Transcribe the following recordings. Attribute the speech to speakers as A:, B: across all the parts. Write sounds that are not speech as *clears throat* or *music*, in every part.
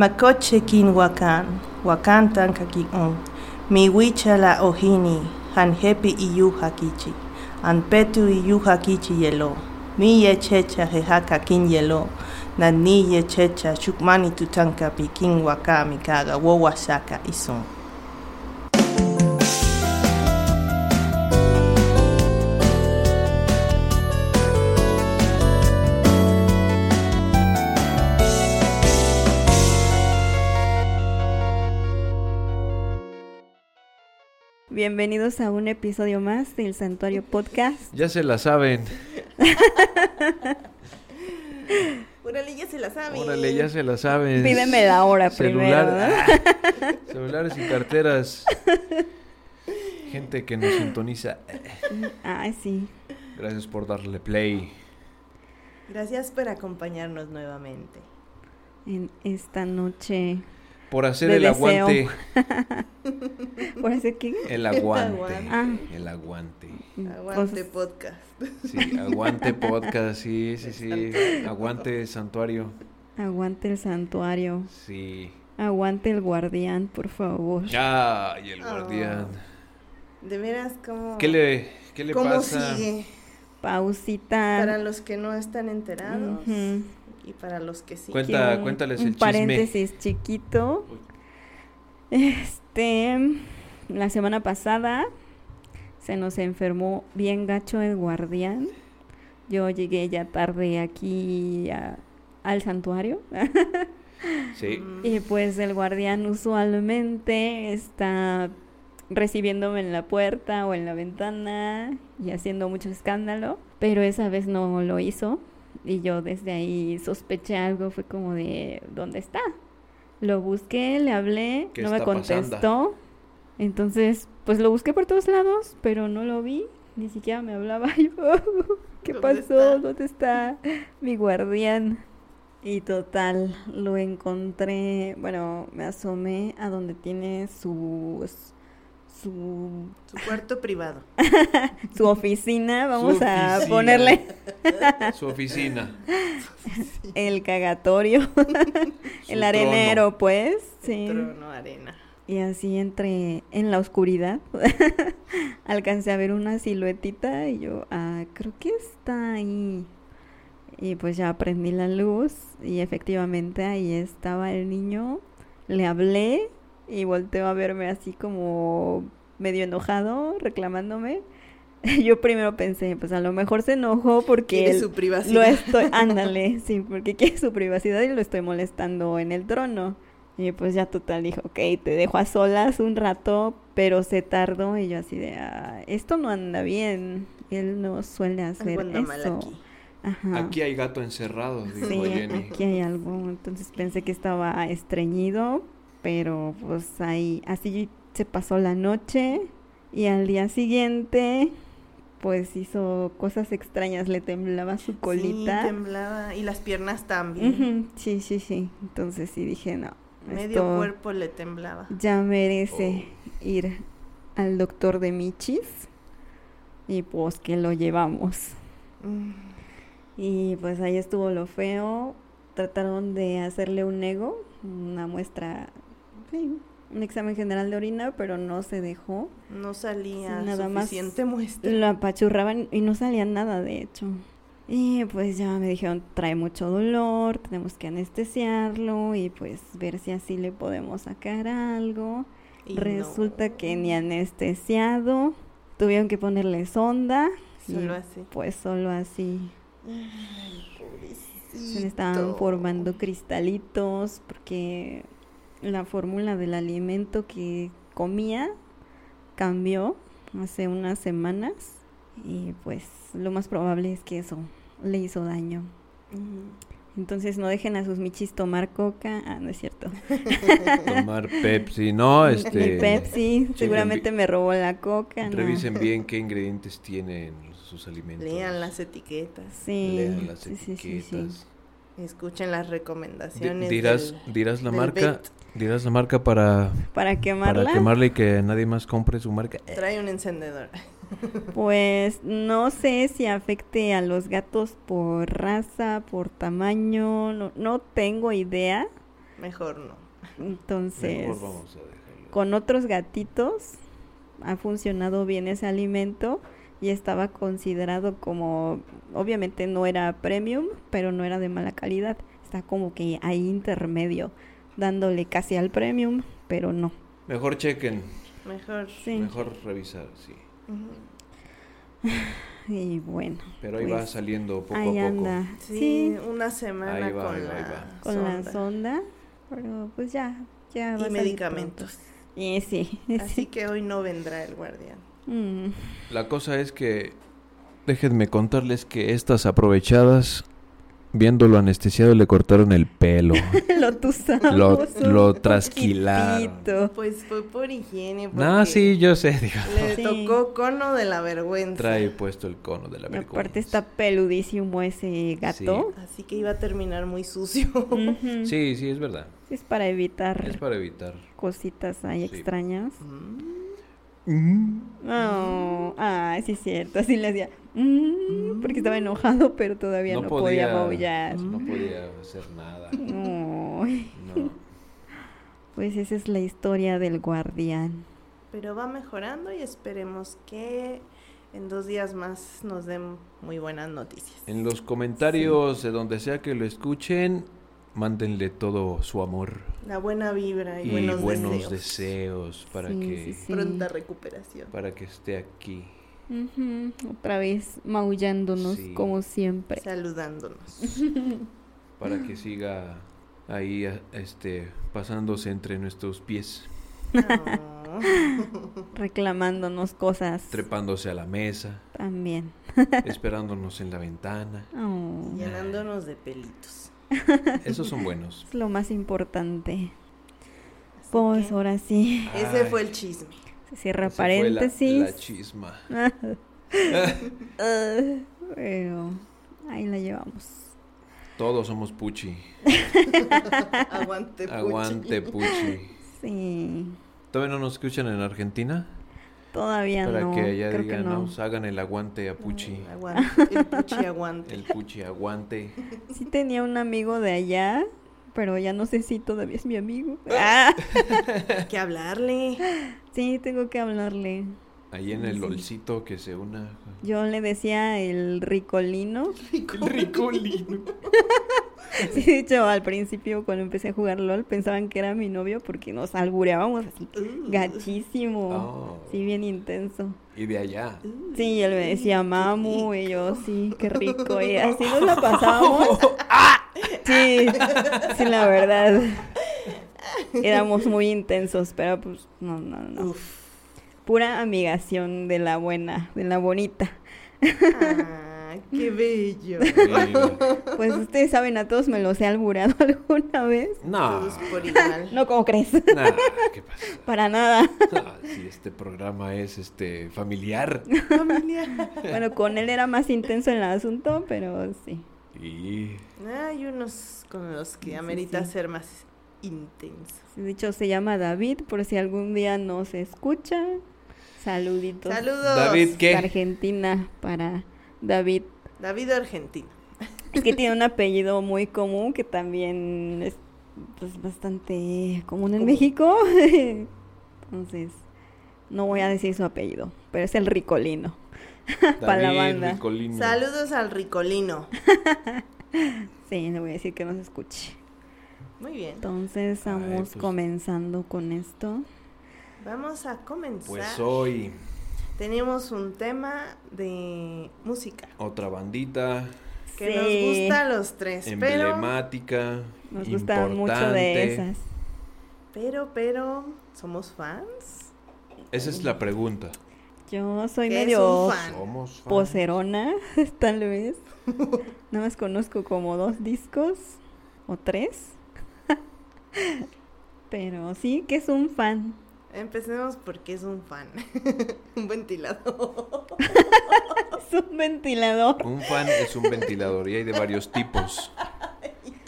A: Makoche kin wakan, wakan tan kaki on. Mi wicha la ojini, han hepi iyu hakichi. An petu iyu hakichi yelo. Mi yechecha jehaka kin yelo. Nan ni yechecha shukmani tutanka pi kin waka mikaga wo wasaka isun.
B: Bienvenidos a un episodio más del Santuario Podcast.
C: Ya se la saben.
A: Órale, ya se la saben.
C: Órale, ya se la saben.
B: Pídeme la hora
C: Celular-
B: primero. ¿no?
C: Ah, *laughs* celulares y carteras. Gente que nos sintoniza.
B: Ay, sí.
C: Gracias por darle play.
A: Gracias por acompañarnos nuevamente.
B: En esta noche.
C: Por hacer
B: De
C: el
B: deseo.
C: aguante.
B: Por eso que. *laughs*
C: El aguante.
B: Ah.
C: El aguante.
A: Aguante
B: cosas-
A: podcast.
C: Sí, aguante podcast. Sí, sí, sí. Aguante santuario.
B: Aguante el santuario.
C: Sí.
B: Aguante el guardián, por favor.
C: Ya, y
B: Ah.
C: el guardián.
A: De veras, ¿cómo,
C: ¿Qué le, qué le
A: cómo
C: pasa?
A: sigue?
B: Pausita.
A: Para los que no están enterados
B: Ujú.
A: y para los que sí.
C: Cuenta-
B: Quiero un-
C: cuéntales
B: un
C: el chisme.
B: paréntesis chiquito. Este, la semana pasada se nos enfermó bien gacho el guardián. Yo llegué ya tarde aquí a- al santuario.
C: Sí.
A: mm,
B: y pues el guardián usualmente está recibiéndome en la puerta o en la ventana y haciendo mucho escándalo, pero esa vez no lo hizo y yo desde ahí sospeché algo, fue como de, ¿dónde está? Lo busqué, le hablé,
C: ¿Qué
B: no me
C: está
B: contestó,
C: pasando?
B: entonces pues lo busqué por todos lados, pero no lo vi, ni siquiera me hablaba *laughs* yo, ¿qué
A: ¿Dónde
B: pasó?
A: está?
B: ¿Dónde
C: *laughs*
B: está mi guardián? Y total, lo encontré, bueno, me asomé a donde tiene su, su,
A: Su cuarto privado.
B: Ah, su oficina, vamos
C: Su
B: a
C: oficina. *laughs*
B: ponerle
C: Su oficina.
B: el cagatorio, *laughs*
C: su
B: el arenero,
C: trono.
B: pues, sí.
A: Trono, arena.
B: Y así entre en la oscuridad, *laughs* alcancé a ver una siluetita y yo, ah, creo que está ahí. Y pues ya prendí la luz y efectivamente ahí estaba el niño. Le hablé y volteó a verme así como medio enojado, reclamándome. *laughs* Yo primero pensé, pues a lo mejor se enojó porque
A: Quiere
B: él
A: su privacidad. *laughs*
B: lo estoy, ándale, sí, porque quiere su privacidad y lo estoy molestando en el trono. Y pues ya total dijo, ok, te dejo a solas un rato, pero se tardó y yo así de, "Ah, esto no anda bien, él no suele hacer
A: Algo anda mal
B: eso.
A: aquí.
B: Ajá.
C: Aquí hay gato encerrado, dijo
B: Sí,
C: Jenny.
B: aquí hay algo. Entonces pensé que estaba estreñido, pero pues ahí, así se pasó la noche y al día siguiente pues hizo cosas extrañas, le temblaba su colita.
A: Sí, temblaba. Y las piernas también.
B: Ujú, sí, sí, sí. Entonces sí dije, no,
A: Medio
B: esto
A: cuerpo le temblaba.
B: ya merece ir al doctor de Michis y pues que lo llevamos.
A: Mm,
B: Y pues ahí estuvo lo feo. Trataron de hacerle un ego, una muestra, sí, un examen general de orina, pero no se dejó.
A: No salía
B: Sí, nada más
A: suficiente muestra.
B: Lo apachurraban y no salía nada, de hecho. Y pues ya me dijeron, trae mucho dolor, tenemos que anestesiarlo y pues ver si así le podemos sacar algo.
A: Y no,
B: Resulta que ni anestesiado, tuvieron que ponerle sonda. y
A: Solo así.
B: Pues solo así. Se le estaban
A: Pobrecito.
B: formando cristalitos porque la fórmula del alimento que comía cambió hace unas semanas y pues lo más probable es que eso le hizo daño.
A: Mm.
B: Entonces no dejen a sus michis tomar coca. Ah, no es cierto.
C: Tomar Pepsi, no,
B: Ni-
C: este.
B: Ni Pepsi. Seguramente
C: bi-
B: me robó la coca. no.
C: Revisen bien qué ingredientes tienen sus alimentos.
A: Lean las etiquetas.
B: Sí,
C: Lean las
B: sí, sí, sí, sí.
C: etiquetas.
A: Escuchen las
C: Di-
A: recomendaciones.
C: dirás,
A: del-
C: dirás la
A: del
C: marca,
A: bait.
C: dirás la marca para,
B: Para quemarla.
C: para quemarla y que nadie más compre su marca.
A: Trae un encendedor.
B: Pues no sé si afecte a los gatos por raza, por tamaño, no, no tengo idea,
A: Mejor no.
B: Entonces,
C: Mejor vamos a dejarlo.
B: con otros gatitos ha funcionado bien ese alimento y estaba considerado como, obviamente no era premium, pero no era de mala calidad. Está como que ahí intermedio, dándole casi al premium, pero no.
C: Mejor chequen.
A: Mejor.
B: Sí.
C: Mejor revisar, sí.
A: Ujú.
B: Y bueno.
C: Pero ahí
B: pues,
C: va saliendo poco
B: ahí
C: a poco.
B: anda.
A: Sí,
B: Sí,
A: una semana
C: Ahí va,
A: con
C: ahí va,
A: la
C: ahí va.
B: con la
A: sonda
B: sonda, pero pues ya, ya va
A: y
B: a
A: Ah,
B: salir
A: medicamentos.
B: pronto. Y sí, *laughs*
A: Así
B: sí.
A: que hoy no vendrá el guardián.
B: Mm,
C: La cosa es que déjenme contarles que estas aprovechadas, viéndolo anestesiado, le cortaron
B: *laughs*
C: el pelo.
B: lo tusamos
C: lo,
B: *laughs* un
C: lo trasquilaron.
B: poquitito.
A: Pues fue por higiene. Porque
C: No, Ah, sí, yo sé, digo.
B: *laughs*
A: Le
B: Sí.
A: tocó cono de la vergüenza.
C: Trae puesto el cono de la
B: Y
C: vergüenza.
B: Aparte está peludísimo ese gato.
A: Así que iba a terminar muy sucio.
B: *laughs* Ujú.
C: Sí, sí, es verdad.
B: Es para evitar
C: Es para evitar.
B: cositas ahí
C: Sí.
B: extrañas.
A: Mm.
B: Mm. No, ah, sí es cierto, así le hacía. mm, porque estaba enojado, pero todavía no, podía, maullar. Mm.
C: No podía Mm. hacer nada.
B: Ay, *laughs*
C: No.
B: pues esa es la historia del guardián.
A: Pero va mejorando y esperemos que en dos días más nos den muy buenas noticias.
C: En los comentarios de donde sea que lo escuchen, mándenle todo su amor
A: La buena vibra y,
C: y
A: buenos,
C: buenos,
A: deseos.
C: deseos. para
B: Sí,
C: que
B: sí, sí.
A: Pronta recuperación.
C: para que esté aquí.
B: Ujú, Otra vez maullándonos
C: Sí.
B: como
C: Pues.
B: siempre.
A: Saludándonos.
C: para que siga ahí a- este pasándose entre nuestros pies,
A: No.
B: Reclamándonos cosas
C: trepándose a
B: *laughs*
C: la mesa,
B: también.
C: esperándonos en la ventana.
B: Oh,
A: Llenándonos de pelitos.
C: Esos son buenos.
B: es lo más importante.
A: Así
B: Pues
A: que
B: ahora sí,
A: Ese
C: Ay,
A: fue el chisme.
B: se cierra
C: ese fue la-
B: paréntesis.
C: La, chisma.
B: Ah, pero ahí la llevamos.
C: Todos somos Puchi.
A: Aguante, Puchi.
C: Aguante Puchi.
B: Sí,
C: ¿Todavía no nos escuchan en Argentina?
B: todavía
C: Para
B: no.
C: que allá
B: creo
C: digan,
B: que no.
C: "Nos hagan el aguante a Puchi.
A: Aguante. El Puchi aguante.
C: El Puchi aguante.
B: Sí tenía un amigo de allá, pero ya no sé si todavía es mi amigo. Ah,
A: Hay que
B: *laughs*
A: hablarle.
B: sí, tengo que hablarle.
C: Ahí en el
B: Sí.
C: olcito que se una.
B: Yo le decía el ricolino.
C: El ricolino.
B: *laughs* Sí, de hecho, al principio cuando empecé a jugar LOL pensaban que era mi novio porque nos albureábamos así
A: Uh,
B: gachísimo.
C: Oh,
B: Sí, bien intenso.
C: Y
A: *laughs*
C: de allá.
A: uh.
B: Sí, y él me decía mamu y yo, sí, qué rico. Y así nos la pasábamos. Sí, sí, la verdad. Éramos muy intensos, pero pues no, no, no.
A: Uf.
B: Pura amigación de la buena, de la bonita.
A: Ah, qué bello.
C: *laughs* Mira.
B: Pues ustedes saben, a todos me los he alburado *laughs* alguna vez.
C: No.
A: Todos por
B: *laughs*
A: igual.
B: No, como crees?
C: no, ¿Qué pasa?
B: Para nada.
C: Ah, *laughs* si este programa es este familiar.
A: Familia.
B: Bueno, con él era más intenso en el asunto, pero sí. *laughs*
C: Y
A: Hay unos con los
B: Sí,
A: que amerita
B: sí.
A: ser más intenso.
B: De hecho, se llama David, por si algún día nos escucha. Saluditos.
A: Saludos.
C: David,
B: de
C: ¿qué?
B: Argentina para David.
A: David Argentino.
B: Es que tiene un apellido muy común que también es pues, bastante común en
A: Común.
B: México. *laughs* Entonces, no voy a decir su apellido, pero es el Ricolino. Pa' la banda.
C: Ricolino.
A: Saludos al Ricolino.
B: Sí, le voy a decir que nos escuche.
A: Muy bien.
B: Entonces,
C: Ay,
B: estamos
C: pues.
B: comenzando con esto.
A: Vamos a comenzar.
C: Pues hoy
A: Tenemos un tema de música
C: otra bandita
A: que
B: Sí,
A: nos gusta a los tres, pero,
C: emblemática,
B: Nos gustan mucho
C: importante.
B: de esas.
A: pero, pero, ¿somos fans?
C: Esa es la pregunta.
B: Yo soy
A: ¿Qué es
B: medio
A: un fan?
C: Somos fans?
B: poserona, *laughs* tal vez. Nada más conozco como dos discos o tres. *laughs* Pero sí que es un fan.
A: Empecemos porque es un fan. *laughs* un ventilador.
B: Es un ventilador.
C: Un fan es un ventilador y hay de varios
B: *laughs*
C: tipos.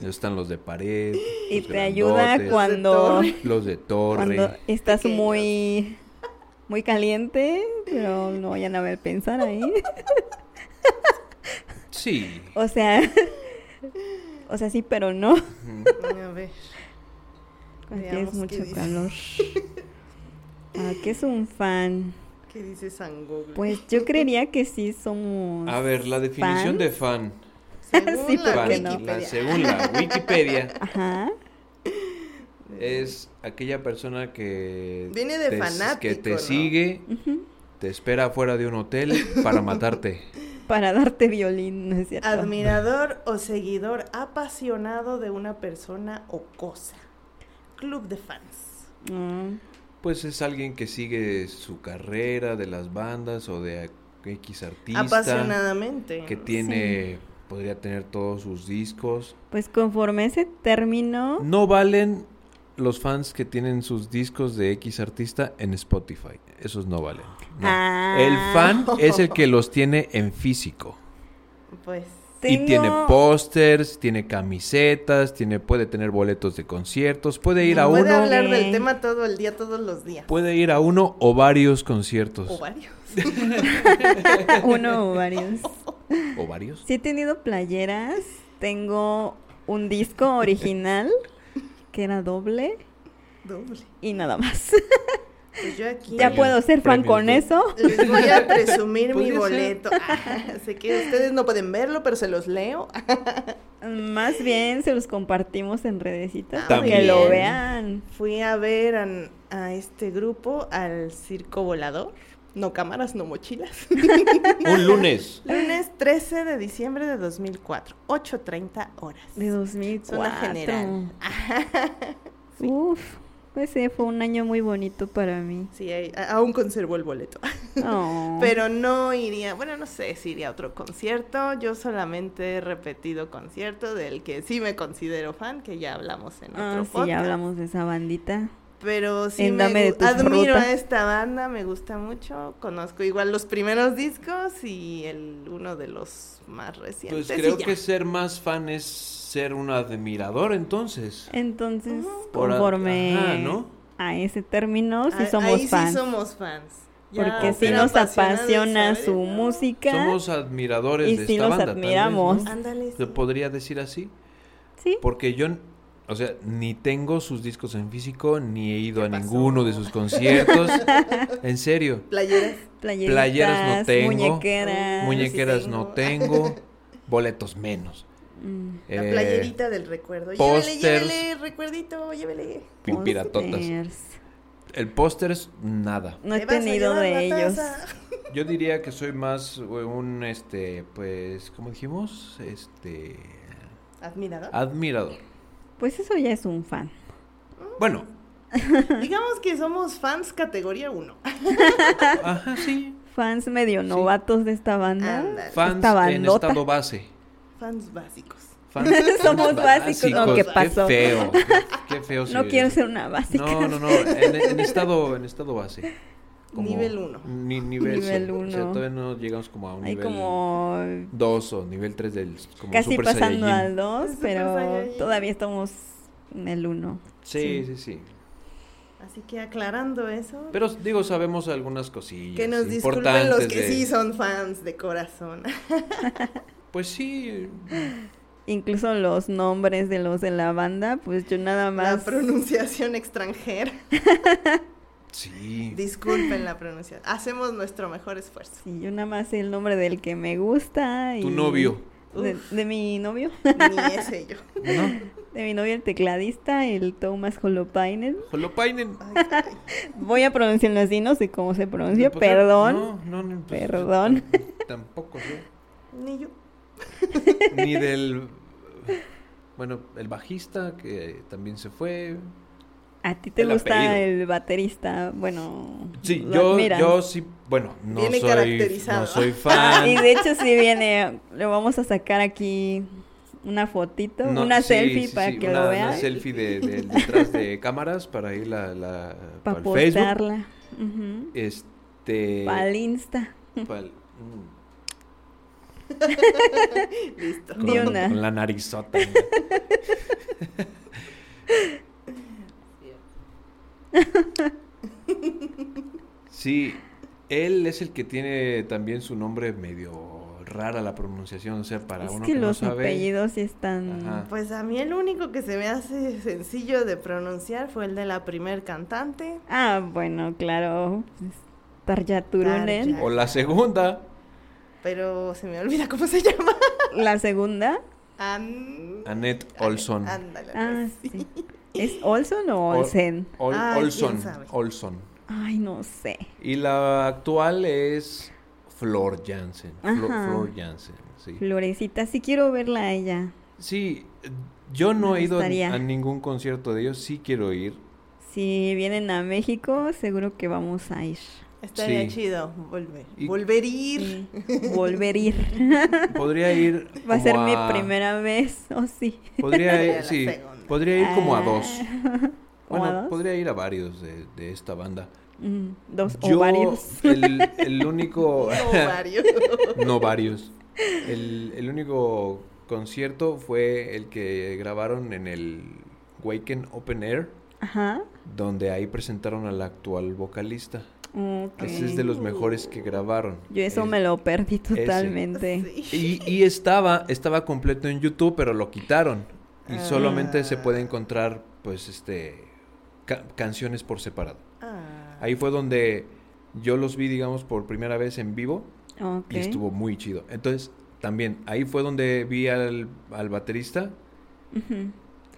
C: Están los de pared,
B: Y
C: los
B: te ayuda
C: grandotes,
B: cuando,
A: torre.
C: los de torre.
B: cuando estás
A: Pequeños.
B: muy muy caliente, pero no vayan a ver pensar ahí.
C: Sí.
B: *laughs* O sea, o sea, sí, pero no.
C: Ujú.
A: A ver.
B: Aquí
A: Veamos
B: es
A: qué
B: mucho
A: dice. *laughs*
B: calor. Aquí es un fan.
A: ¿Qué dice San Google?
B: Pues *laughs*
A: *laughs*
B: yo creería que sí somos.
C: A ver, la definición
B: ¿Fan?
C: de fan.
A: Según
B: sí,
A: la
B: ¿por qué
C: Fan,
B: no?
A: Wikipedia.
C: la- según la
B: *laughs*
C: Wikipedia,
B: Ajá.
C: es aquella persona que
A: Viene de
C: te- que
A: fanático,
C: te
A: ¿no?
C: sigue,
B: ujú,
C: te espera fuera de un hotel para matarte.
B: Para darte violín, ¿no es cierto?
A: Admirador o seguidor apasionado de una persona o cosa. Club de fans.
B: Ah,
C: Pues es alguien que sigue su carrera de las bandas o de a- X artista.
A: Apasionadamente.
C: Que tiene, podría tener todos sus discos.
B: pues conforme ese término.
C: No valen los fans que tienen sus discos de X artista en Spotify. Esos no valen. no.
B: Ah.
C: El fan es el que los tiene en físico.
A: Pues.
C: Y tiene
B: Tengo-
C: pósters, tiene camisetas, tiene, puede tener boletos de conciertos, puede ir a
A: puede
C: uno,
A: hablar del
B: Sí.
A: tema todo el día, todos los días.
C: puede ir a uno o varios conciertos.
A: O varios.
B: *laughs* Uno o varios.
C: ¿O
A: *laughs*
C: varios?
B: Sí he tenido playeras. Tengo un disco original que era doble
A: *laughs* Doble.
B: y nada más.
A: Pues yo aquí.
B: Ya
C: Premios-
B: puedo ser fan
C: premios
B: con
C: de-
B: eso.
A: Les voy a presumir mi
C: Podría ser.
A: boleto. Ah, sé que ustedes no pueden verlo, pero se los leo.
B: Más bien se los compartimos en redecitas
A: Ah,
B: para que lo
A: también.
B: vean.
A: Fui a ver an- a, este grupo al Circo Volador. No cámaras, no mochilas. *laughs*
C: Un lunes.
A: Lunes 13 de diciembre de 2004, 8.30 horas.
B: De 2004.
A: Zona general.
B: Uf, pues sí, fue un año muy bonito para
C: *laughs*
B: mí.
A: Sí, ahí- a- aún conservo el boleto.
B: Oh.
A: Pero no iría, bueno, no sé si iría a otro concierto. Yo solamente he repetido concierto del que sí me considero fan, que ya hablamos en
B: Ah,
A: otro
B: sí, ya
A: podcast.
B: hablamos de esa bandita.
A: Pero sí
B: En
A: me
B: Dame de
A: gu-
B: tu
A: admiro
B: fruta.
A: a esta banda, me gusta mucho. Conozco igual los primeros discos y el uno de los más recientes.
C: Pues
A: y
C: creo
A: ya.
C: que ser más fan es ser un admirador entonces.
B: Entonces,
C: Por a-
B: conforme
C: Ajá, ¿no?
B: a ese término, sí
A: A-
B: somos
A: Ah, ahí
B: fans.
A: sí somos fans. Ya
B: porque sí
A: ser
B: nos
A: apasionados,
B: apasiona
A: ¿sabes?
B: su
A: No.
B: música.
C: Somos admiradores
B: Y
C: de
B: sí
C: esta
B: los
C: banda. tal vez,
B: admiramos.
C: ¿no?
A: Ándale.
C: Se
A: sí.
C: podría decir así.
B: Sí,
C: Porque yo, o sea, ni tengo sus discos en físico, ni he ido
A: ¿Qué
C: a
A: pasó?
C: ninguno de sus
A: *laughs*
C: conciertos. en serio.
A: Playeras.
B: playeras,
C: Playeras no tengo,
B: muñequeras.
C: Muñequeras
A: sí
C: no
A: tengo. *laughs*
C: tengo, boletos menos.
B: mm,
A: La
C: Eh,
A: playerita del recuerdo.
C: pósters.
A: Llévele, llévele, recuerdito, llévele.
C: pin- piratotas.
A: este,
B: posters.
C: El pósters, nada.
B: No he
A: Te vas a
B: tenido
A: llevar la
B: de ellos.
A: taza.
C: Yo diría que soy más eh, un, este, pues, ¿cómo dijimos? Este,
A: Admirador.
C: Ah. admirador.
B: Pues eso ya es un fan.
C: Bueno,
A: Digamos que somos fans categoría 1.
C: ajá, sí.
B: Fans medio
C: Sí.
B: novatos de esta banda.
A: Ándale.
C: Fans
B: Esta
C: en
B: bandota.
C: estado base.
A: Fans básicos.
C: Fans
B: *laughs* Somos básicos, ¿no? ¿Qué
C: Qué
B: pasó?
C: feo. Qué, qué feo.
B: No
C: se-
B: quiero ser una básica.
C: No,
B: *laughs*
C: no, no. En, en estado, en estado base.
A: Nivel uno.
C: Ni, nivel
B: Nivel
C: sí. O sea,
B: uno.
C: todavía no llegamos como a un
B: Hay
C: nivel
B: como
C: 2 o nivel 3 del como
B: casi
C: Super
B: pasando
C: Saiyajin.
B: al 2,
A: Super
B: pero
A: Saiyajin.
B: todavía estamos en el 1.
C: Sí, sí, sí.
A: Así que aclarando eso,
C: Pero digo, sabemos algunas cosillas.
A: que nos disculpen
C: importantes
A: los que
C: de-
A: sí son fans de corazón.
C: Pues sí.
B: Incluso los nombres de los de la banda, pues yo nada
A: La
B: más.
A: pronunciación extranjera.
C: Sí.
A: Disculpen la pronunciación. Hacemos nuestro mejor
B: *laughs*
A: esfuerzo.
B: Sí, yo nada más sé el nombre del que me gusta. Y
C: Tu novio.
B: De, de mi novio. *laughs*
A: Ni ese yo.
C: ¿No?
B: De mi novio, el tecladista, el Thomas Holopainen.
C: Jolopainen.
A: Ay, caray.
B: Voy a pronunciarlo así, no sé cómo se pronuncia,
C: Pues,
B: perdón.
C: No, no, no, pues,
B: Perdón.
C: Tampoco yo.
A: Ni yo.
C: ni del bueno el bajista que también se fue
B: ¿A ti te
C: El
B: gusta
C: apellido.
B: el baterista? Bueno,
C: sí
B: lo
C: yo
B: admiras.
C: yo sí bueno no
A: Viene
C: soy
A: caracterizado.
C: no
B: Ah, *laughs*
C: soy
B: y
C: fan
B: de hecho sí viene, le vamos a sacar aquí una fotito,
C: No,
B: una
C: sí,
B: selfie
C: sí,
B: para
C: sí,
B: que
C: una,
B: lo
C: una
B: vean,
C: selfie de, de- detrás de cámaras para ir la, la
B: para
C: para el Facebook
B: postarla, ujú,
C: este
B: para el Insta.
C: pa'l- mm,
A: Listo.
C: con,
B: De una.
C: con la *laughs* narizota sí él es el que tiene también su nombre medio rara la pronunciación, o sea, para
B: es
C: uno
B: que,
C: que,
B: los
C: no sabe.
B: apellidos sí están...
C: Ajá.
A: Pues a mí el único que se me hace sencillo de pronunciar fue el de la primer cantante.
B: Ah, bueno, claro. pues, Tarjaturunen.
A: Tarja.
C: O la segunda.
A: Pero se me olvida cómo se llama.
B: La
C: *laughs*
B: segunda.
A: An-
C: Annette Olson.
A: Ándale,
B: Ah,
A: pues,
B: sí. ¿Es Olson o
C: Ol-
B: Olsen?
C: Ol-
A: Ay, quién
C: Olson.
A: sabe.
C: Olson.
B: Ay, no sé.
C: Y la actual es Flor Jansen. Flo-
B: Ajá.
C: Flor Jansen, sí.
B: Florecita, sí quiero verla a ella.
C: Sí, yo no
B: Me
C: he ido a-
B: gustaría.
C: a ningún concierto de ellos, sí quiero ir.
B: Si vienen a México, seguro que vamos a ir.
A: Estaría
C: Sí.
A: chido volver.
C: Y-
A: Volver *laughs* ir.
B: Volver a ir. *laughs*
C: Podría ir.
B: Va a
C: como
B: ser mi primera vez, ¿o sí?
A: *laughs*
C: Podría
A: La
C: ir, sí,
A: segunda.
C: podría ir como a
B: Ah, *laughs*
C: dos.
B: ¿Como
C: Bueno,
B: a dos?
C: podría ir a varios de, de esta banda.
B: Mm, dos o
C: Yo,
B: varios.
C: El, el único.
A: *laughs*
C: *laughs*
A: No, Oh,
B: *laughs*
A: Mario.
C: no varios. El, el único concierto fue el que grabaron en el Waken Open Air,
B: Ajá.
C: donde ahí presentaron a la actual vocalista.
B: Ok.
C: Ese es de eh, los mejores que grabaron.
B: Yo eso
C: Es-
B: me lo perdí totalmente.
A: Sí.
C: Y, y estaba, estaba completo en YouTube, pero lo quitaron. Y solamente se puede encontrar, pues, este, ca- canciones por separado.
A: Ah.
C: Ahí fue donde yo los vi, digamos, por primera vez en vivo
B: Ok.
C: y estuvo muy chido. Entonces, también, ahí fue donde vi al, al baterista
B: Ujú.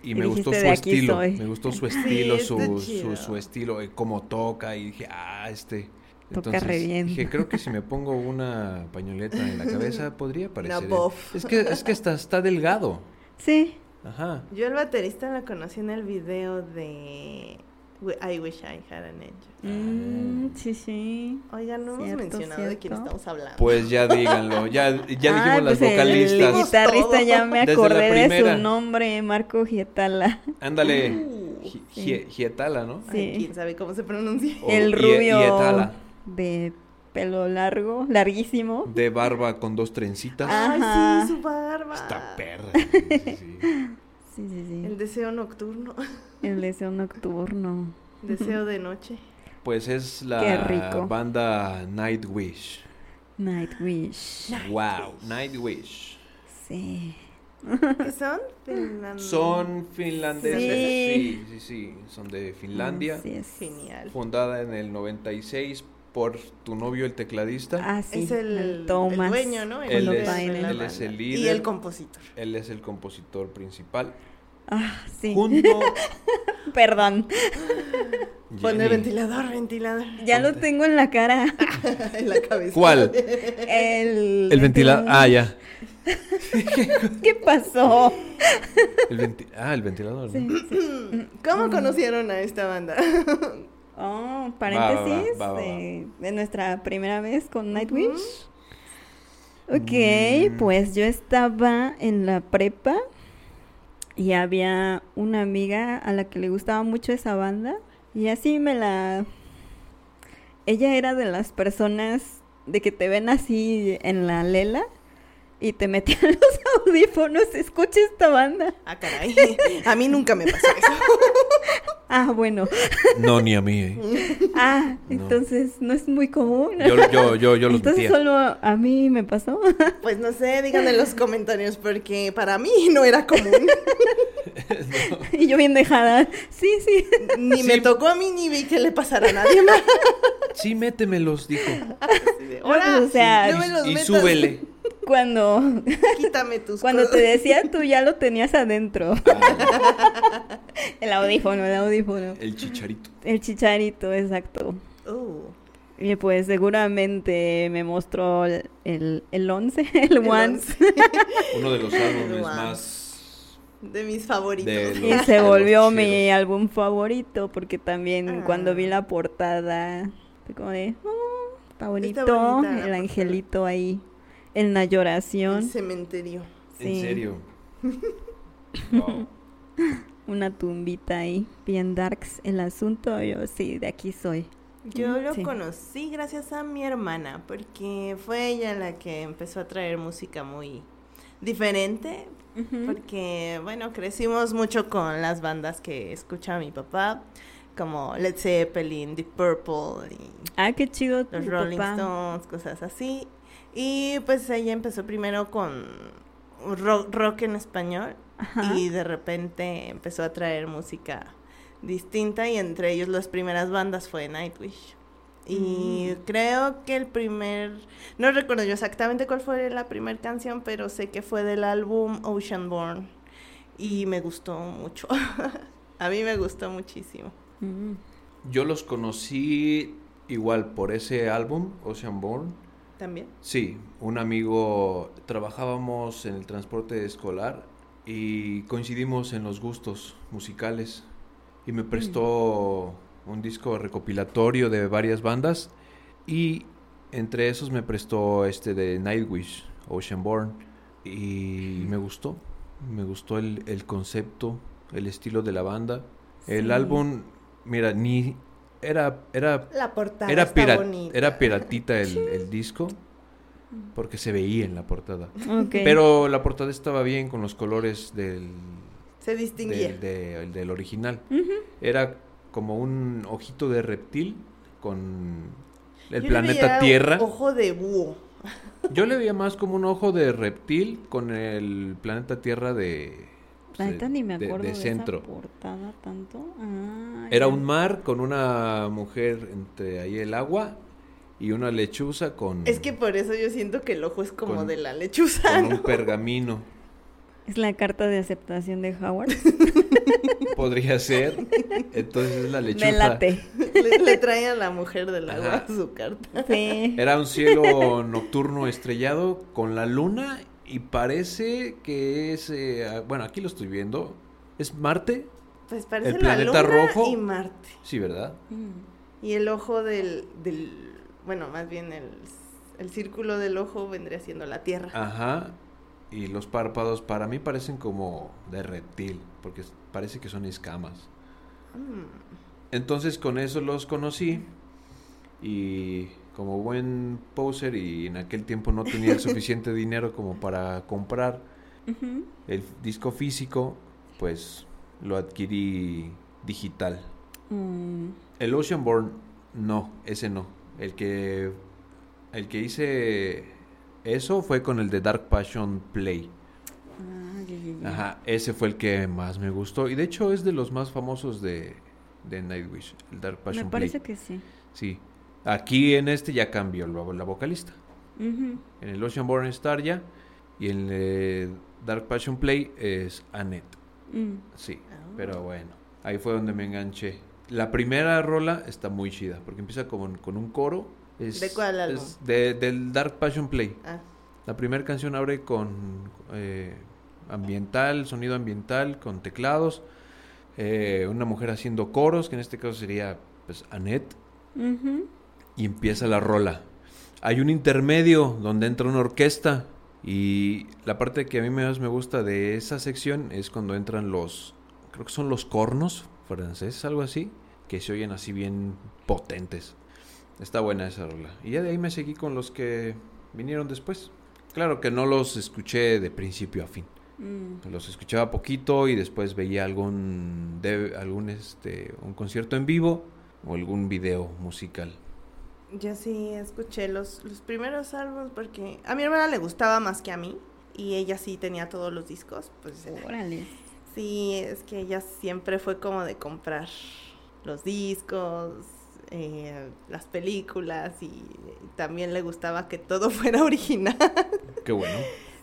C: y
B: Y
C: me gustó
B: dijiste,
C: su
B: "De aquí
C: estilo.
B: soy".
C: Me
B: *laughs*
C: gustó su estilo,
A: está
C: su,
A: chido.
C: su, su estilo, eh, cómo toca y dije, ah, este...
B: Toca re bien.
C: Dije, creo que
B: *laughs*
C: si me pongo una pañoleta en la cabeza podría parecer. él".
A: bof.
C: Es que, es que está, está delgado.
B: Sí.
C: Ajá.
A: Yo el baterista lo conocí en el video de We- I Wish I Had an Angel.
C: Ah.
B: Mm, sí, sí.
A: Oigan, no hemos
B: Cierto,
A: mencionado de quién
B: cierto.
A: estamos hablando.
C: Pues ya díganlo, ya, ya
B: *laughs*
C: dijimos
B: Ay,
C: las
B: pues el
C: vocalistas.
B: guitarrista ya me
C: Desde la
B: acordé de
C: primera.
B: su nombre, Marco Gietala.
C: Ándale,
A: Uh,
C: Gi-
B: sí.
C: Gie- Gietala, ¿no?
A: ay,
B: sí.
A: quién sabe cómo se
C: *laughs*
A: pronuncia.
C: O
B: el
C: Ie-
B: rubio
C: Ietala,
B: de pelo largo, larguísimo.
C: de barba con dos trencitas.
B: Ajá.
A: Ay, sí, su
B: Ah.
A: barba.
C: Está
B: *laughs*
C: perra. sí, sí, sí.
B: Sí, sí,
A: El
B: sí.
A: deseo nocturno. *laughs*
B: El deseo nocturno.
A: Deseo de
B: *laughs*
A: noche.
C: Pues es
B: Qué
C: la
B: rico.
C: banda Nightwish.
B: Nightwish.
C: Wow, Nightwish.
B: Sí.
A: ¿Qué son? Finland-
C: Son finlandeses.
B: Sí.
C: Sí, sí, sí. Son de Finlandia.
B: Así es.
A: Genial.
C: Fundada en el 96 por tu novio, el tecladista.
B: Ah, sí.
A: es el, el
B: Thomas.
A: dueño, ¿no?
C: Él
A: líder
C: es-
A: de la
C: él es
A: banda.
C: el
A: Y
C: líder.
A: el compositor.
C: Él es el compositor principal.
B: Ah, sí.
C: Junto.
B: Perdón.
A: Pone
C: Jenny.
A: ventilador, *laughs* ventilador.
B: Ya lo
C: Ponte.
B: tengo en
A: *laughs*
B: la cara.
A: en la cabeza.
C: ¿Cuál?
B: El,
C: El ventilador. Ah, ya.
B: ¿Qué pasó?
C: El venti- Ah, el ventilador.
B: Sí,
C: ¿no?
B: sí.
A: ¿Cómo conocieron a esta banda?
B: Oh, paréntesis.
C: va, va, va.
B: eh, de nuestra primera vez con Nightwish.
C: Mm.
B: Ok, pues yo estaba en la prepa y había una amiga a la que le gustaba mucho esa banda y así me la... Ella era de las personas de que te ven así en la lela y te metían *laughs* los audífonos, escucha esta banda.
A: *laughs* Ah, caray. A mí nunca me pasó eso.
B: Ah,
C: *laughs*
B: bueno.
C: No, ni a mí. ¿eh?
B: Ah,
C: No.
B: entonces no es muy común.
C: Yo, yo, yo, yo los
B: Entonces
C: metía. *laughs*
B: solo a mí me pasó.
A: *laughs*
B: *laughs*
A: Pues no sé, díganme en los comentarios porque para mí no era *laughs* común.
B: y yo bien dejada. Sí, sí.
A: Ni
C: Sí.
A: me tocó a mí ni vi que le pasara a nadie *laughs* más.
C: Sí, métemelos, dijo.
A: Así de, "Hola,
B: o sea,
A: no me los
C: y
A: metas,
C: súbele.
B: Cuando,
A: *laughs* Quítame tus
B: cuando te
A: cosas".
B: decía tú ya lo tenías
C: *laughs*
B: adentro. El audífono, el audífono.
C: El chicharito.
B: El chicharito, exacto.
A: Uh,
B: Y pues seguramente me mostró el- el, el once, *laughs* el,
A: el
B: once.
A: once
C: Uno de los álbumes
A: Wow.
C: más.
A: de mis favoritos.
C: De *laughs*
B: Y
C: Ah, los-
B: se volvió
C: los
B: mi
C: chidos.
B: álbum favorito porque también
A: Ah.
B: cuando vi la portada, fue como de, "Oh, está bonito,
A: bonita la
B: el
A: portada.
B: angelito ahí, en la lloración.
A: El cementerio.
C: En
B: sí.
C: serio. Wow.
B: una tumbita ahí, bien darks el asunto, yo sí, de aquí soy.
A: Yo lo
B: Sí.
A: conocí gracias a mi hermana, porque fue ella la que empezó a traer música muy diferente,
B: Mm.
A: porque, bueno, crecimos mucho con las bandas que escuchaba mi papá, como Led Zeppelin, Deep Purple, y
B: Ah, qué chido tu
A: los Rolling
B: papá.
A: Stones, cosas así. Y pues ella empezó primero con ro- rock, en español
B: Ajá.
A: y de repente empezó a traer música distinta y entre ellos las primeras bandas fue Nightwish. Y creo que el primer, no recuerdo yo exactamente cuál fue la primera canción, pero sé que fue del álbum Oceanborn y me gustó mucho. *laughs* a mí me gustó muchísimo.
B: Mm.
C: Yo los conocí igual por ese álbum, Oceanborn.
A: También.
C: Sí, un amigo, trabajábamos en el transporte escolar y coincidimos en los gustos musicales y me prestó un disco recopilatorio de varias bandas y entre esos me prestó este de Nightwish, Oceanborn y me gustó, me gustó el, el concepto, el estilo de la banda. El
B: Sí.
C: álbum, mira, ni era, era
A: La portada
C: era,
A: está
C: pira-
A: bonita.
C: era piratita
A: *laughs*
C: el, el disco porque se veía en la portada.
B: Ok.
C: Pero la portada estaba bien con los colores del,
A: Se
C: del,
A: distinguía.
C: de- del original.
B: Ujú.
C: Era como un ojito de reptil con el
A: Yo le veía
C: planeta
A: o-
C: Tierra.
A: Ojo de búho.
C: *laughs* Yo le veía más como un ojo de reptil con el planeta Tierra de... pues,
B: La neta
C: de-
B: ni me
C: de-
B: acuerdo de,
C: de centro.
B: esa ¿eh? portada tanto. Ah,
C: Era
B: ya.
C: un mar con una mujer entre ahí el agua y una lechuza con...
A: Es que por eso yo siento que el ojo es como
C: Con-
A: de la lechuza,
C: con
A: ¿no?
C: un pergamino.
B: Es la carta de aceptación de Howard.
C: Podría ser. Entonces la lechuza.
A: *laughs*
B: Me late.
A: Le,
C: *laughs*
A: le trae a la mujer del agua
C: Ajá.
A: su carta.
B: Sí.
C: Era un cielo nocturno estrellado con la luna y parece que es... eh, ah, bueno, aquí lo estoy viendo. ¿Es Marte?
A: Pues parece
C: El
A: la luna
C: planeta rojo.
A: y Marte.
C: Sí, ¿verdad?
B: Mm.
A: Y el ojo del, del bueno, más bien el, el círculo del ojo vendría siendo la Tierra.
C: Ah. Ajá. Y los párpados para mí parecen como de reptil, porque es- parece que son escamas.
A: Mm.
C: Entonces con eso los conocí y como buen poser y en aquel tiempo no tenía el suficiente
B: *laughs*
C: dinero como para comprar
B: Ujú.
C: el disco físico, pues lo adquirí digital.
B: Mm.
C: El Oceanborn, no, ese no. El que, el que hice eso fue con el de Dark Passion Play.
B: Ah, ya, ya, ya.
C: Ajá, ese fue el que más me gustó. Y de hecho es de los más famosos de, de Nightwish, el Dark Passion
B: Me parece
C: Play.
B: que sí.
C: Sí. Aquí en este ya cambió la, la vocalista.
B: Ujú.
C: En el Oceanborn es Tarja y en el eh, Dark Passion Play es Annette.
B: Mm.
C: Sí,
A: Ah.
C: pero bueno, ahí fue donde me enganché. La primera rola está muy chida, porque empieza con, con un coro. Es,
A: ¿De cuál álbum?
C: es de- del Dark Passion Play.
A: Ah,
C: La primera canción abre con eh, ambiental, sonido ambiental, con teclados. eh, una mujer haciendo coros, que en este caso sería pues, Annette,
B: Ujú.
C: y empieza la rola. Hay un intermedio donde entra una orquesta y la parte que a mí más me gusta de esa sección es cuando entran los, creo que son los cornos franceses, algo así, que se oyen así bien potentes. Está buena esa rola. Y ya de ahí me seguí con los que vinieron después. Claro que no los escuché de principio a fin.
B: Mm.
C: Los escuchaba poquito y después veía algún, de, algún este, un concierto en vivo o algún video musical.
A: yo sí escuché los, los primeros álbumes porque a mi hermana le gustaba más que a mí y ella sí tenía todos los discos, pues eh,
B: Órale.
A: Sí, es que ella siempre fue como de comprar los discos, eh, las películas y también le gustaba que todo *laughs* fuera original.
C: Qué bueno.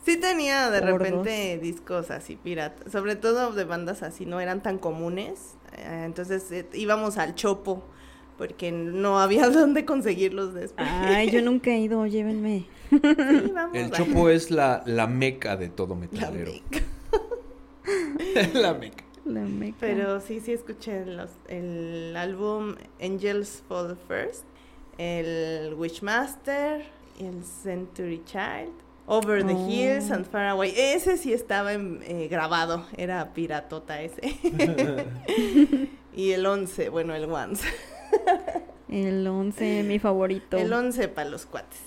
A: Sí tenía de
B: Por
A: repente discos así piratas, sobre todo de bandas así, no eran tan comunes. eh, entonces eh, íbamos al chopo porque no había *laughs* dónde conseguirlos después.
B: Ay, yo nunca he ido, llévenme.
A: Sí, vamos
C: El
A: a-
C: Chopo es la, la meca de todo
A: la
C: metalero.
A: beca.
C: *laughs* La meca.
B: La meca.
A: Pero sí, sí escuché los, el álbum Angels for the First, el Wishmaster, el Century Child, Over the
B: Oh.
A: Hills and Far Away. Ese sí estaba en- eh, grabado, era piratota ese. y el 11, bueno, el Once.
B: El 11, mi favorito.
A: El 11 para los cuates.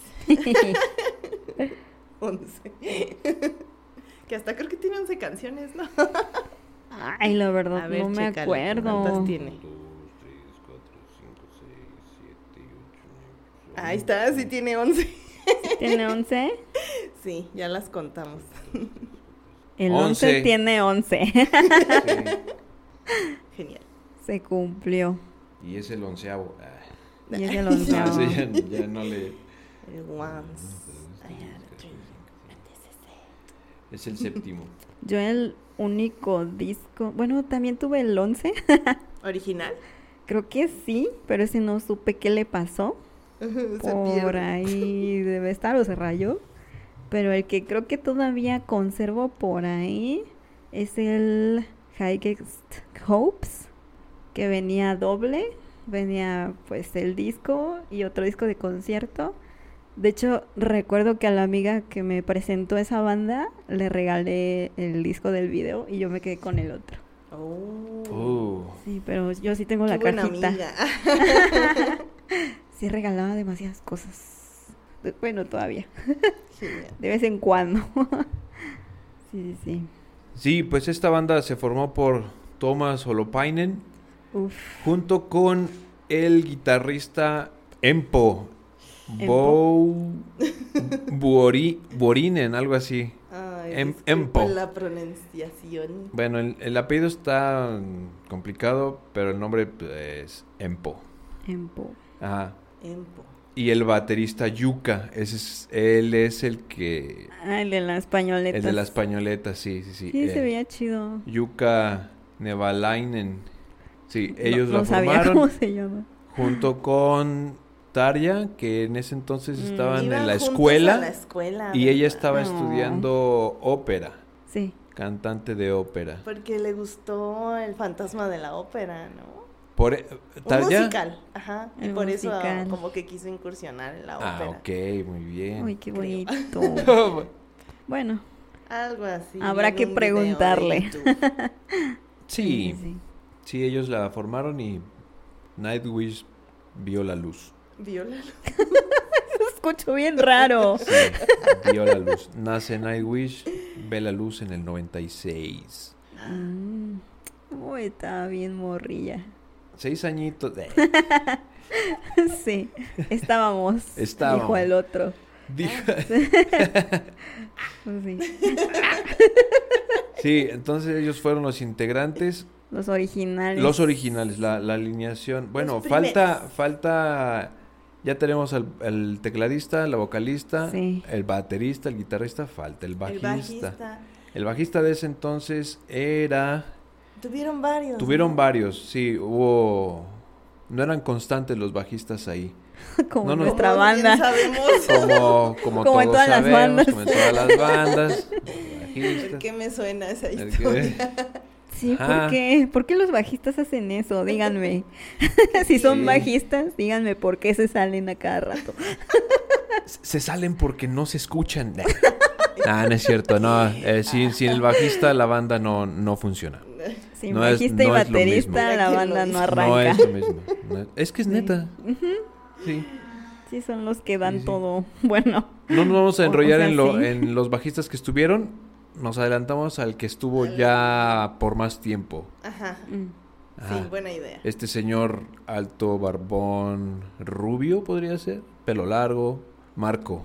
A: 11. *laughs* que hasta creo que tiene 11 canciones, ¿no?
B: *laughs* Ay, la verdad,
A: A ver,
B: no me
A: chécale,
B: acuerdo.
A: ¿cuántas tiene? Ahí está, sí tiene 11.
B: ¿Tiene 11?
A: Sí, ya las contamos.
B: El
C: Once.
B: 11 tiene 11.
C: *laughs* Sí,
A: Genial.
B: *laughs* Se cumplió.
C: Y es el onceavo. Ah,
B: Y es el
C: *laughs* no,
B: onceavo.
C: ese ya, ya no le...
A: El once.
B: Mm,
A: I had a dream.
C: Es el séptimo.
B: Yo el único disco, bueno, también tuve el 11,
A: ¿Original?
B: creo que sí, pero ese no supe qué le pasó.
A: Se
B: Por ahí debe estar o se rayó. Pero el que creo que todavía conservo por ahí es el Highest Hopes, que venía doble, venía pues el disco y otro disco de concierto. De hecho, recuerdo que a la amiga que me presentó esa banda le regalé el disco del video y yo me quedé con el otro.
A: Oh.
C: Oh,
B: Sí, pero yo sí tengo la
A: Qué buena
B: cajita.
C: *laughs*
A: amiga. *laughs*
B: Sí regalaba demasiadas cosas. Bueno, todavía.
A: Genial.
B: De vez en cuando. *laughs* sí, sí, sí.
C: Sí, pues esta banda se formó por Thomas Holopainen
B: Uf.
C: junto con el guitarrista Empo.
B: Empo.
C: Bou Buori, Buorinen, algo así.
A: Ay,
C: Em-
A: disculpa
C: empo.
A: la pronunciación.
C: Bueno, el, el apellido está mm, complicado, pero el nombre pues, es Empo.
B: Empo.
C: Ajá.
A: Empo.
C: Y el baterista Yuka, ese es, él es el que...
B: Ah, el de las pañoletas.
C: El de las pañoletas, sí, sí, sí.
B: Sí, se
C: eh,
B: veía chido.
C: Yuka Nevalainen. Sí,
B: No-
C: ellos
B: no,
C: la
B: sabía *laughs*
C: formaron.
B: cómo se llama.
C: junto con Tarja, que en ese entonces
B: Mm.
C: estaban
A: Iban
C: en la
A: juntos
C: escuela
A: a la escuela,
C: y ella
A: ¿verdad?
C: estaba
B: No.
C: estudiando ópera,
B: Sí.
C: cantante de ópera.
A: Porque le gustó el fantasma de la ópera, ¿no?
C: Por eh,
A: Un
C: Tarja.
A: musical, ajá. Y
B: Un
A: por eso
B: musical.
A: como que quiso incursionar en la
C: Ah,
A: ópera.
C: ok, muy bien. *laughs*
B: Uy, qué
A: creo.
B: bonito. bueno,
A: Algo así.
B: Habrá
A: en
B: que
A: un video de
B: preguntarle.
A: YouTube.
C: sí, sí, ellos la formaron y Nightwish vio la luz.
A: Viola.
B: Lo escucho bien raro.
A: *laughs*
C: Sí, vio la luz. Nace Nightwish, ve la luz en el 96.
B: Mm. Uy, estaba bien morrilla. *laughs*
C: Seis añitos.
A: *laughs*
C: eh,
B: sí. Estábamos. Dijo
C: Estábamos.
B: el otro.
C: dijo-
B: Sí.
C: Sí, entonces ellos fueron los integrantes
B: Los originales.
C: Los originales, la, la alineación. Bueno, falta,
A: primeros.
C: falta. Ya tenemos al, al tecladista, la vocalista,
B: Sí.
C: el baterista, el guitarrista, falta el
A: El
C: bajista. El bajista,
A: bajista.
C: de ese entonces era.
A: Tuvieron varios.
C: Tuvieron
A: ¿no?
C: varios, sí, hubo. No eran constantes los bajistas ahí.
B: *laughs* Como
C: No, no.
B: nuestra
A: Como bien
B: banda. *laughs*
A: sabemos.
C: Como, como,
B: Como en
C: todos
B: todas las
C: sabemos,
B: bandas.
C: como en todas las
B: *laughs*
C: bandas. bajistas,
A: ¿Por qué me suena esa
C: el que-
A: historia?
B: Sí,
C: Ajá.
B: ¿por qué? ¿Por qué los bajistas hacen eso?
C: *laughs*
B: Díganme. si son
C: Sí.
B: bajistas, díganme por qué se salen a cada rato.
C: se salen porque no se escuchan.
B: *laughs*
C: Ah, no es cierto, no. eh, sin,
B: Ah.
C: sin el bajista la banda no, no funciona.
B: Sin
C: No es-
B: bajista y
C: no es lo
B: baterista,
A: mismo.
B: la
A: Aquí lo
B: banda no
A: hizo.
C: No
B: arranca.
C: es lo mismo. no es- es que es
B: Sí.
C: neta. Sí.
B: Sí, son los que dan
C: Sí, sí.
B: todo. *laughs* Bueno,
C: No nos vamos
B: O-
C: a
B: o
C: enrollar
B: sea,
C: en, lo,
B: sí.
C: en los bajistas que estuvieron. Nos adelantamos al que estuvo ya por más tiempo.
A: Ajá.
B: mm,
C: Ajá.
A: Sí, buena idea.
C: Este señor alto, barbón, rubio podría ser. Pelo largo. Marco.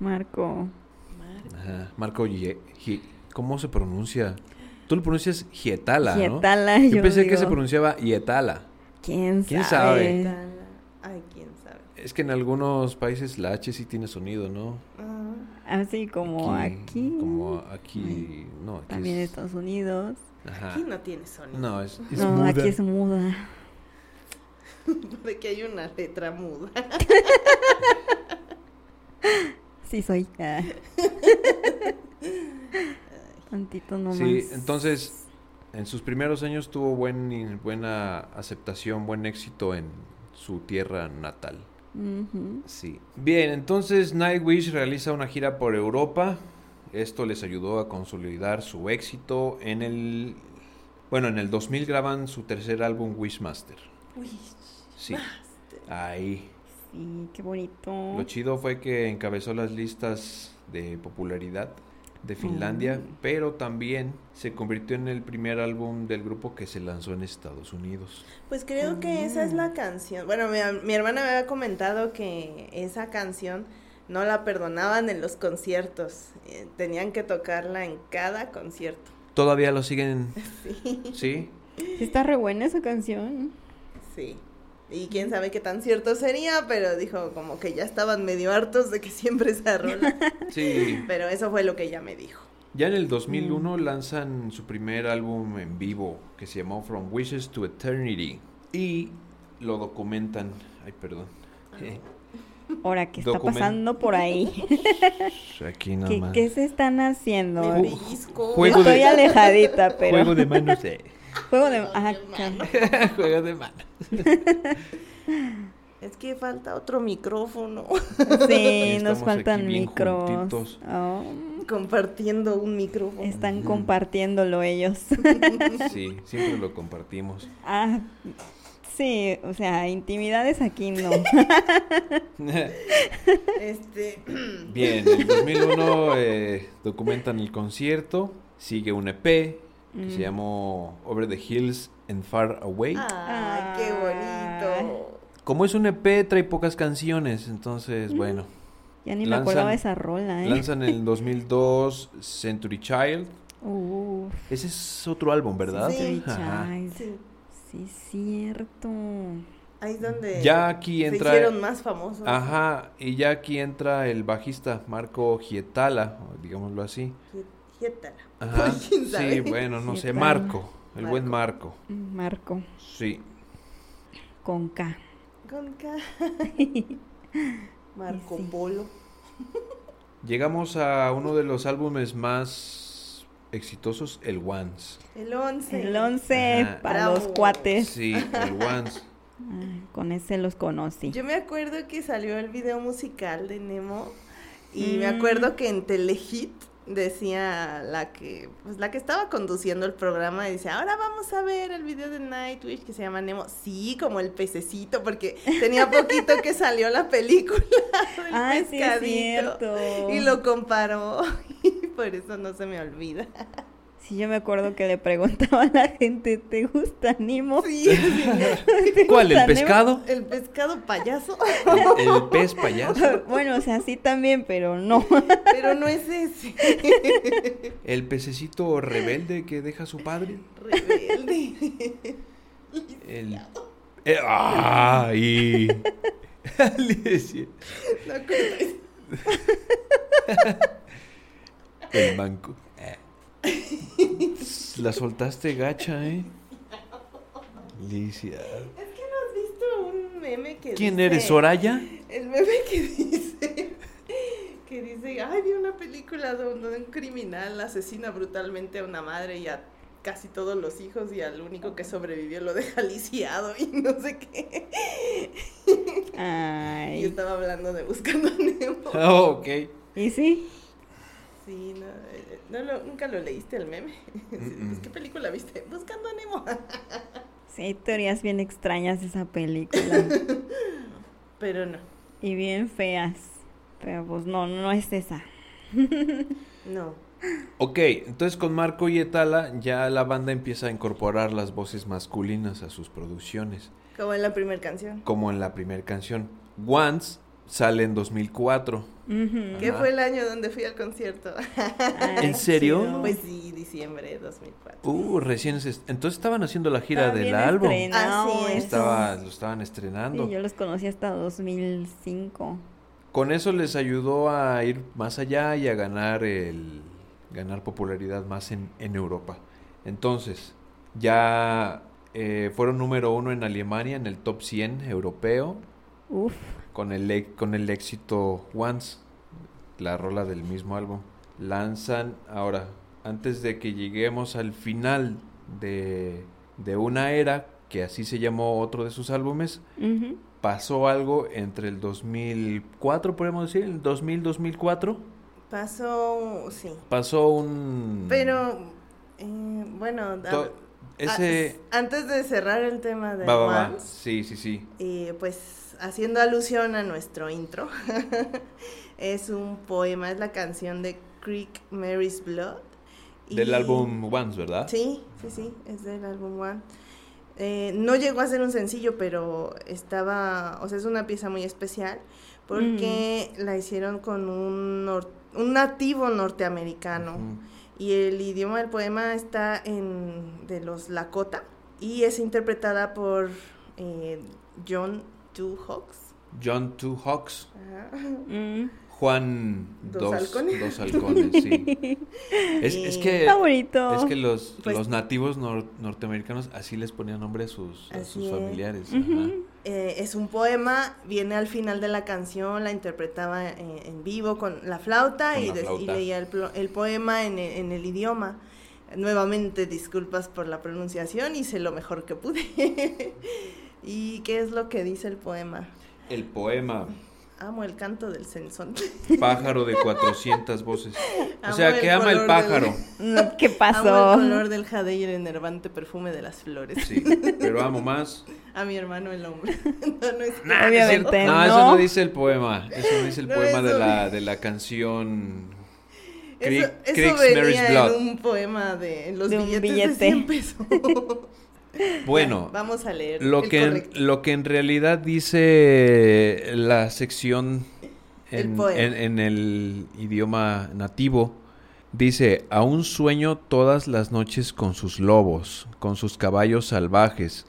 B: Marco.
C: Ajá, Marco Gie- Gie- ¿Cómo se pronuncia? Tú lo pronuncias Gietala, ¿no?
B: Gietala,
C: Yo,
B: yo
C: pensé que se
B: digo.
C: pronunciaba Gietala.
B: ¿Quién,
C: ¿Quién
B: sabe?
C: sabe?
A: Ay, quién sabe.
C: Es que en algunos países la H sí tiene sonido, ¿no?
A: Ah,
B: Así como aquí.
C: Como aquí. No, aquí
B: También
C: es-
B: Estados Unidos.
C: Ajá.
A: Aquí no tiene sonido. *laughs*
C: Ah. No, eh. es, es
B: no,
C: muda.
B: aquí es muda.
A: De que hay una letra muda.
B: Sí, soy.
C: *laughs*
B: Ah. Tantito nomás.
C: Sí, entonces, en sus primeros años tuvo buen, buena aceptación, buen éxito en su tierra natal.
B: Ujú.
C: Sí. Bien, entonces Nightwish realiza una gira por Europa. Esto les ayudó a consolidar su éxito en el... Bueno, en el 2000 graban su tercer álbum Wishmaster.
A: Uy,
C: Sí. Ahí.
B: Sí, qué bonito.
C: Lo chido fue que encabezó las listas de popularidad de Finlandia,
B: Mm.
C: pero también se convirtió en el primer álbum del grupo que se lanzó en Estados Unidos.
A: Pues creo
B: Mm.
A: que esa es la canción. Bueno, mi, mi hermana me había comentado que esa canción no la perdonaban en los conciertos. Eh, tenían que tocarla en cada concierto.
C: Todavía lo siguen.
A: Sí.
C: Sí.
B: Sí Está re buena esa canción.
A: Sí. Y quién
B: Mm.
A: sabe qué tan cierto sería, pero dijo como que ya estaban medio hartos de que siempre se rola.
C: Sí.
A: pero eso fue lo que ella me dijo.
C: Ya en el 2001 lanzan su primer álbum en vivo que se llamó From Wishes to Eternity y lo documentan. Ay, perdón.
B: Ahora, ¿qué está
C: Document-
B: pasando por ahí?
C: Pues, Aquí *laughs* nada
B: ¿Qué,
C: más.
B: qué se están haciendo?
A: Me
B: Yo
A: pellizco.
C: juego de-
B: Estoy
C: *laughs*
B: alejadita, pero...
C: Juego de manos. eh.
B: Juego de-
A: Juego de
B: ah,
A: manos.
B: ca-
C: Juego de manos.
A: Es que falta otro micrófono. *laughs*
B: Sí,
C: estamos
B: nos
C: aquí
B: faltan
C: bien
B: micros.
C: juntitos.
B: Oh,
A: Compartiendo un micrófono.
B: están
C: Ujú.
B: compartiéndolo
C: *laughs*
B: ellos.
C: Sí, siempre lo compartimos.
B: Ah, sí, o sea, intimidades aquí
C: *laughs*
B: no.
C: *clears throat*
A: Este, *clears throat*
C: Bien, en el 2001 eh, documentan el concierto, sigue un EP que se
B: Mm.
C: llamó Over the Hills and Far Away.
A: Ah. ay, qué bonito.
C: Como es un EP, trae pocas canciones, entonces, bueno.
B: Ya ni me
C: Lanzan-
B: acordaba de esa rola, ¿eh?
C: Lanzan en el 2002 Century Child.
B: Uh,
C: Ese es otro álbum, ¿verdad?
A: Sí.
C: Ah, Ajá.
A: Sí.
B: Sí, es cierto.
A: Ahí es donde
C: Ya aquí entra...
A: se hicieron más famosos.
C: Ajá, y ya aquí entra el bajista Marco Gietala, o digámoslo así.
A: Quietala.
C: Ajá.
A: *laughs* ¿Quién sabe?
C: Sí, bueno, no sé,
B: Gietala.
C: Marco, el buen Marco.
B: Marco,
C: Sí,
B: con K.
A: Con
C: *laughs*
A: K. Marco
B: Sí.
A: Polo.
C: Llegamos a uno de los álbumes más exitosos, el Once.
A: El 11.
B: El 11
C: Ajá.
B: para
A: Bravo.
B: los cuates.
C: Sí,
A: *laughs*
C: el Once.
B: Ah, con ese los conocí.
A: Yo me acuerdo que salió el video musical de Nemo y me
B: Mm.
A: acuerdo que en Telehit decía la que pues la que estaba conduciendo el programa dice ahora vamos a ver el video de Nightwish que se llama Nemo sí como el pececito porque tenía poquito que salió la película *laughs* del
B: Ay, sí, es
A: pescadito
B: cierto.
A: y lo comparó *laughs* y por eso no se me olvida
B: Sí, yo me acuerdo que le preguntaba a la gente, ¿te gusta Nimo?
C: *laughs*
A: sí sí,
C: ¿Cuál? ¿El
B: Nemo?
C: pescado?
A: el pescado payaso *laughs*
C: ¿El pez payaso?
B: Bueno, o sea, sí también,
A: *laughs*
B: pero no.
A: pero no es ese *laughs*
C: ¿El pececito rebelde que deja su padre?
A: rebelde *laughs*
C: El... eh, ¡Ay! *laughs* Alicia.
A: No cortes.
C: El banco. La soltaste gacha, ¿eh? Alicia.
A: Es que no has visto un meme que
C: ¿Quién
A: dice-
C: eres, Soraya?
A: El meme que *laughs* dice que dice, ay, vi una película donde un criminal asesina brutalmente a una madre y a casi todos los hijos y al único que sobrevivió lo deja lisiado y no sé qué. Yo
B: Ay.
A: estaba hablando de Buscando a Nemo.
C: Oh, ok.
B: ¿Y sí?
A: Sí, no, eh, no lo- nunca lo leíste el meme. *laughs* Pues, ¿Qué película viste? Buscando a Nemo.
B: Sí, hay teorías bien extrañas de esa película.
A: *laughs* Pero no,
B: y bien feas. Pero pues no, no es esa.
A: no.
C: Ok, entonces con Marco y Etala ya la banda empieza a incorporar las voces masculinas a sus producciones,
A: Como en la primera canción.
C: como en la primera canción. Once sale en 2004.
B: Ujú.
A: ¿Qué
C: Ajá.
A: fue el año donde fui al concierto? *laughs*
B: Ay,
C: ¿En serio?
B: chido.
A: Pues sí, diciembre de 2004.
C: Uh, recién se est- entonces estaban haciendo la gira
B: Estaba
C: del
B: bien
C: álbum.
B: estrenado
A: Así es.
B: eso.
C: Estaba, lo estaban estrenando.
B: Sí, yo los conocí hasta 2005.
C: Con eso les ayudó a ir más allá y a ganar el ganar popularidad más en, en Europa. Entonces, ya eh, fueron número uno en Alemania en el top 100 europeo
B: Uf,
C: con el, e- con el éxito Once, la rola del mismo álbum. Lanzan, ahora, antes de que lleguemos al final de, de una era, que así se llamó otro de sus álbumes,
B: ujú.
C: pasó algo entre el 2004, podemos decir, el 2000-2004,
A: Pasó, sí.
C: pasó un...
A: Pero, ah, eh, bueno, a-
C: to- ese...
A: a- antes de cerrar el tema ah, de
C: va, va, va.
A: Once,
C: Sí, sí, sí.
A: eh, pues haciendo alusión a nuestro intro, *laughs* es un poema, es la canción de Creek Mary's Blood. y-
C: Del álbum Once, ¿verdad?
A: Sí, sí, sí, es del álbum One. Eh, no llegó a ser un sencillo, pero estaba, o sea, es una pieza muy especial porque la hicieron con un, nor- un nativo norteamericano
C: Ujú.
A: y el idioma del poema está en de los Lakota y es interpretada por eh, John Two Hawks.
C: John Two Hawks,
A: Ajá.
B: Mm.
C: Juan
A: Dos
C: Dos,
A: Halcones.
C: dos halcones, sí.
A: *laughs*
C: Es, es
B: *laughs*
C: que,
B: Está bonito.
C: es que los,
A: Pues-
C: los nativos nor- norteamericanos así les ponían nombre a sus, a
A: Así
C: sus
A: es.
C: familiares.
B: Ujú.
C: ajá.
A: Eh, es un poema, viene al final de la canción, la interpretaba eh, en, vivo con la flauta,
C: Con
A: y,
C: la
A: des- y
C: flauta.
A: leía el, plo- el poema en, e- en el idioma. Nuevamente, disculpas por la pronunciación, hice lo mejor que pude. *laughs* ¿Y qué es lo que dice el poema?
C: El poema
A: Amo el canto del censón.
C: Pájaro de
A: *laughs*
C: 400 voces. O
A: Amo
C: sea,
A: el
C: que ama
A: color
C: el
A: del- *laughs*
C: pájaro.
B: No, ¿Qué
A: Amo
B: *laughs* pasó?
A: el color del jade y el enervante perfume de las flores.
C: Sí, pero amo más.
A: A mi hermano el hombre. *laughs* No, no es cierto.
B: Ah, Obviamente
C: no,
B: no.
C: eso no dice el poema. Eso no dice el
A: No,
C: poema de
A: eso-
C: la, de la canción.
A: Eso,
C: Crick-
A: eso
C: Crick's
A: venía
C: Mary's Blood.
A: en un poema de en los
B: De un
A: billetes de
B: billete.
A: 100 pesos.
B: *laughs*
C: Bueno,
A: vamos a leer
C: lo
A: el
C: que, en,
A: correcto.
C: lo que en realidad dice la sección
A: El
C: en
A: poema.
C: en- en el idioma nativo, dice, aún sueño todas las noches con sus lobos, con sus caballos salvajes,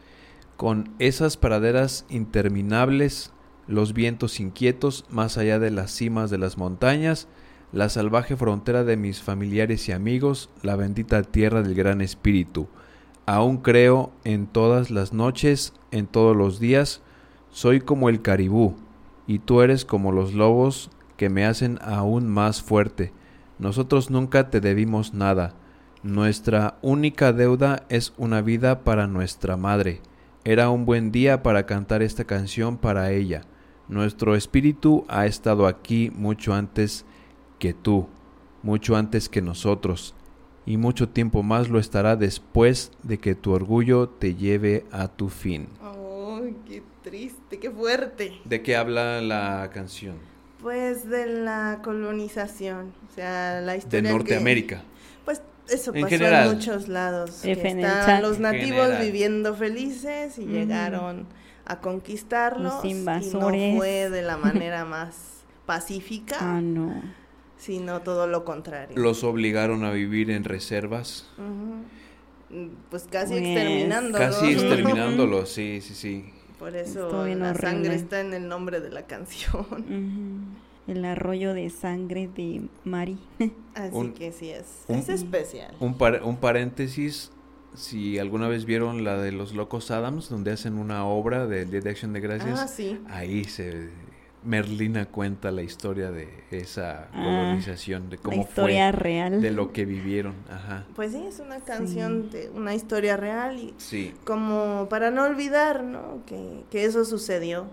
C: con esas praderas interminables, los vientos inquietos más allá de las cimas de las montañas, la salvaje frontera de mis familiares y amigos, la bendita tierra del gran espíritu. Aún creo en todas las noches, en todos los días, soy como el caribú, y tú eres como los lobos que me hacen aún más fuerte. Nosotros nunca te debimos nada. Nuestra única deuda es una vida para nuestra madre. Era un buen día para cantar esta canción para ella. Nuestro espíritu ha estado aquí mucho antes que tú, mucho antes que nosotros, y mucho tiempo más lo estará después de que tu orgullo te lleve a tu fin.
A: Ay, qué triste, qué fuerte.
C: ¿De qué habla la canción?
A: Pues de la colonización, o sea, la
C: De
A: historia que-
C: Norteamérica.
A: pues eso
C: En
A: pasó
C: general.
A: en muchos lados. que
B: F en el
A: Estaban
B: chat.
A: los
C: En
A: nativos
C: general.
A: viviendo felices y
B: Ujú.
A: llegaron a conquistarlos
B: Los
A: y
B: invasores.
A: no fue de la
B: *laughs*
A: manera más pacífica,
B: Ah, no.
A: sino todo lo contrario.
C: Los obligaron a vivir en reservas.
A: Ujú. Mm, Pues casi
B: Pues,
A: exterminando.
C: Casi
B: Ujú.
C: exterminándolos, sí, sí, sí.
A: Por eso
B: Estuvo bien
A: la sangre
B: horrible.
A: está en el nombre de la canción. *laughs*
B: Ujú. El arroyo de sangre de Mari.
A: Así
C: Un-
A: que sí es.
C: un-
A: es especial.
C: Un, par- un paréntesis, si alguna vez vieron la de los Locos Adams, donde hacen una obra del Día de Acción de Gracias,
A: Ah, sí.
C: ahí se... Merlina cuenta la historia de esa
B: Ah,
C: colonización, de
B: La
C: cómo fue.
B: historia real.
C: de lo que vivieron, ajá.
A: Pues sí, es una canción de una historia real y
C: Sí.
A: como para no olvidar, ¿no? Que, que eso sucedió,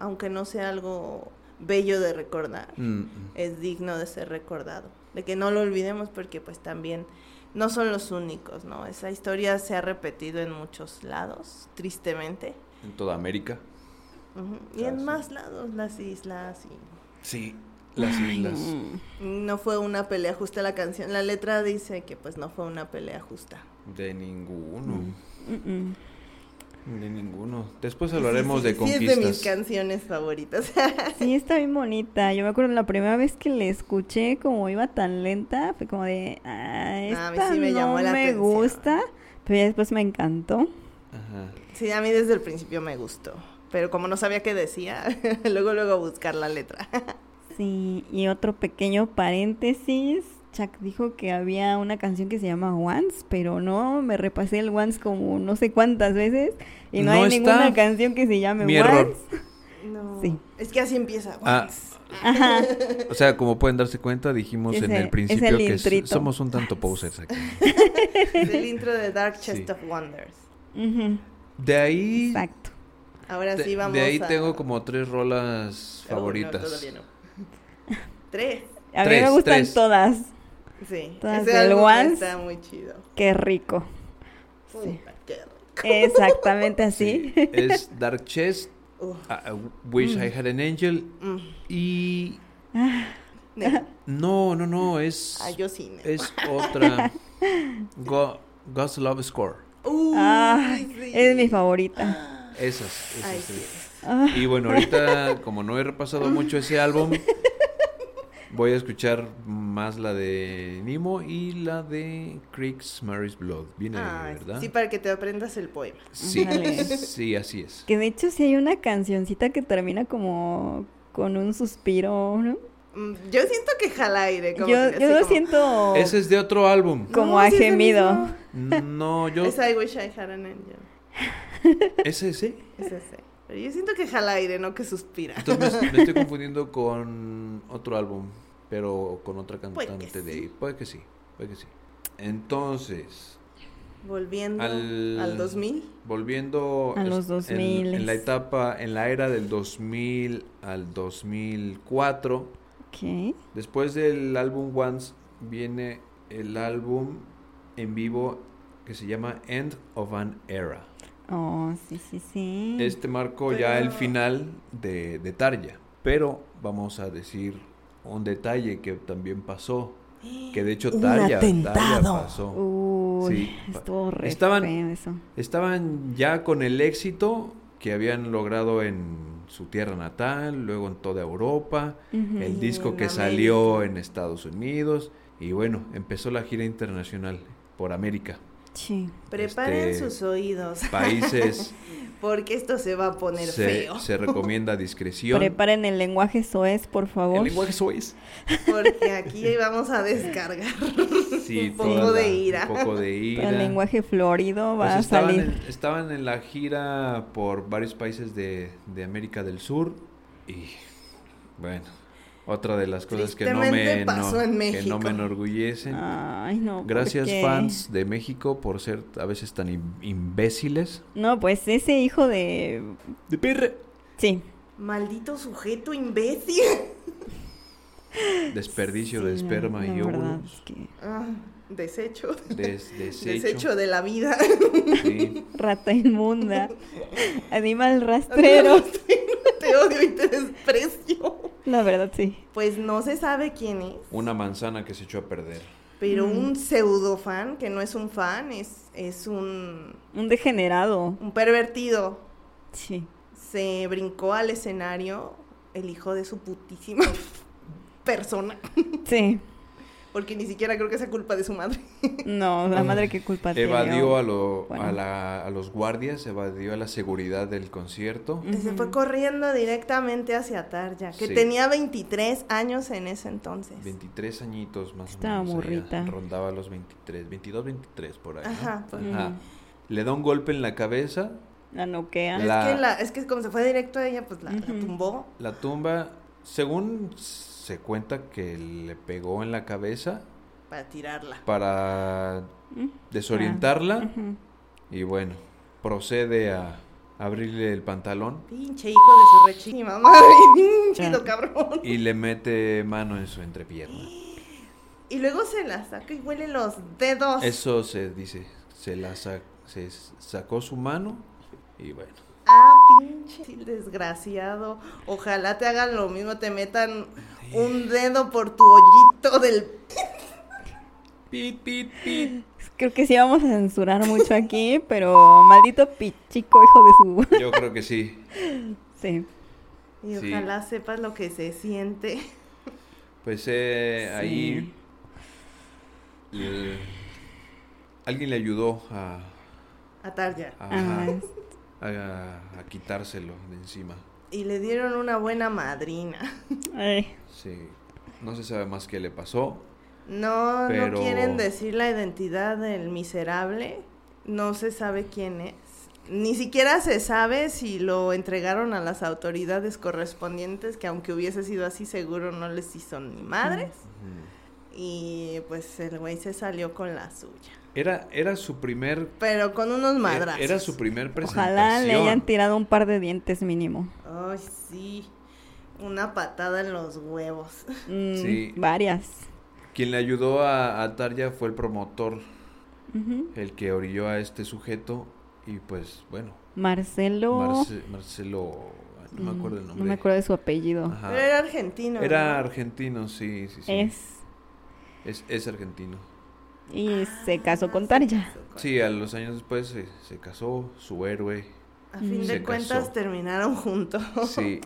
A: aunque no sea algo bello de recordar.
C: Mm, mm.
A: es digno de ser recordado, de que no lo olvidemos porque pues también no son los únicos, ¿no? Esa historia se ha repetido en muchos lados, tristemente,
C: En toda América.
A: Ujú. y en
C: Ah, sí.
A: más lados, las islas, y
C: Sí. Las
B: Ay,
C: islas.
B: no.
A: no fue una pelea justa la canción, la letra dice que pues no fue una pelea justa.
C: De ninguno.
B: Mm-mm.
C: De ninguno. Después
A: Sí,
C: hablaremos
A: sí, sí,
C: de
A: sí,
C: conquistas.
A: es de mis canciones favoritas. *laughs*
B: Sí, está bien bonita. Yo me acuerdo la primera vez que la escuché, como iba tan lenta, fue como de, ah,
A: A mí
B: esta
A: sí me llamó
B: no
A: la
B: me
A: atención.
B: gusta, pero ya después me encantó.
C: Ajá.
A: sí, a mí desde el principio me gustó, pero como no sabía qué decía, *laughs* luego luego a buscar la letra.
B: Sí, y otro pequeño paréntesis. Chuck dijo que había una canción que se llama Once, pero no, me repasé el Once como no sé cuántas veces y no,
C: No
B: hay
C: está.
B: ninguna canción que se llame
C: Mi
B: Once.
C: error.
A: *laughs* No.
B: Sí.
A: Es que así empieza.
C: Ah.
A: Once. *laughs*
B: Ajá.
C: O sea, como pueden darse cuenta, dijimos en
B: Ese-
C: el
B: es
C: principio
B: el
C: que
B: intrito.
C: s- somos un tanto posers
A: *laughs*
C: aquí.
A: Es el intro de Dark Chest
C: Sí.
A: of Wonders.
B: Ujú,
C: De ahí.
B: Exacto.
A: Ahora
C: de-
A: sí vamos
C: de ahí
A: a-
C: tengo como tres rolas
A: Oh, no,
C: favoritas.
A: todavía no. *laughs* Tres.
B: A mí
C: Tres,
B: me gustan
C: tres.
B: todas.
A: Sí.
B: Todas
A: Ese
B: del
A: álbum
B: Once.
A: está muy chido.
B: Qué rico. Sí.
A: Puta, qué rico.
B: Exactamente así.
C: Sí, Es Dark Chest,
A: Uf.
C: I- I Wish I Had an Angel
A: Mm.
C: y.
A: *laughs* Ne-
C: No, no, no, es. Eh,
A: Ah, yo Ah, sí. ne- *laughs*
C: Es otra. Go- God's Love Score.
A: Uy,
B: Ay,
A: sí.
B: Ah, es mi favorita.
C: Esas, esas
A: Ay,
C: tres.
A: sí.
B: Ah,
C: Y bueno, ahorita, como no he repasado mucho ese álbum, voy a escuchar más la de Nemo y la de Creeks Mary's Blood. Viene,
A: Ah,
C: ¿verdad?
A: sí, para que te aprendas el poema.
C: Sí,
B: Ándale.
C: sí, así es.
B: que de hecho sí hay una cancioncita que termina como con un suspiro, ¿no?
A: Mm, Yo siento que jala aire.
B: Yo,
A: Como
B: yo
A: así
B: lo
A: como,
B: siento
C: Ese es de otro álbum.
B: como
A: No,
B: a
A: sí es el
B: gemido.
A: mismo.
C: No, yo.
A: Es I wish I had an angel.
C: ¿Es ese?
A: Es ese. Pero yo siento que jala aire, no que suspira.
C: Entonces me, me estoy confundiendo con otro álbum, pero con otra
A: Puede que
C: cantante de
A: sí.
C: ahí. Puede que sí, puede que sí. Entonces,
A: Volviendo
C: Al-
A: al, 2000.
C: volviendo
B: A
C: es-
B: los
C: en-
B: 2000s.
C: en, la etapa, en la era del 2000 al 2004,
B: Ok.
C: después del álbum Once viene el álbum en vivo que se llama End of an Era.
B: Oh, sí, sí, sí.
C: Este marcó ya el
A: Mm. Pero-
C: final de, de Tarja, pero vamos a decir un detalle que también pasó, que de hecho
A: Un
C: Tarja, Tarja
A: atentado.
C: pasó.
B: Uy,
C: Sí, pa-
B: estuvo re
C: estaban-
B: feo eso.
C: Estaban ya con el éxito que habían logrado en su tierra natal, luego en toda Europa,
B: Ujú.
C: el
A: Y
C: disco
A: en
C: que
A: América.
C: salió en Estados Unidos y bueno, empezó la gira internacional
A: *laughs*
C: por América,
B: Sí.
A: Preparen
C: este-
A: sus oídos.
C: países,
A: Porque esto se va a poner
C: se,
A: feo.
C: se recomienda discreción.
B: Preparen el lenguaje soez, por favor.
C: El lenguaje sois.
A: Porque aquí vamos a descargar.
C: Sí,
A: *laughs* Un poco
C: toda
A: de ira.
C: Un poco de ira.
B: El lenguaje florido va
C: Pues
B: a
C: estaban,
B: salir.
C: En, estaban en la gira por varios países de, de América del Sur y bueno, otra de las cosas que no me,
A: Tristemente
C: no-
A: pasó en
C: que no me
A: México.
C: enorgullecen.
B: Ay, no. Ah, ¿por
C: Gracias
B: qué?
C: fans de México por ser a veces tan im- imbéciles.
B: No, pues ese hijo de...
C: De perre.
B: Sí.
A: Maldito sujeto imbécil.
C: Desperdicio
B: Sí,
C: de
B: no,
C: esperma
B: la
C: y
B: verdad
C: óvulos.
B: es que
A: Ah, desecho.
C: Des- desecho.
A: Desecho de la vida.
C: Sí.
B: Rata *laughs* inmunda. Animal rastrero.
A: *laughs* Te odio y te desprecio.
B: la verdad, sí.
A: Pues no se sabe quién es,
C: Una manzana que se echó a perder.
A: pero
B: Mm.
A: un pseudo fan, que no es un fan, es, es un,
B: Un degenerado.
A: un pervertido.
B: Sí.
A: Se brincó al escenario el hijo de su putísima *laughs* persona.
B: Sí.
A: Porque ni siquiera creo que sea culpa de su madre.
B: No, la madre que culpa tiene.
C: Evadió a, lo- a,
B: Bueno.
C: la- a los guardias, evadió a la seguridad del concierto.
A: Se fue
B: Ujú.
A: corriendo directamente hacia Tarja, que
C: Sí.
A: tenía 23 años en ese entonces.
C: 23 añitos más
B: Estaba
C: o menos. ella
B: morrita.
C: Rondaba los 23, 22, 23 por ahí. ¿no?
A: Ajá, por
B: ahí.
C: Ajá. Le da un golpe en la cabeza,
B: La noquea.
C: La-
A: Es, que la- es que como se fue directo a ella, pues la, la
B: Ujú.
A: tumbó.
C: la tumba, según se cuenta que le pegó en la cabeza
A: para tirarla.
C: para
B: Mm.
C: desorientarla
B: Ah, Ujú.
C: y bueno, procede a abrirle el pantalón
A: Pinche hijo de su rechísima *laughs* madre, pinchido
C: Ah.
B: Ya.
A: cabrón.
C: y le mete mano en su entrepierna.
A: Y luego se la saca y huele los dedos.
C: Eso se dice, se la sa- se sacó su mano y bueno.
A: Ah, pinche desgraciado. Ojalá te hagan lo mismo, te metan un dedo por tu hoyito del...
C: Pit, pit, pit.
B: *laughs* Creo que sí vamos a censurar mucho
C: *laughs*
B: aquí, pero maldito pichico, hijo de su... *laughs*
C: Yo creo que sí.
B: Sí.
A: Y
C: Sí.
A: ojalá sepas lo que se siente.
C: Pues eh,
B: Sí.
C: ahí eh, alguien le ayudó a,
A: Atar ya.
C: a-
B: Ah,
C: a- a quitárselo de encima.
A: Y le dieron una buena madrina.
B: ay.
C: Sí. No se sabe más qué le pasó.
A: No, no
C: Pero-
A: quieren decir la identidad del miserable. No se sabe quién es. Ni siquiera se sabe si lo entregaron a las autoridades correspondientes, que aunque hubiese sido así, seguro no les hizo ni madres.
C: Ujú.
A: Y pues el güey se salió con la suya.
C: Era, era su primer
A: Pero con unos
C: era,
A: madrazos.
C: era su primer presentación.
B: Ojalá le hayan tirado un par de dientes mínimo.
A: Ay, sí. Una patada en los huevos.
B: Mm,
C: Sí.
B: Varias.
C: Quien le ayudó a, a Tarja fue el promotor,
B: Ujú.
C: el que orilló a este sujeto y pues bueno,
B: Marcelo...
C: Marce- Marcelo, no me acuerdo el
B: Mm,
C: nombre.
B: No
C: Ah,
B: me acuerdo de su apellido.
C: Ajá.
A: Pero era argentino.
C: Era
A: ¿no?
C: argentino, sí, sí, sí.
B: Es...
C: Es, es argentino.
B: Y se casó con Tarja.
C: Sí, a los años después se, se casó, su héroe.
A: A fin
C: Se
A: de cuentas
C: casó.
A: terminaron juntos. *laughs*
C: Sí.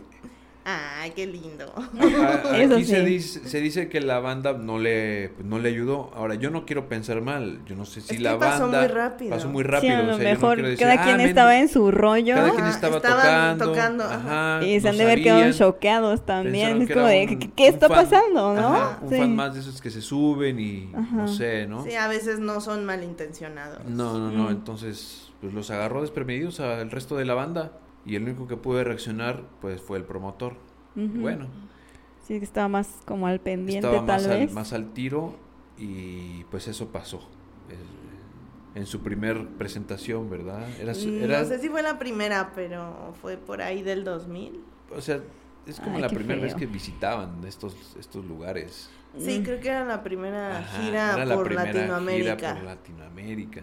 A: Ay, qué lindo.
C: A-
B: Eso
C: aquí se,
B: sí.
C: dice, se dice que la banda no le, pues, no le ayudó. Ahora, yo no quiero pensar mal. Yo no sé si
A: Es que
C: la
A: pasó
C: banda.
A: muy rápido.
C: Pasó muy
B: Sí,
C: rápido.
B: a
C: o
B: lo
C: sea, yo no
B: mejor
C: quiero decir,
B: cada
C: "Ah,
B: quien
C: men,
B: estaba en su rollo.
C: Cada quien
A: Ajá,
C: estaba
A: estaban
C: tocando.
A: tocando, ajá.
C: Ajá.
B: Y se
C: no
B: han de haber quedado
C: sabían.
B: choqueados también.
C: Pensaron
B: Es
C: que
B: como
C: era
B: de,
C: un-
B: ¿qué, qué
C: un
B: está
C: fan.
B: pasando, no?
C: Ajá, un
B: Sí.
C: fan más de esos que se suben y
B: Ajá.
C: no sé, ¿no?
A: Sí, a veces no son malintencionados.
C: No, no, no.
B: Mm.
C: Entonces, pues los agarró desprevenidos al resto de la banda. Y el único que pudo reaccionar, pues fue el promotor.
B: Ujú.
C: Bueno,
B: Sí, que estaba más como al pendiente,
C: estaba
B: tal
C: más al,
B: vez.
C: más al tiro. Y pues eso pasó. Es- En su primer presentación, ¿verdad? Era, su- era-
A: Mm, No sé si fue la primera, pero fue por ahí del 2000.
C: O sea, es como
B: Ay,
C: la
B: qué
C: primera vez
B: feo.
C: que visitaban estos, estos lugares.
A: Sí,
B: Mm.
A: creo que era la primera
C: Ajá,
A: gira
C: era la
A: por
C: primera
A: Latinoamérica.
C: gira por Latinoamérica.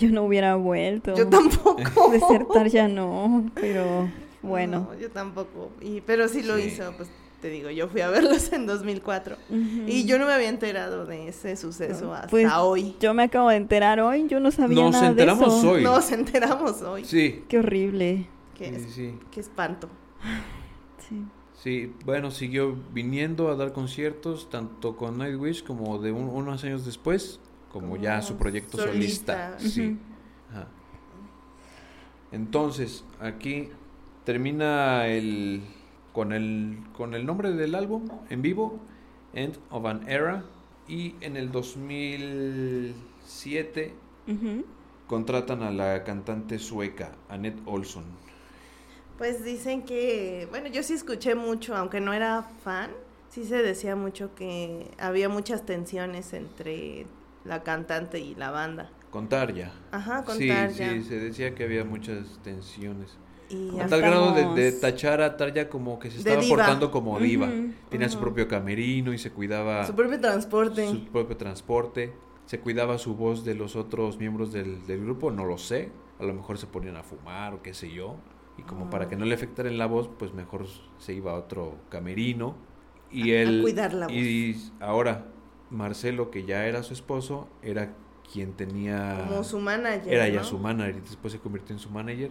B: Yo no hubiera vuelto.
A: Yo
B: *laughs*
A: tampoco.
B: Desertar ya no, pero bueno.
A: No, yo tampoco. Y, pero sí lo
C: Sí.
A: hizo, pues te digo, yo fui a verlos en 2004.
B: Ujú.
A: Y yo no me había enterado de ese suceso
B: Mm. No,
A: hasta
B: pues,
A: hoy.
B: Yo me acabo de enterar hoy, yo no sabía
C: Nos
B: nada de
C: enteramos
B: eso.
C: hoy.
A: Nos enteramos hoy.
C: Sí.
B: Qué horrible.
A: Qué,
C: sí, sí, sí.
A: qué espanto.
B: Sí.
C: Sí, bueno, siguió viniendo a dar conciertos tanto con Nightwish como de un- unos años después, como,
A: Como
C: ya su proyecto solista.
A: solista.
C: Sí.
B: Ujú.
C: Ajá. Entonces, aquí termina el con el con el nombre del álbum en vivo, End of an Era, y en el 2007
B: Ujú.
C: contratan a la cantante sueca Annette Olson.
A: Pues dicen que, bueno, yo sí escuché mucho, aunque no era fan, sí se decía mucho que había muchas tensiones entre la cantante y la banda.
C: Contar ya.
A: Ajá, con
C: sí,
A: Tarja.
C: sí, se decía que había muchas tensiones.
A: Y
C: A
B: Ya
C: tal grado de,
B: estamos.
C: de tachar a Tarja como que se
A: De
C: estaba
A: diva.
C: portando como diva.
B: Ujú,
C: Tenía su
A: ujú.
C: propio camerino y se cuidaba
A: su propio transporte.
C: su propio transporte. Se cuidaba su voz de los otros miembros del, del grupo, no lo sé. A lo mejor se ponían a fumar o qué sé yo. Y como para
A: Ah.
C: que no le afectara en la voz, pues mejor se iba a otro camerino. Y
A: A- a
C: él...
A: cuidar la
C: Y ahora, Marcelo, que ya era su esposo, era quien tenía...
A: Como su manager.
C: era ya
A: ¿no?
C: su manager, después se convirtió en su manager.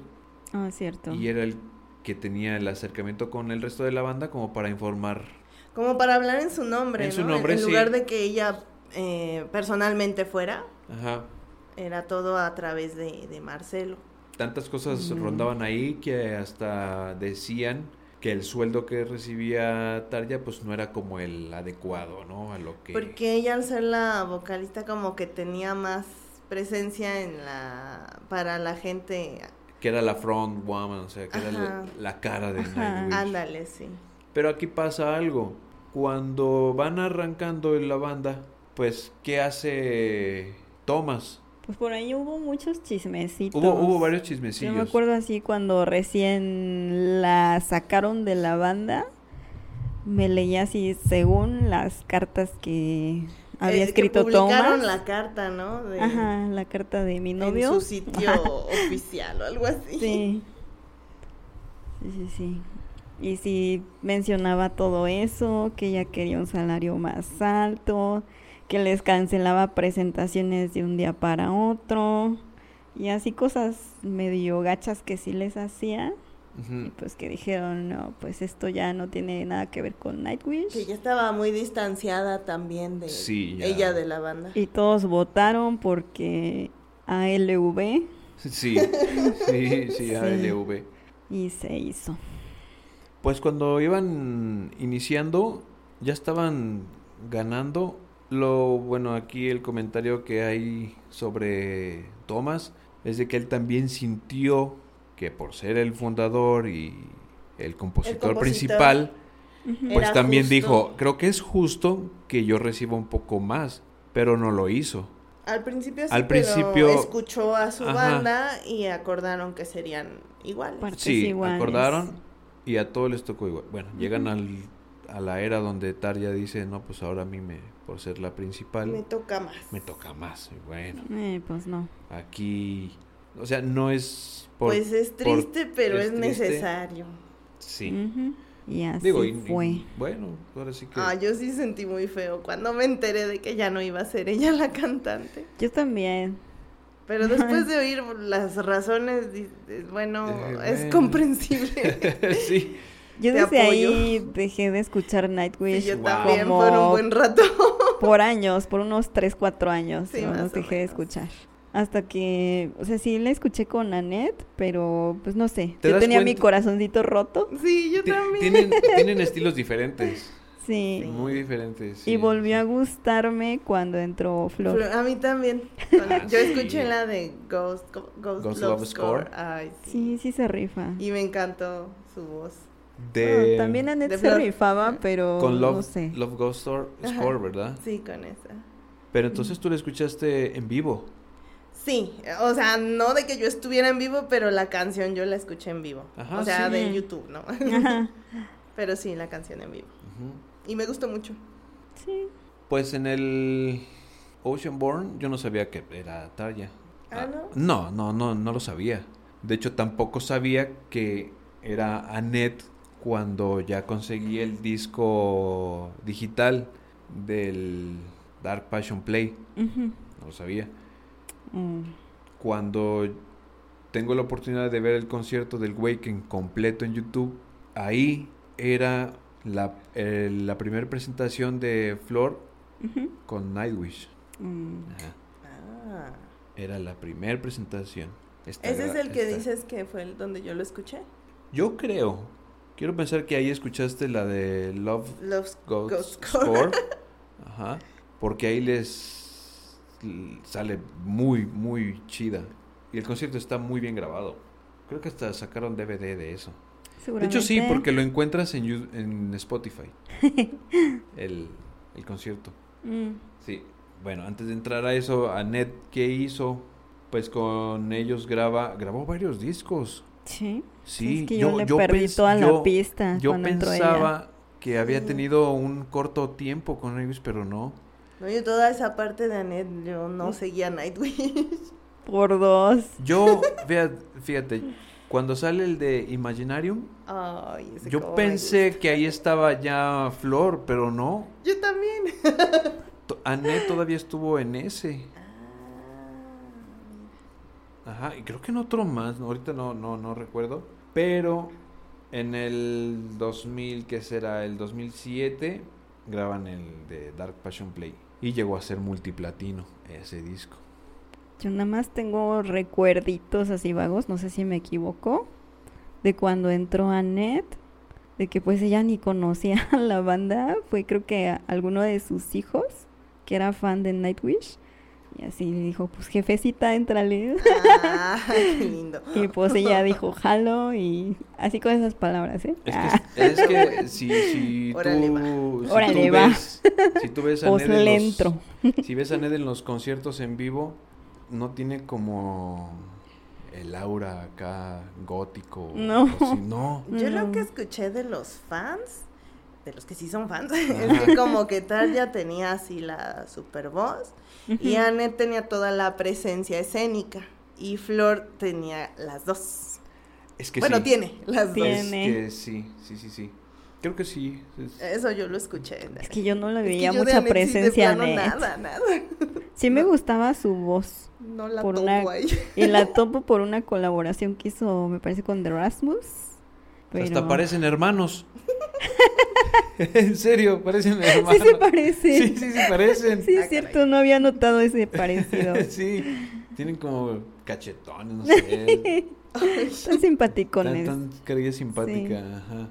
B: Ah, cierto.
C: Y era el que tenía el acercamiento con el resto de la banda como para informar.
A: Como para hablar en su nombre.
C: En su
A: ¿no?
C: nombre,
A: En
C: sí.
A: lugar de que ella eh, personalmente fuera,
C: Ajá.
A: era todo a través de, de Marcelo.
C: Tantas cosas
B: Mm.
C: rondaban ahí que hasta decían que el sueldo que recibía Tarja pues no era como el adecuado, ¿no? A lo que...
A: Porque ella al ser la vocalista como que tenía más presencia en la para la gente.
C: Que era la front woman, o sea, que era la,
A: Ajá.
C: la cara de
B: Ajá.
C: Nightwish.
A: Ándale, sí.
C: Pero aquí pasa algo. Cuando van arrancando en la banda, pues, ¿qué hace Thomas?
B: Pues por ahí hubo muchos chismecitos.
C: Hubo, hubo varios
B: Yo
C: chismecillos.
B: me acuerdo así cuando recién la sacaron de la banda, me leía así según las cartas que había
A: Eh, que
B: escrito
A: publicaron
B: Thomas.
A: la carta, ¿no? De,
B: Ajá, la carta de mi
A: En
B: novio.
A: su sitio oficial o algo así.
B: Sí. Sí, sí, sí. Y sí mencionaba todo eso, que ella quería un salario más alto, que les cancelaba presentaciones de un día para otro, y así cosas medio gachas que sí les hacía, y
C: Ujú.
B: pues que dijeron, no, pues esto ya no tiene nada que ver con
A: Que
B: Nightwish.
A: ya estaba muy distanciada también de
C: Sí, ya.
A: ella de la banda.
B: Y todos votaron porque ALV
C: Sí, sí, sí,
B: Sí.
C: ALV.
B: y se hizo.
C: Pues cuando iban iniciando, ya estaban ganando. Lo bueno, aquí el comentario que hay sobre Thomas es de que él también sintió que por ser el fundador y el compositor,
A: compositor.
C: principal,
B: Ujú.
C: pues
A: Era
C: también
A: justo.
C: dijo, creo que es justo que yo reciba un poco más, pero no lo hizo.
A: Al principio sí,
C: Al
A: pero
C: principio-
A: escuchó a su
C: Ajá.
A: banda y acordaron que serían iguales.
B: Partes
C: Sí,
B: iguales.
C: acordaron y a todos les tocó igual. Bueno, llegan al- a la era donde Tarja dice, no, pues ahora a mí, me, por ser la principal,
A: Me
C: me,
A: toca más.
C: toca más. Y bueno,
B: Eh, pues no.
C: aquí, o sea, no es por...
A: pues es
C: por-
A: triste, pero
C: es
A: es,
C: triste.
A: necesario.
C: Sí,
B: Ujú. Y Mm, así
C: Digo, y- y-
B: fue.
C: bueno, ahora sí que... *laughs*
A: Ah, yo sí sentí muy feo cuando me enteré de que ya no iba a ser ella la cantante.
B: Yo también.
A: Pero después de oír las razones, di- eh, bueno,
C: Eh,
A: es
C: bueno. *laughs*
A: comprensible.
C: sí,
B: Yo
A: Te
B: desde
A: apoyo.
B: ahí dejé de escuchar Nightwish
A: Sí, yo
C: Wow.
A: también
B: como
A: por un buen rato. *laughs*
B: por años, por unos 3, 4 años.
A: Sí,
B: no
A: más
B: los
A: o
B: dejé de
A: menos.
B: escuchar. Hasta que, o sea, sí la escuché con Annette, pero pues no sé.
C: ¿Te
B: Yo
C: das
B: tenía mi
C: cuenta?
B: corazoncito roto.
A: Sí, yo
C: ti-
A: también.
C: tienen, tienen estilos diferentes,
B: Sí.
C: muy diferentes.
B: Y
C: sí.
B: volvió a gustarme cuando entró Flor.
A: Pero A mí también.
C: *laughs*
A: Cuando- Yo
C: Sí.
A: escuché la de Ghost, Go- Ghost,
C: Ghost
A: Love,
C: Love
A: Score.
C: Score.
A: Ay,
B: Sí,
A: sí.
B: sí se rifa.
A: Y me encantó su voz.
C: De-
B: Bueno, Ah, también Annette
A: de
B: se
A: Flor.
B: rifaba, pero
C: Con Love,
B: no sé.
C: Love Ghost Store,
A: Ajá.
C: Score, ¿verdad?
A: Sí, con esa.
C: Pero entonces tú la escuchaste en vivo.
A: Sí, o sea, no de que yo estuviera en vivo, pero la canción yo la escuché en vivo.
C: Ajá,
A: o sea,
B: sí.
A: de YouTube, ¿no?
B: Ajá.
A: *laughs* pero sí, la canción en vivo.
C: Ujú.
A: Y me gustó mucho.
B: Sí.
C: Pues en el Oceanborn yo no sabía que era Tarja.
A: Ah, ¿no?
C: No, no, no, no lo sabía. De hecho, tampoco sabía que era Annette cuando ya conseguí el disco digital del Dark Passion Play.
B: Ujú.
C: No lo sabía.
B: Mm.
C: Cuando tengo la oportunidad de ver el concierto del Waken completo en YouTube, ahí era la, eh, la primera presentación de Flor
B: Ujú.
C: con Nightwish.
B: Mm.
C: Ajá.
A: Ah.
C: Era la primera presentación. Está
A: ¿Ese es
C: gra-
A: el que
C: está-
A: dices que fue el donde yo lo escuché?
C: Yo creo. Quiero pensar que ahí escuchaste la de Love
A: Love
C: Goes
B: *laughs*
A: Ghost Score.
C: Score. Ajá. Porque ahí les l- sale muy, muy chida. Y el concierto está muy bien grabado. Creo que hasta sacaron DVD de eso. De hecho, sí,
B: Seguramente.
C: porque lo encuentras en, Yu-
B: *laughs*
C: en Spotify. El, el concierto.
B: Mm.
C: Sí, bueno, antes de entrar a eso, Annette, ¿qué hizo? Pues con ellos graba, grabó varios discos.
B: Sí.
C: Sí,
B: es que yo, le perdí
C: pens-
B: toda
C: yo-
B: la pista
C: Yo
B: cuando entró Ah, ella.
C: pensaba que había
A: Sí.
C: tenido un corto tiempo con ellos, pero no.
A: *laughs* No, yo toda esa parte de Annette, yo no seguía Nightwish. *laughs*
B: Por dos.
C: Yo, vea- fíjate, cuando sale el de Imaginarium,
A: Ay, ese
C: yo
A: cómo me
C: pensé que ahí estaba ya Flor, pero no.
A: gusta. Yo también.
C: To- Annette todavía estuvo en ese. Ajá, y creo que en otro más, no, ahorita no, no, no recuerdo. Pero en el 2000, que será el 2007, graban el de Dark Passion Play. Y llegó a ser multiplatino ese disco.
B: Yo nada más tengo recuerditos así vagos, no sé si me equivoco, de cuando entró Annette, de que pues ella ni conocía *laughs* a la banda, fue creo que a- alguno de sus hijos, que era fan de Nightwish, y así le dijo, pues jefecita, entrale.
A: Ah, *laughs* qué lindo.
B: *laughs* Y pues ella dijo, jalo, y así con esas palabras, ¿eh?
C: Es
B: Ah,
C: que, es que si, si tú,
A: Órale, va.
C: si tú
B: Órale, va.
C: ves, si tú ves a
B: pues
C: Ned en
B: le
C: los-
B: entro.
C: si ves a Ned en los conciertos en vivo, no tiene como el aura acá gótico.
B: No.
C: así, no.
A: Yo
B: Mm.
A: lo que escuché de los fans, de los que sí son fans, *laughs* es
C: Ajá.
A: que como que tal ya tenía así la super voz y Annette tenía toda la presencia escénica y Flor tenía las dos.
C: Es que
A: bueno,
C: sí.
A: tiene las
B: Tiene.
A: dos.
C: Es que sí, sí, sí, sí. Creo que sí. es-
A: Eso yo lo escuché.
B: *laughs* Es que yo no le
A: Es que
B: veía
A: yo de
B: mucha
A: Annette sí, de
B: presencia a
A: plano,
B: Annette.
A: Nada, nada. *laughs*
B: Sí me gustaba su voz.
A: No la
B: Por
A: topo
B: una-
A: ahí. *laughs*
B: Y la topo por una colaboración que hizo, me parece, con The Rasmus. Pero...
C: Hasta parecen hermanos. *laughs* en serio, parecen
B: Sí
C: hermanos.
B: se parece.
C: Sí,
B: Sí,
C: sí, se parecen.
B: es cierto, no había notado ese parecido.
C: *laughs* Sí, tienen como cachetones, no sé.
B: Están
C: tan,
B: simpaticones.
C: tan carilla simpática. Ajá.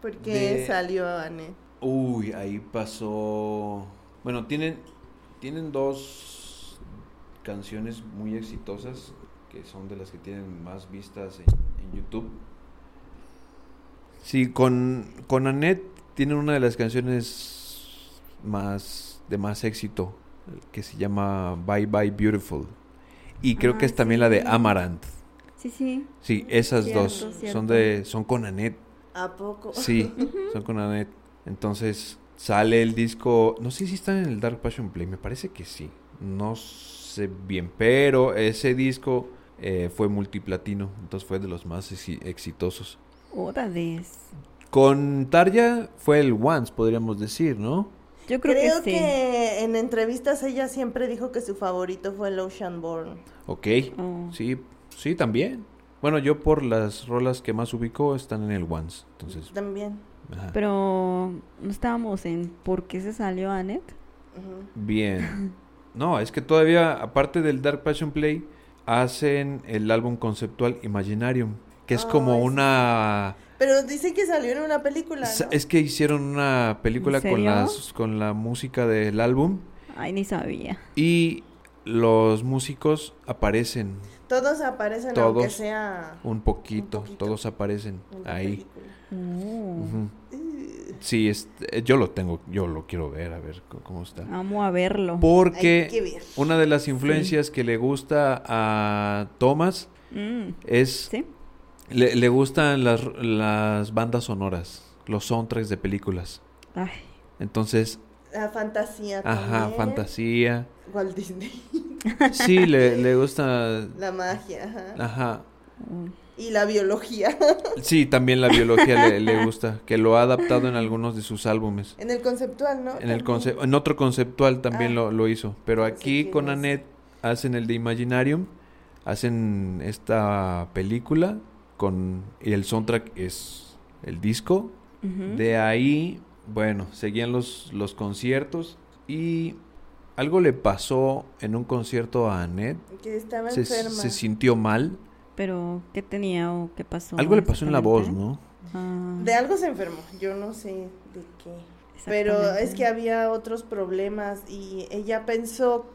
A: ¿Por qué
C: De-
A: salió Annette?
C: Uy, ahí pasó. Bueno, tienen, tienen dos canciones muy exitosas que son de las que tienen más vistas en, en YouTube. Sí, con, con Annette tienen una de las canciones más de más éxito que se llama Bye Bye Beautiful. Y creo
B: Ah,
C: que es también la de
B: sí.
C: Amaranth.
B: Sí, sí.
C: Sí, esas dos
B: Cierto,
C: son
B: cierto.
C: de son con Annette.
A: ¿A poco?
C: Sí, son con Annette. Entonces sale el disco. No sé si está en el Dark Passion Play, me parece que sí. No sé bien, pero ese disco eh, fue multiplatino, entonces fue de los más exi- exitosos.
B: Otra vez.
C: Con Tarja fue el once, podríamos decir, ¿no?
B: Yo creo,
A: Creo,
B: que,
A: que,
B: sí.
A: en entrevistas ella siempre dijo que su favorito fue el Oceanborn.
C: Ok.
B: Oh.
C: Sí, sí, también. Bueno, yo por las rolas que más ubico están en el once, entonces.
A: También.
C: ajá.
B: Pero no estábamos en por qué se salió Anet.
A: Ujú.
C: Bien. No, es que todavía, aparte del Dark Passion Play, hacen el álbum conceptual Imaginarium, que es como
A: Ay, sí.
C: una...
A: Pero dice que salió en una película.
C: sa-
A: ¿no?
C: Es que hicieron una película
B: ¿En
C: con,
B: serio?
C: las, con la música del álbum
B: Ay, ni sabía.
C: y los músicos aparecen
A: Todos aparecen, aunque
C: Todos.
A: sea
C: un poquito,
A: poquito.
C: todos aparecen
A: en la
C: ahí.
A: película.
B: Oh.
C: Ujú. Sí, este, yo lo tengo, yo lo quiero ver, a ver c- cómo está.
B: Amo a verlo.
C: Porque
A: Ah, Hay que ver.
C: una de las influencias que le gusta a Thomas
B: Mm,
C: es
B: ¿Sí?
C: le, le gustan las, las bandas sonoras, los soundtracks de películas.
B: Ay,
C: Entonces,
A: La fantasía.
C: ajá,
A: también. *laughs*
C: fantasía.
A: Walt Disney. *laughs*
C: Sí, le, le gusta,
A: la magia. ajá.
C: ajá.
B: oh.
A: Y la biología. *laughs*
C: Sí, también la biología le, le gusta, que lo ha adaptado en algunos de sus álbumes.
A: en el conceptual, ¿no?
C: En el
A: También.
C: conce- en otro conceptual también
A: Ah.
C: lo, lo hizo, pero
A: Pensé
C: aquí
A: que
C: con
A: ibas-
C: Annette hacen el de Imaginarium, hacen esta película con y el soundtrack es el disco
B: Ujú.
C: De ahí, bueno, seguían los, los conciertos y algo le pasó en un concierto a Annette.
A: Que estaba
C: Se,
A: enferma.
C: se sintió mal.
B: Pero, ¿qué tenía o qué pasó?
C: Algo le pasó en la voz,
B: exactamente?
C: ¿no?
B: Ah,
A: De algo se enfermó. Yo no sé de qué. Pero es que
B: exactamente.
A: había otros problemas y ella pensó,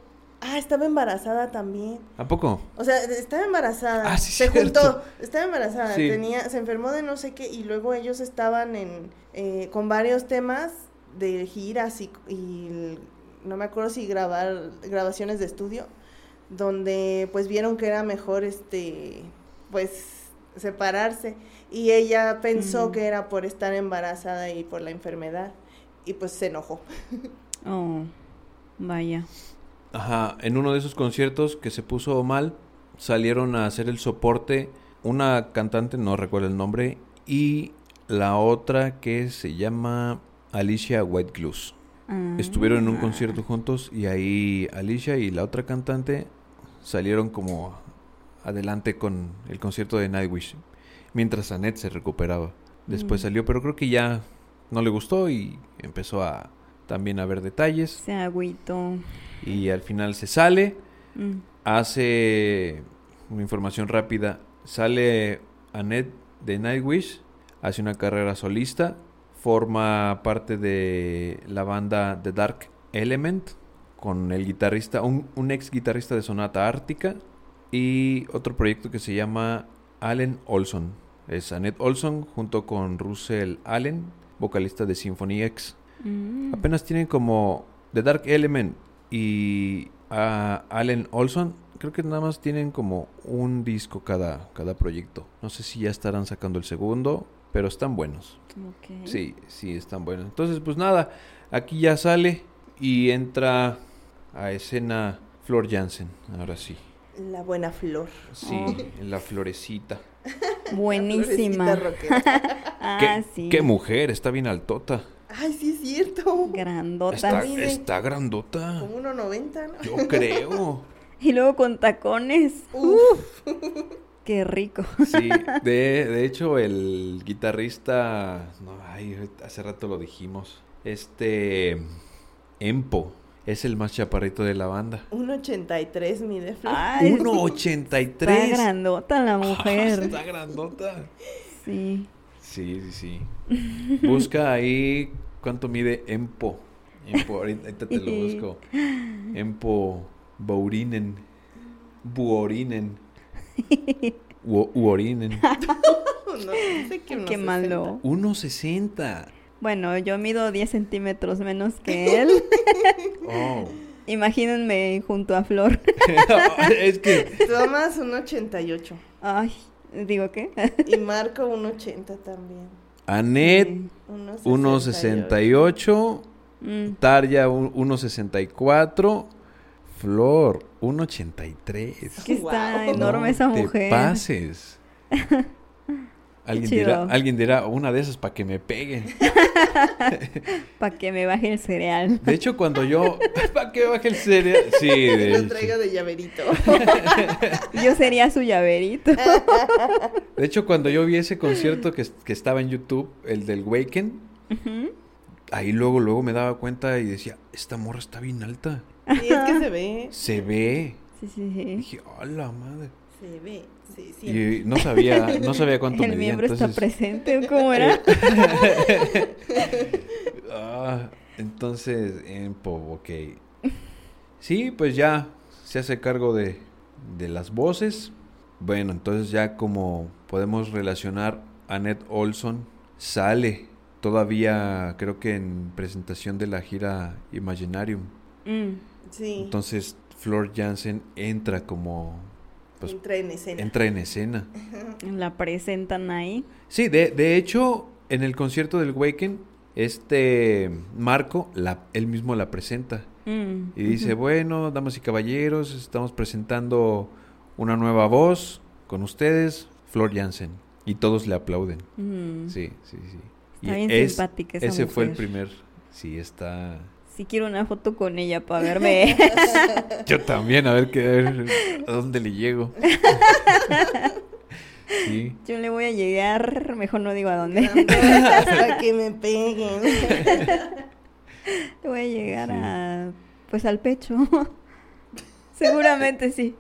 A: ah, estaba embarazada también.
C: ¿A poco?
A: O sea, estaba embarazada.
C: Ah, sí,
A: se
C: cierto.
A: juntó, estaba embarazada,
C: Sí.
A: tenía, se enfermó de no sé qué y luego ellos estaban en eh, con varios temas de giras y, y el- no me acuerdo si grabar grabaciones de estudio donde pues vieron que era mejor este pues separarse y ella pensó
B: Mm.
A: que era por estar embarazada y por la enfermedad y pues se enojó.
B: Oh, vaya.
C: Ajá, en uno de esos conciertos que se puso mal, salieron a hacer el soporte una cantante, no recuerdo el nombre, y la otra que se llama Alicia Whitegloose.
B: Ah.
C: Estuvieron en un concierto juntos y ahí Alicia y la otra cantante salieron como adelante con el concierto de Nightwish. Mientras Annette se recuperaba. Después
B: Mm.
C: salió, pero creo que ya no le gustó y empezó a también a ver detalles.
B: Se agüitó.
C: Y al final se sale,
B: Mm.
C: hace una información rápida. Sale Annette de Nightwish, hace una carrera solista, forma parte de la banda The Dark Element con el guitarrista, un, un ex guitarrista de Sonata Ártica y otro proyecto que se llama Allen Olson. Es Annette Olson junto con Russell Allen, vocalista de Symphony X.
B: Mm.
C: Apenas tienen como The Dark Element y ah, Allen Olson. Creo que nada más tienen como un disco cada, cada proyecto. No sé si ya estarán sacando el segundo, pero están buenos.
B: Ok.
C: Sí, sí, están buenos. Entonces, pues nada, aquí ya sale y entra a escena Flor Jansen. Ahora sí.
A: La buena flor.
C: Sí,
B: Oh.
C: la florecita.
A: La florecita
B: Buenísima.
A: rockera.
B: Ah,
C: ¿Qué,
B: sí.
C: qué mujer, está bien altota.
A: Ay, sí es cierto.
B: Grandota.
C: Está,
A: Mide
C: está grandota.
A: Como 1.90, ¿no?
C: Ah. Yo creo.
B: Y luego con tacones.
A: Uf,
B: Qué rico.
C: Sí, de, de hecho el guitarrista, no, ay, hace rato lo dijimos, este Empo es el más chaparrito de la banda.
A: 1.83 mide Flor.
D: Ah. *laughs*
B: Ay, Está
C: *laughs* 1.83.
B: grandota la mujer.
C: Ah, *laughs* Está grandota.
B: Sí.
C: Sí, sí, sí. Busca ahí cuánto mide Empo. Empo, ahorita ahorita te lo busco. Empo Bourinen.
B: *laughs*
C: Buorinen. Uo- Uorinen.
A: No, dice que 1.60.
B: Qué malo.
C: 1.60.
B: Bueno, yo mido 10 centímetros menos que
C: *laughs*
B: él.
C: Oh. *laughs*
B: Imagínenme junto a Flor.
C: es que
A: Tomás 1.88
B: Ay, digo qué.
A: y Marco 1.80 también.
C: Anet
B: Sí.
A: 1.68.
C: 1.68,
B: Mm,
C: Tarja un- 1.64, Flor 1.83.
B: que está
A: Guau.
B: enorme esa *laughs*
C: No
B: mujer.
C: Te pases. Alguien
B: chido.
C: dirá, alguien dirá, una de esas para que me peguen.
B: Para que me baje el cereal. *laughs*
C: De hecho, cuando yo... *laughs* ¿Para que baje el cereal? Sí, de
D: Lo
C: hecho.
D: traiga de *laughs* llaverito.
B: Yo sería su llaverito.
C: De hecho, cuando yo vi ese concierto que, que estaba en YouTube, el del Waken,
B: *laughs* Ujú.
C: ahí luego, luego me daba cuenta y decía, esta morra está bien alta.
D: Sí, es que se ve.
C: Se ve.
B: Sí, sí, sí.
C: dije, ¡oh, la madre!
D: Se ve. Sí, sí.
C: Y no sabía,
B: *laughs*
C: no sabía cuánto
B: El
C: medía,
B: miembro está *laughs*
C: entonces-
B: presente, ¿o ¿cómo era?
C: eh, *laughs* Ah, entonces, en Pov, ok. Sí, pues ya se hace cargo de, de las voces. Bueno, entonces ya como podemos relacionar, Annette Olson sale todavía, creo que en presentación de la gira Imaginarium.
B: Mm.
D: Sí.
C: Entonces, Flor Jansen entra como... Pues,
D: entra en escena. *laughs*
C: entra en escena.
B: La presentan ahí.
C: Sí, de, de hecho, en el concierto del Waken, este Marco, la, él mismo la presenta.
B: Mm.
C: Y dice,
B: Ujú.
C: bueno, damas y caballeros, estamos presentando una nueva voz con ustedes, Flor Jansen. Y todos le aplauden.
B: Mm.
C: Sí, sí, sí.
B: Está
C: y
B: bien
C: es-
B: simpática esa
C: ese fue el
B: mujer.
C: primer. Sí, está...
B: Sí quiero una foto con ella *laughs* para verme.
C: Yo también, a ver, qué, a, ver a dónde le
B: *laughs*
C: llego. sí.
B: Yo le voy a llegar, mejor no digo a dónde.
D: Hasta que me peguen.
B: Le voy a llegar
C: Sí.
B: a pues al pecho. *laughs* Seguramente sí.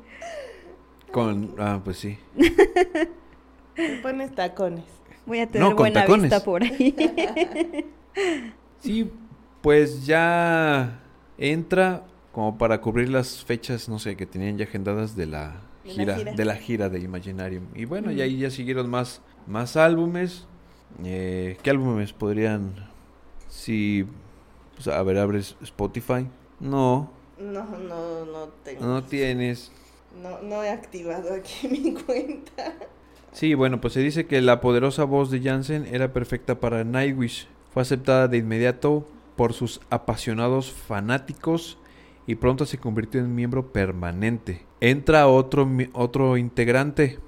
C: Con... Ah, pues sí.
D: Me Pones tacones.
B: Voy a tener
C: con
B: buena
C: tacones.
B: vista por ahí. *laughs*
C: Sí, pues ya entra como para cubrir las fechas, no sé, que tenían ya agendadas de la
D: De la
C: gira,
D: gira.
C: de la gira de Imaginarium. Y bueno, y
B: Mm.
C: ahí ya siguieron más, más álbumes. Eh, ¿Qué álbumes podrían? Si, pues, a ver, abres Spotify. No,
D: No, no, no tengo.
C: no tienes.
D: No, no he activado aquí *laughs* mi cuenta.
C: Sí, bueno, pues se dice que la poderosa voz de Jansen era perfecta para Nightwish. Fue aceptada de inmediato por sus apasionados fanáticos y pronto se convirtió en miembro permanente. Entra otro, mi- otro integrante.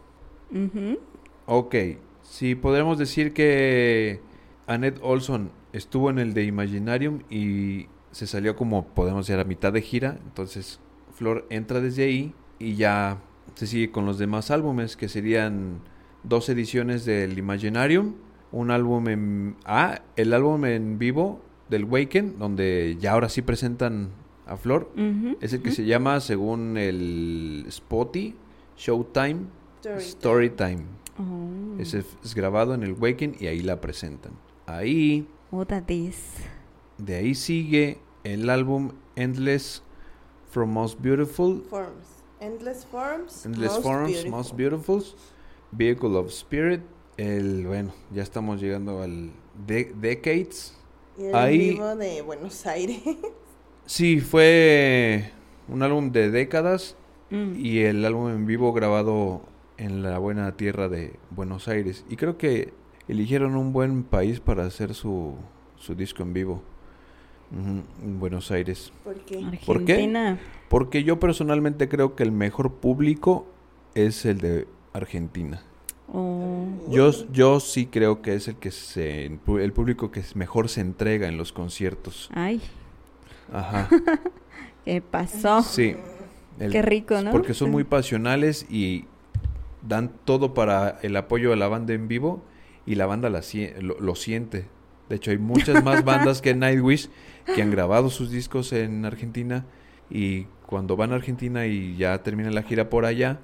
B: Ujú.
C: Ok, si podemos decir que Annette Olson estuvo en el de Imaginarium y se salió como, podemos decir, a mitad de gira. Entonces, Flor entra desde ahí y ya se sigue con los demás álbumes, que serían dos ediciones del Imaginarium, un álbum en... Ah, el álbum en vivo del Waken, donde ya ahora sí presentan a Flor.
B: Ujú.
C: Es el que se llama, según el Spotty, Showtime,
D: Story
C: Storytime.
B: Oh.
C: Ese f- es grabado en el Waken y ahí la presentan. Ahí,
B: Otra vez.
C: de ahí sigue el álbum Endless From Most Beautiful,
D: Forms. Endless Forms.
C: Endless
D: most
C: Forms,
D: beautiful.
C: Most Beautiful, Vehicle of Spirit. El, bueno, ya estamos llegando al de- Decades.
D: Y el
C: Ahí-
D: vivo de Buenos Aires. *laughs*
C: Sí, fue un álbum de décadas
B: Mm.
C: y el álbum en vivo grabado en la buena tierra de Buenos Aires. Y creo que eligieron un buen país para hacer su, su disco en vivo. Ujú, en Buenos Aires.
D: Porque
C: ¿Por qué?
B: Argentina.
C: Porque yo personalmente creo que el mejor público es el de Argentina.
B: Oh.
C: Yo, yo sí creo que es el que se el público que mejor se entrega en los conciertos.
B: Ay,
C: Ajá.
B: ¿qué pasó?
C: Sí. El-
B: Qué rico, ¿no?
C: Porque son muy pasionales y dan todo para el apoyo a la banda en vivo y la banda la, sie- lo, lo siente. De hecho, hay
B: *laughs*
C: muchas más bandas que Nightwish que han grabado sus discos en Argentina y cuando van a Argentina y ya terminan la gira por allá,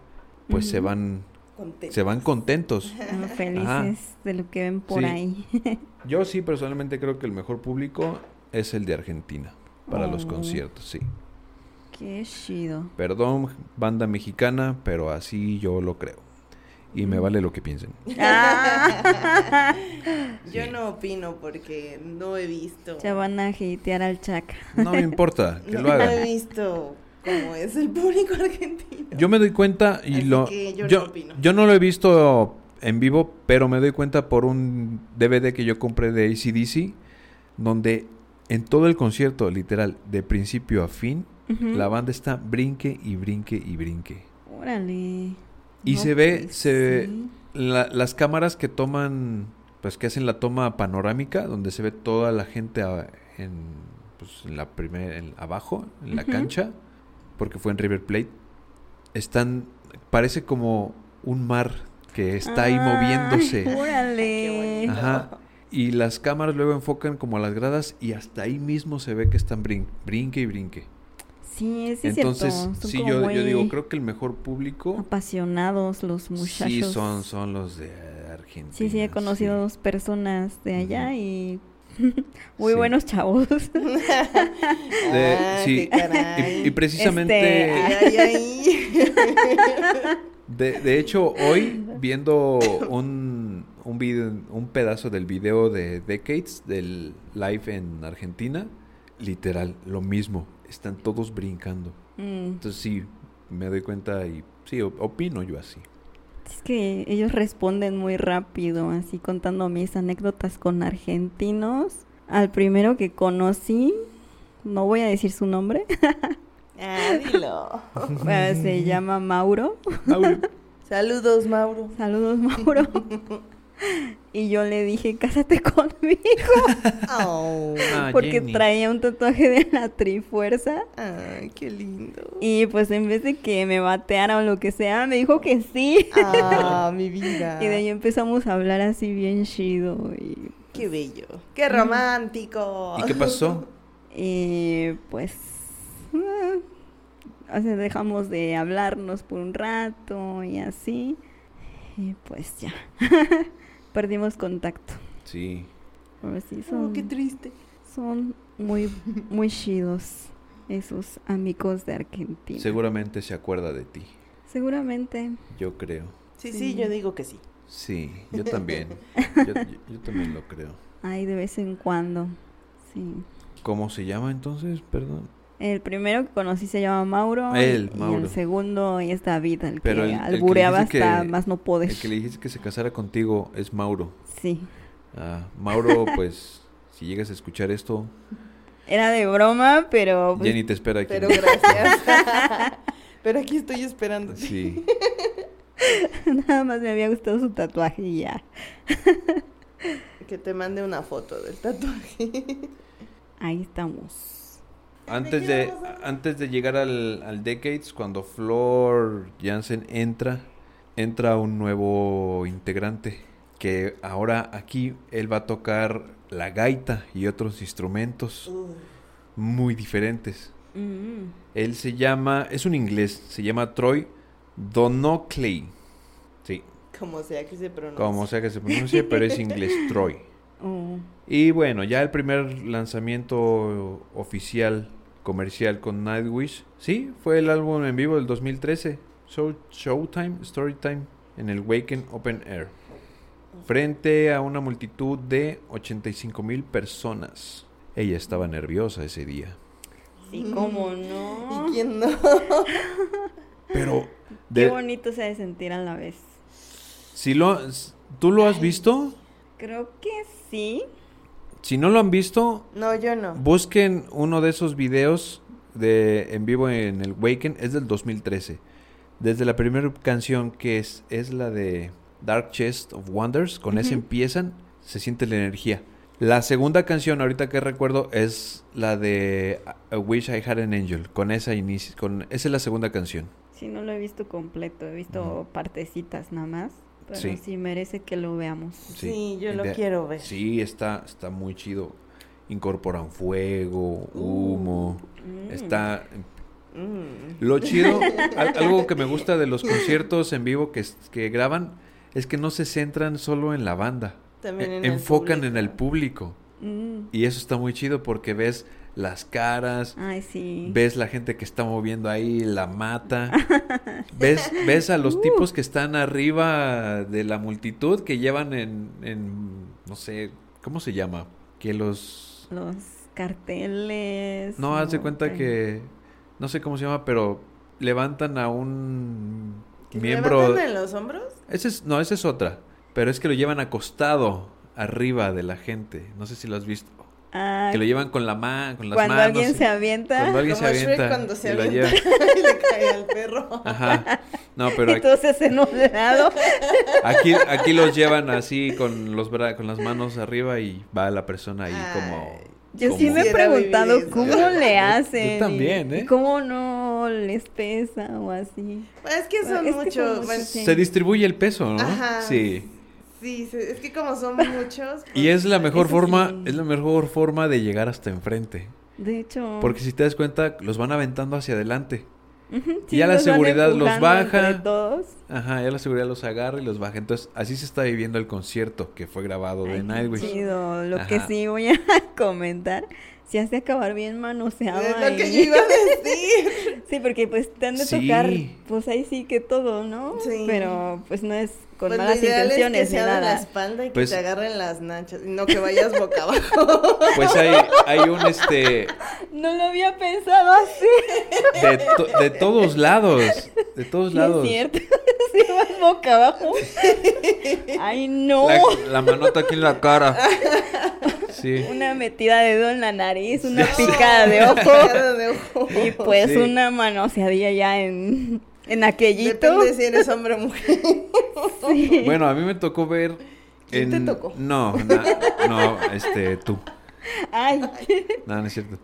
C: pues se
B: Ujú.
C: van
D: contento.
C: se van contentos.
B: Ah, Felices de lo que ven por
C: Sí.
B: ahí. *laughs*
C: Yo sí personalmente creo que el mejor público es el de Argentina para los
B: Oh.
C: conciertos, sí.
B: Qué chido.
C: Perdón, banda mexicana, pero así yo lo creo. Y me vale lo que piensen.
B: Ah,
D: Yo no opino porque no he visto.
B: *laughs* ya van a hatear al chaca.
C: No me
D: *laughs*
C: importa que
D: no,
C: lo
D: no
C: hagan.
D: he visto cómo es el público *laughs* argentino.
C: Yo me doy cuenta y
D: Así
C: lo
D: que yo no
C: yo,
D: opino.
C: yo no lo he visto en vivo, pero me doy cuenta por un DVD que yo compré de ACDC, donde en todo el concierto, literal, de principio a fin,
B: Ujú.
C: la banda está brinque y brinque y brinque.
B: Órale. pues
C: Y se ve- se-
B: sí.
C: la- las cámaras que toman, pues que hacen la toma panorámica, donde se ve toda la gente a- en, pues, en la primer, en- abajo, en la
B: Ujú.
C: cancha, porque fue en River Plate, están, parece como un mar que está ahí
B: Ay, *laughs*
C: moviéndose.
B: Órale.
D: Qué bonito.
C: Ajá. Y las cámaras luego enfocan como a las gradas y hasta ahí mismo se ve que están brin- brinque y brinque.
B: Sí, sí, es
C: Entonces,
B: cierto. Son
C: sí,
B: como
C: yo, yo digo,
B: muy
C: creo que el mejor público
B: apasionados los muchachos.
C: sí son, son los de Argentina.
B: Sí, sí, he conocido
C: sí.
B: dos personas de allá
C: Ujú.
B: y *laughs* muy
C: Sí.
B: buenos
C: *laughs*
B: chavos.
C: De-
D: Ah,
C: sí,
D: qué
C: y-
D: caray.
C: Y, precisamente,
B: Este,
D: Ay, ay, ay. *laughs*
C: de, de hecho, hoy viendo un, un, video, un pedazo del video de Decades, del live en Argentina, literal, lo mismo, están todos brincando.
B: Mm,
C: Entonces sí, me doy cuenta y sí, o- opino yo así.
B: Es que ellos responden muy rápido, así contando mis anécdotas con argentinos. Al primero que conocí, no voy a decir su nombre, *laughs*
D: Ah, dilo.
B: eh,
C: *laughs*
B: se llama Mauro.
C: Mauro.
D: Saludos,
C: *laughs*
D: Mauro.
B: Saludos, Mauro. Y yo le dije, cásate conmigo,
D: Oh,
C: Ah,
B: porque
C: Jenny.
B: traía un tatuaje de la trifuerza.
D: ay, qué lindo.
B: Y pues en vez de que me bateara o lo que sea, me dijo que sí.
D: Ah, mi vida.
B: *laughs* Y de ahí empezamos a hablar así bien chido. Y,
D: Qué bello. Qué romántico.
C: ¿Y
A: *laughs*
C: qué pasó?
B: y, pues... ah, o sea, dejamos de hablarnos por un rato y así. Y pues ya. *laughs* Perdimos contacto.
C: Sí.
B: Pero sí,
D: *laughs* Oh,
B: son,
D: qué triste.
B: son muy, muy chidos esos amigos de Argentina.
C: Seguramente se acuerda de ti,
B: Seguramente.
C: yo creo.
D: Sí,
B: Sí.
D: sí, yo digo que sí.
C: Sí, yo también. Yo, yo- yo también lo creo.
B: Ay, de vez en cuando. Sí.
C: ¿Cómo se llama entonces? Perdón.
B: El primero que conocí se llama Mauro. y-
C: Él,
B: Y
C: Mauro.
B: el segundo es David, el
C: Pero el-
B: que
C: el que le
B: albureaba
C: dice
B: hasta
C: que-
B: más no poder.
C: El que le dijiste que se casara contigo es Mauro.
B: Sí.
C: Ah, Mauro, pues, si llegas a escuchar esto,
B: Era de broma, pero pues,
C: Jenny te espera aquí.
D: Pero gracias. Pero aquí estoy esperando.
C: *laughs* Sí.
B: *laughs* nada más me había gustado su tatuaje y ya.
D: Que te mande una foto del tatuaje.
B: Ahí estamos.
C: Antes de, antes de llegar al, al Decades, cuando Flor Jansen entra, entra un nuevo integrante que ahora aquí él va a tocar la gaita y otros instrumentos
D: Uh,
C: muy diferentes.
B: Mm.
C: Él se llama, es un inglés, se llama Troy Donockley. Sí,
D: como sea que se pronuncie.
C: como sea que se pronuncie, pero es
B: *laughs*
C: inglés, Troy.
B: Oh,
C: Y bueno, ya el primer lanzamiento oficial comercial con Nightwish, sí, fue el álbum en vivo del 2013, Show- Showtime, Storytime, en el Waken Open Air, frente a una multitud de 85 mil personas. Ella estaba nerviosa ese día.
B: sí, cómo
D: Mm. ¿Y
B: no.
D: quién no?
C: Pero
B: Qué
C: de,
B: bonito se ha de sentir a la vez.
C: si lo, ¿tú lo has visto?
B: Creo que sí.
C: Si no lo han visto,
D: No, yo no.
C: Busquen uno de esos videos de en vivo en el Waken, es del 2013. Desde la primera canción que es, es la de Dark Chest of Wonders, con esa
B: Ujú.
C: empiezan, se siente la energía. La segunda canción, ahorita que recuerdo, es la de I Wish I Had an Angel, con esa inici- con esa es la segunda canción.
B: Sí, no lo he visto completo. He visto
C: Ujú.
B: partecitas nada más. Pero
C: Sí.
B: sí. merece que lo veamos.
D: Sí, yo lo
C: De-
D: quiero ver.
C: Sí, está, está muy chido. Incorporan fuego,
D: Uh.
C: humo,
B: Mm.
C: está
D: Mm. *laughs*
C: Lo chido, al- algo que me gusta de los conciertos en vivo que, es- que graban, es que no se centran solo en la banda.
D: También
C: E-
D: en el
C: enfocan en el
D: público.
C: público.
B: Mm.
C: Y eso está muy chido porque ves las caras,
B: Ay, sí.
C: ves la gente que está moviendo ahí, la mata. ves, ves a los
B: Uh.
C: tipos que están arriba de la multitud que llevan en, en no sé, ¿cómo se llama? Que los...
B: Los carteles.
C: No, haz de
B: o
C: cuenta
B: te-
C: que. No sé cómo se llama, pero levantan a un
D: ¿Miembro?
C: miembro.
D: en los hombros?
C: Ese es, no, esa es otra. Pero es que lo llevan acostado arriba de la gente. No sé si lo has visto.
B: Ah,
C: Que lo llevan con la mano, con las
B: cuando
C: manos.
B: alguien
C: y-
B: se avienta.
C: Cuando alguien
D: Como
C: se avienta.
D: Shrek cuando se
C: y lo
D: avienta
C: lleva.
D: *laughs*
C: Ah.
D: y le cae al
C: *laughs*
D: perro.
C: Ajá. No,
B: *laughs*
C: pero
B: y
C: aquí,
B: todos se hacen un
C: *laughs*
B: lado.
C: aquí, aquí los llevan así con los bra- con las manos arriba y va la persona ahí como.
D: Ay,
B: Yo
C: como-
B: sí me he
D: Quisiera
B: preguntado
D: vivir eso.
B: cómo le hacen. y-
C: también,
B: y
C: ¿eh?
B: cómo no les pesa o así.
D: Ah, Es que son
B: Es que
D: muchos.
B: son muchos.
D: bueno,
C: Se distribuye el peso, ¿no?
D: Ajá.
C: Sí.
D: sí, se- es que como son muchos. pues,
C: Y es la mejor
B: Eso
C: forma,
B: sí.
C: es la mejor forma de llegar hasta enfrente.
B: De hecho.
C: Porque si te das cuenta, los van aventando hacia adelante.
B: ujú,
C: y ya la
B: los van
C: seguridad los
B: empujando entre
C: baja.
B: todos.
C: Ajá, ya la seguridad los agarra y los baja. Entonces, así se está viviendo el concierto que fue grabado
B: Ay,
C: de
B: qué
C: Nightwish.
B: chido. Lo que
C: Ajá.
B: sí voy a *laughs* comentar. Se hace acabar bien manoseado.
D: Es lo que
B: ahí.
D: yo iba a *laughs* decir.
B: Sí, porque pues te han de
C: Sí.
B: tocar, pues ahí sí que todo, ¿no?
D: Sí.
B: Pero pues no es con
D: Pues lo
B: malas
D: ideal es
B: intenciones
D: que
B: ni
D: se abra la
B: nada.
D: espalda y que
C: Pues-
D: te agarren las nachas. Y no que vayas boca
B: *laughs*
D: abajo.
C: Pues hay, hay un este
B: No lo había pensado así.
C: de, to- de todos lados, de todos
B: Sí, es
C: lados.
B: cierto. *laughs* Sí, vas
D: *laughs*
B: boca abajo. Ay, no.
C: La, la manota aquí en la cara. Sí.
B: Una metida de dedo en la nariz, una
C: Sí.
B: picada
D: *laughs*
B: de ojo
D: Picada de ojo. *laughs*
B: y pues
C: Sí.
B: una manoseadilla ya en, en aquellito.
D: Depende si eres hombre o mujer.
B: *laughs* Sí.
C: Bueno, a mí me tocó ver
D: ¿Quién te tocó?
C: No, na- no, este tú.
B: Ay,
C: No, no es cierto.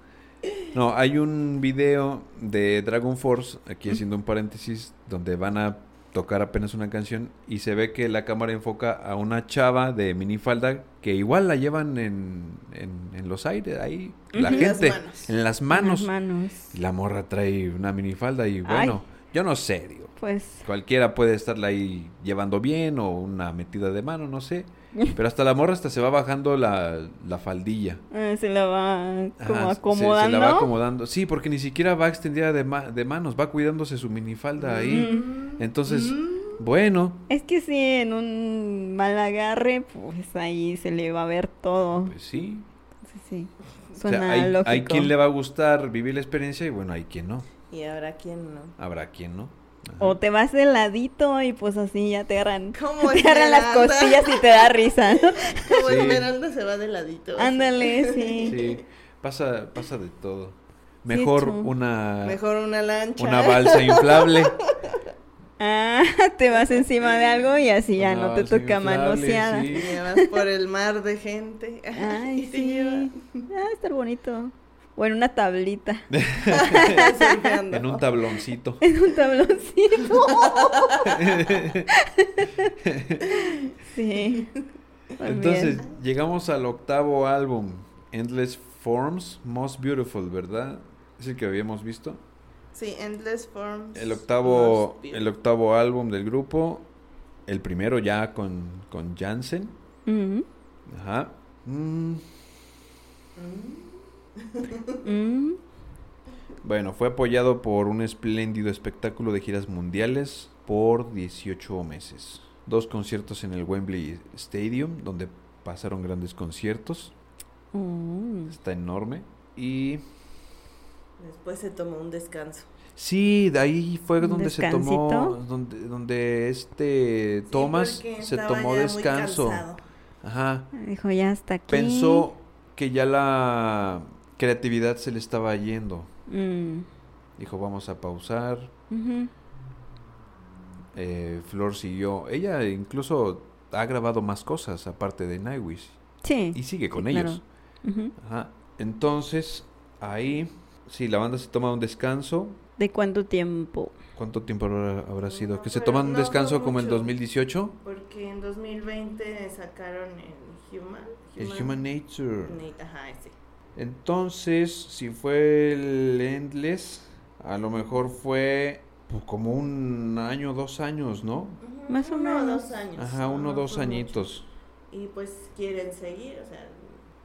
C: No, hay un video de Dragon Force, aquí haciendo un paréntesis, donde van a tocar apenas una canción y se ve que la cámara enfoca a una chava de minifalda que igual la llevan en, en, en los aires, ahí, la
D: Ujú. En las
C: gente,
D: manos.
C: en las
B: manos.
C: manos.
B: manos.
C: Y La morra trae una minifalda y bueno, yo no sé, digo.
B: Pues
C: Cualquiera puede estarla ahí llevando bien o una metida de mano, no sé. Pero hasta la morra hasta se va bajando la, la faldilla.
B: eh, se la va como
C: Ajá, Ah, se-
B: acomodando.
C: Se, la va acomodando. Sí, porque ni siquiera va extendida de, ma- de manos, va cuidándose su minifalda ahí.
D: Mm.
C: Entonces,
D: Mm.
C: bueno,
B: Es que sí, en un mal agarre, pues ahí se le va a ver todo.
C: pues sí.
B: Sí, sí.
C: O sea,
B: Suena
C: hay,
B: lógico.
C: hay quien le va a gustar vivir la experiencia y bueno, hay quien no.
D: Y habrá quien no.
C: Habrá quien no. Ajá.
B: O te vas de ladito y pues así ya te agarran.
D: Como
B: Te agarran las
D: Esmeralda.
B: costillas y te da risa, ¿no?
D: *laughs* Como
C: Sí.
D: Esmeralda se va de ladito. así. *laughs*
B: Ándale, sí.
C: Sí, pasa, pasa de todo. Mejor
B: tú.
C: una,
D: Mejor una lancha.
C: Ah. una
B: *laughs*
C: balsa inflable.
B: Ah, *laughs* te vas encima de algo y así ya
C: Una
B: no te
C: balsa
B: toca
C: inflable,
B: manoseada.
D: *laughs* Y
C: sí.
D: te vas por el mar de gente. *laughs*
B: Ay,
D: Y te
B: sí. *laughs*
D: lleva
B: Ah, estar bonito. O en una tablita.
D: surfeando.
C: En un tabloncito.
B: En un tabloncito. sí. Muy
C: Entonces,
B: bien.
C: llegamos al octavo álbum, Endless Forms, Most Beautiful, ¿verdad? Es el que habíamos visto.
D: Sí, Endless Forms.
C: El octavo,
D: Must be-
C: el octavo álbum del grupo, el primero ya con, con Jansen.
B: Mm,
C: Ajá. Mm,
B: mm.
C: Bueno, fue apoyado por un espléndido espectáculo de giras mundiales por 18 meses. Dos conciertos en el Wembley Stadium, donde pasaron grandes conciertos.
B: Mm.
C: Está enorme. Y
D: Después se tomó un descanso.
C: Sí, de ahí fue
B: ¿Un
C: donde se tomó,
B: descansito?
C: donde, donde este
D: Sí,
C: Thomas
D: porque
C: se
D: estaba
C: tomó
D: ya muy
C: descanso.
D: cansado.
C: Ajá.
B: Dijo, ya hasta aquí.
C: Pensó que ya la creatividad se le estaba yendo.
B: Mm.
C: Dijo, vamos a pausar.
B: Ujú.
C: Eh, Flor siguió. Ella incluso ha grabado más cosas aparte de Nightwish.
B: Sí.
C: Y sigue con
B: claro.
C: ellos.
B: Ujú.
C: Ajá. Entonces, ahí, sí, la banda se toma un descanso.
B: ¿De cuánto tiempo?
C: ¿Cuánto tiempo habrá, habrá sido?
D: No,
C: ¿Que se
D: pero
C: toman un
D: no fue
C: descanso como en
D: mucho.
C: 2018?
D: Porque en 2020 sacaron el Human.
C: El Human Nature.
D: Ni- Ajá, ese.
C: Entonces, si fue el Endless, a lo mejor fue pues, como un año, dos años, ¿no?
D: Ujú,
B: Más o
D: uno
B: menos.
D: dos años.
C: Ajá, uno,
D: no
A: Ah,
C: dos
D: fue mucho.
C: añitos.
D: Y pues quieren seguir, o sea,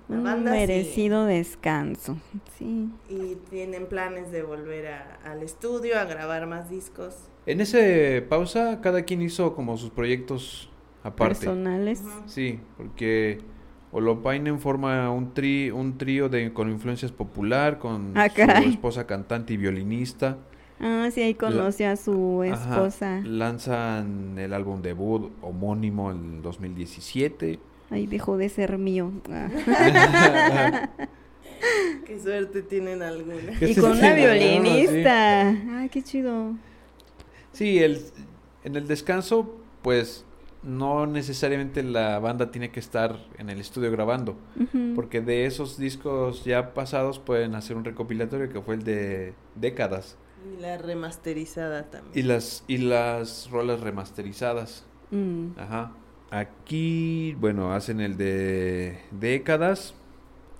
D: la
B: Un
D: banda sigue.
B: merecido descanso. Sí.
D: Y tienen planes de volver a- al estudio a grabar más discos. *laughs*
C: En ese pausa, cada quien hizo como sus proyectos aparte.
B: Personales.
D: Ujú.
C: Sí, porque Olopainen forma un tri, un trío de con influencias popular, con
B: Ah,
C: su
B: caray.
C: esposa cantante y violinista.
B: Ah, sí, ahí conoció a su
C: Ajá,
B: esposa.
C: Lanzan el álbum debut homónimo en 2017.
B: Ahí dejó de ser mío. Ah.
C: *laughs*
D: Qué suerte tienen alguna.
B: y con una
C: Ah,
B: violinista. Ay, qué chido.
C: Sí, el, en el descanso, pues no necesariamente la banda tiene que estar en el estudio grabando,
B: Ujú.
C: porque de esos discos ya pasados pueden hacer un recopilatorio que fue el de décadas
D: Y la remasterizada también.
C: y las y las rolas remasterizadas.
B: Mm.
C: Ajá. Aquí, bueno, hacen el de décadas,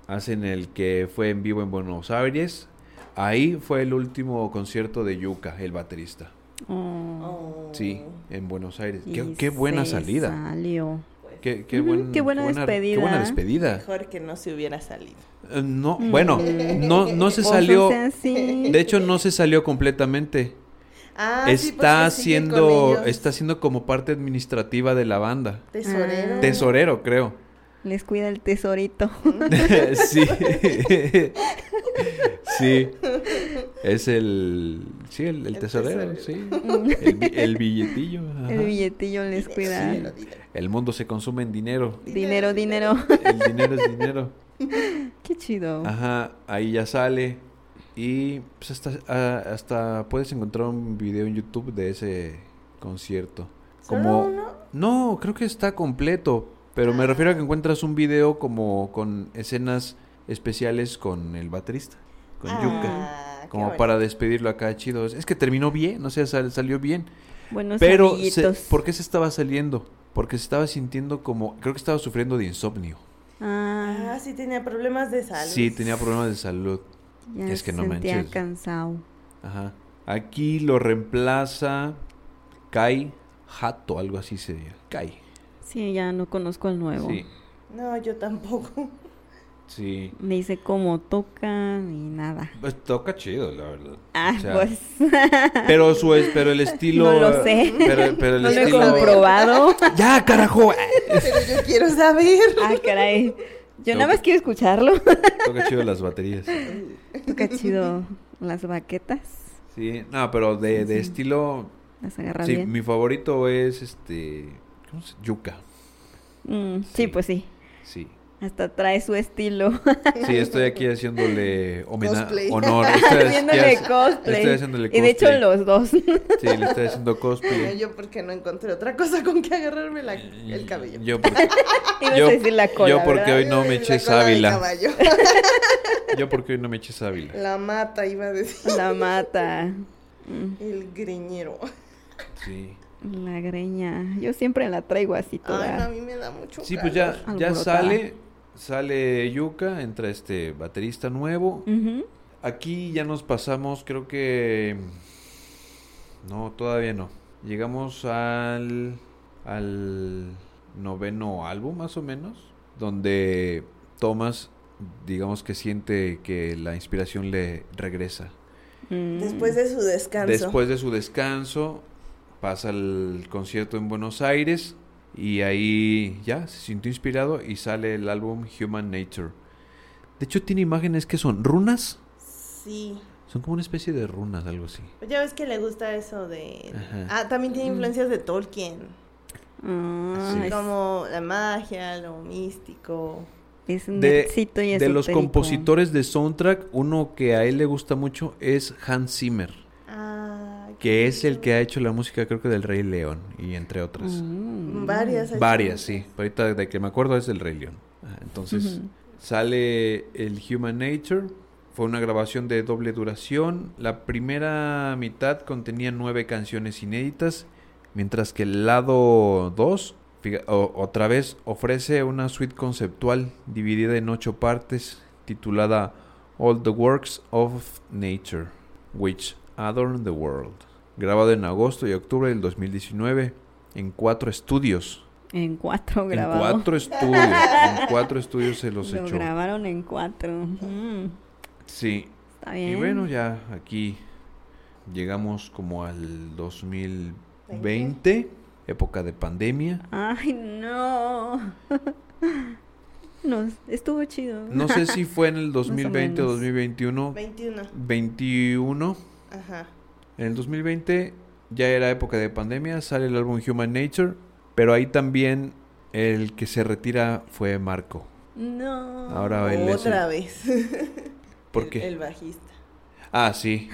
C: hacen el que fue en vivo en Buenos Aires. Ahí fue el último concierto de Yuka, el baterista.
B: Oh.
D: Oh.
C: Sí, en Buenos Aires. Qué,
B: Y
C: qué buena
B: se
C: salida.
B: Salió.
D: Pues,
C: Qué, qué
B: Ujú,
C: buen-
B: qué buena
C: Qué buena
B: despedida.
C: despedida.
D: Mejor que no se hubiera salido.
C: Eh, No, bueno,
B: Mm.
C: no, no se
B: Pues, o
C: salió.
B: sea,
C: *laughs*
B: sí.
C: De hecho, no se salió completamente.
D: Ah,
A: pues
D: sí, porque
C: está
D: sigue con
C: siendo,
D: ellos.
C: está siendo como parte administrativa de la banda.
D: Tesorero.
B: Ah.
C: Tesorero, creo. *laughs*
B: Les cuida el tesorito.
C: sí. sí. Es el, sí, el, el
D: El
C: tesorero,
D: tesorero.
C: sí. El, bi- el billetillo. ajá.
B: el billetillo
D: Ah,
B: les cuida.
D: Dinero, dinero.
C: El mundo se consume en dinero.
B: dinero, dinero. *laughs*
C: El dinero es dinero.
B: qué chido.
C: Ajá, ahí ya sale. Y pues hasta, ah, hasta puedes encontrar un video en YouTube de ese concierto.
D: ¿Solo
C: Como
D: uno?
C: No, creo que está completo, pero me refiero a que encuentras un video como con escenas especiales con el baterista, con
D: Ah,
C: Yuka.
D: qué
C: Como
D: bonito.
C: para despedirlo acá, chido. Es que terminó bien, o sea, sal- salió bien.
B: Buenos
C: pero, se-
B: amiguitos.
C: ¿por qué se estaba saliendo? Porque se estaba sintiendo como, creo que estaba sufriendo de insomnio.
B: Ah,
D: Ah, sí tenía problemas de salud.
C: Sí, tenía problemas de salud.
B: ya
C: Es que no
B: se sentía
C: manches.
B: cansado.
C: Ajá. Aquí lo reemplaza Kai Hato, algo así sería. Kai.
B: Sí, ya no conozco el nuevo.
C: Sí,
D: No, yo tampoco. *laughs*
C: sí.
B: Me dice cómo toca ni nada.
C: Pues toca chido, la verdad.
B: Ah,
C: O sea,
B: pues
C: Pero su es- pero el estilo.
B: No lo sé.
C: Pero, pero el
B: no lo he
C: estilo.
B: comprobado. *laughs*
C: Ya, carajo.
D: Pero yo quiero saber.
B: ah, caray. Yo
C: No.
B: nada más quiero
C: *laughs*
B: escucharlo.
C: Toca chido las baterías.
B: Toca chido las baquetas.
C: Sí, no, pero de, de estilo.
B: Las agarra
C: sí,
B: bien.
C: mi favorito es este. ¿Cómo se Yuca.
B: Mm, sí.
C: sí.
B: pues sí.
C: Sí.
B: Hasta trae su estilo. *laughs*
C: Sí, estoy aquí haciéndole homenaje.
D: Cosplay.
C: Honor.
B: *laughs*
C: Estoy,
B: Haciéndole
C: haci-
B: cosplay.
C: estoy haciéndole
B: Y de hecho
C: cosplay.
B: los dos. *laughs*
C: Sí, le estoy haciendo
D: Bueno,
C: cosplay.
D: yo porque no encontré otra cosa con que agarrarme la- el cabello.
C: Eh,
D: *laughs*
C: Yo porque,
B: Ibas
C: Yo-
B: a decir la cola,
C: yo porque
B: ¿verdad?
C: hoy no me
D: La
C: eché
D: cola de
C: sábila.
D: caballo. *laughs*
C: yo porque hoy no me eché sábila.
D: La mata iba a decir.
B: La mata. Mm,
D: El griñero.
C: Sí.
B: La greña. Yo siempre la traigo así
D: Ay, no, a
B: toda.
D: mí me da mucho
C: Ah. Sí, pues
D: calor.
C: ya,
B: Alborotada.
C: ya sale, sale Yuka, entra este baterista nuevo.
B: Ujú.
C: Aquí ya nos pasamos, creo que... No, todavía no. Llegamos al, al noveno álbum, más o menos, donde Thomas, digamos que siente que la inspiración le regresa.
B: Mm.
D: Después de su descanso.
C: Después de su descanso, pasa al concierto en Buenos Aires y ahí ya se sintió inspirado y sale el álbum Human Nature. De hecho, tiene imágenes que son runas.
D: Sí.
C: Son como una especie de runas, algo así.
D: Pues ya ves que le gusta eso de.
C: Ajá.
D: Ah, también tiene influencias de Tolkien.
B: Ah,
C: Sí.
B: es-
D: Como la magia, lo místico.
B: es
C: De,
B: nerdcito y
C: de los
B: esotérico.
C: compositores de soundtrack, uno que a él le gusta mucho es Hans Zimmer,
D: Ah, qué
C: que es el
D: bonito.
C: que ha hecho la música creo que del Rey León y entre otras.
B: Mm.
D: Varias. ha
C: Varias,
D: hecho.
C: sí. Pero Ahorita de que me acuerdo es del Rey León. Ah, Entonces
B: Ujú.
C: sale el Human Nature. Fue una grabación de doble duración. La primera mitad contenía nueve canciones inéditas, mientras que el lado 2, otra vez, ofrece una suite conceptual dividida en ocho partes, titulada All the Works of Nature, which adorn the world. Grabado en agosto y octubre del 2019 en cuatro estudios.
B: En cuatro
C: En
B: grabado.
C: cuatro estudios. en cuatro estudios se los
B: Lo
C: echó.
B: grabaron en cuatro. Mm,
C: Sí.
B: Está bien.
C: Y bueno, ya aquí llegamos como al 2020, época de pandemia.
B: Ay, no. *laughs* Nos, estuvo chido. *laughs*
C: No sé si fue en el 2020 o
B: menos.
C: 2021.
D: 21.
C: 21.
D: Ajá.
C: En el 2020 ya era época de pandemia, sale el álbum Human Nature, pero ahí también El que se retira fue Marco.
D: No.
C: Ahora él es
D: Otra
C: el-
D: vez.
C: *laughs* ¿Por
D: El-
C: qué?
D: El bajista.
C: Ah, sí.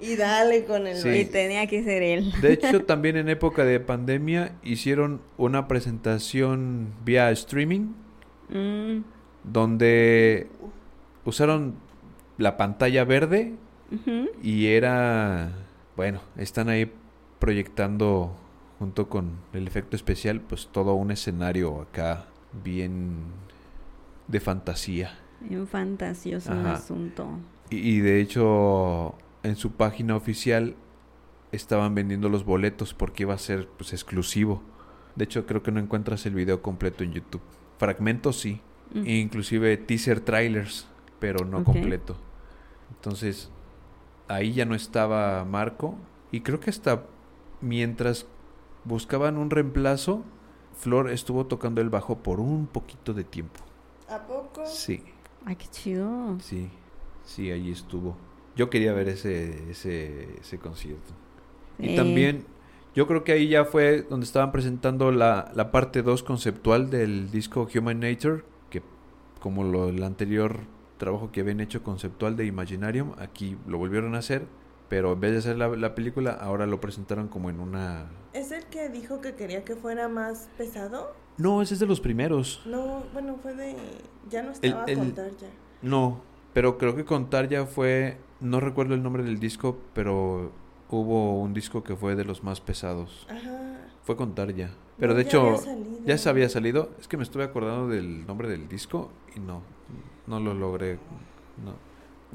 D: Y dale con el
C: Sí.
B: Y
D: bajista.
B: tenía que ser él.
C: De hecho, también en época de pandemia hicieron una presentación vía streaming
B: Mm,
C: donde usaron la pantalla verde
B: ujú.
C: y era... Bueno, están ahí proyectando junto con el efecto especial pues todo un escenario acá bien de fantasía.
B: Un fantasioso
C: Ajá.
B: asunto.
C: Y, y de hecho, en su página oficial estaban vendiendo los boletos porque iba a ser pues exclusivo. De hecho, creo que no encuentras el video completo en YouTube. Fragmentos sí,
B: Mm.
C: inclusive teaser trailers, pero no
B: Ok.
C: completo. Entonces, ahí ya no estaba Marco. Y creo que hasta mientras buscaban un reemplazo, Flor estuvo tocando el bajo por un poquito de tiempo.
D: ¿A poco?
C: Sí.
B: Ay, qué chido.
C: Sí, sí, allí estuvo. Yo quería ver ese, ese, ese concierto. Y
D: Eh.
B: Sí.
C: también, yo creo que ahí ya fue donde estaban presentando la, la parte 2 conceptual del disco Human Nature, que como lo, el anterior trabajo que habían hecho conceptual de Imaginarium, aquí lo volvieron a hacer, pero en vez de hacer la, la película, ahora lo presentaron como en una...
D: ¿Es el que dijo que quería que fuera más pesado?
C: No, ese es de los primeros.
D: No, bueno, fue de... Ya no estaba
C: el-
D: a contar ya.
C: No, pero creo que contar ya fue, no recuerdo el nombre del disco, pero hubo un disco que fue de los más pesados.
D: Ajá.
C: Fue contar ya. Pero
D: No,
C: de
D: ya
C: hecho,
D: había salido.
C: ya se había salido. Es que me estuve acordando del nombre del disco y no, no lo logré. No,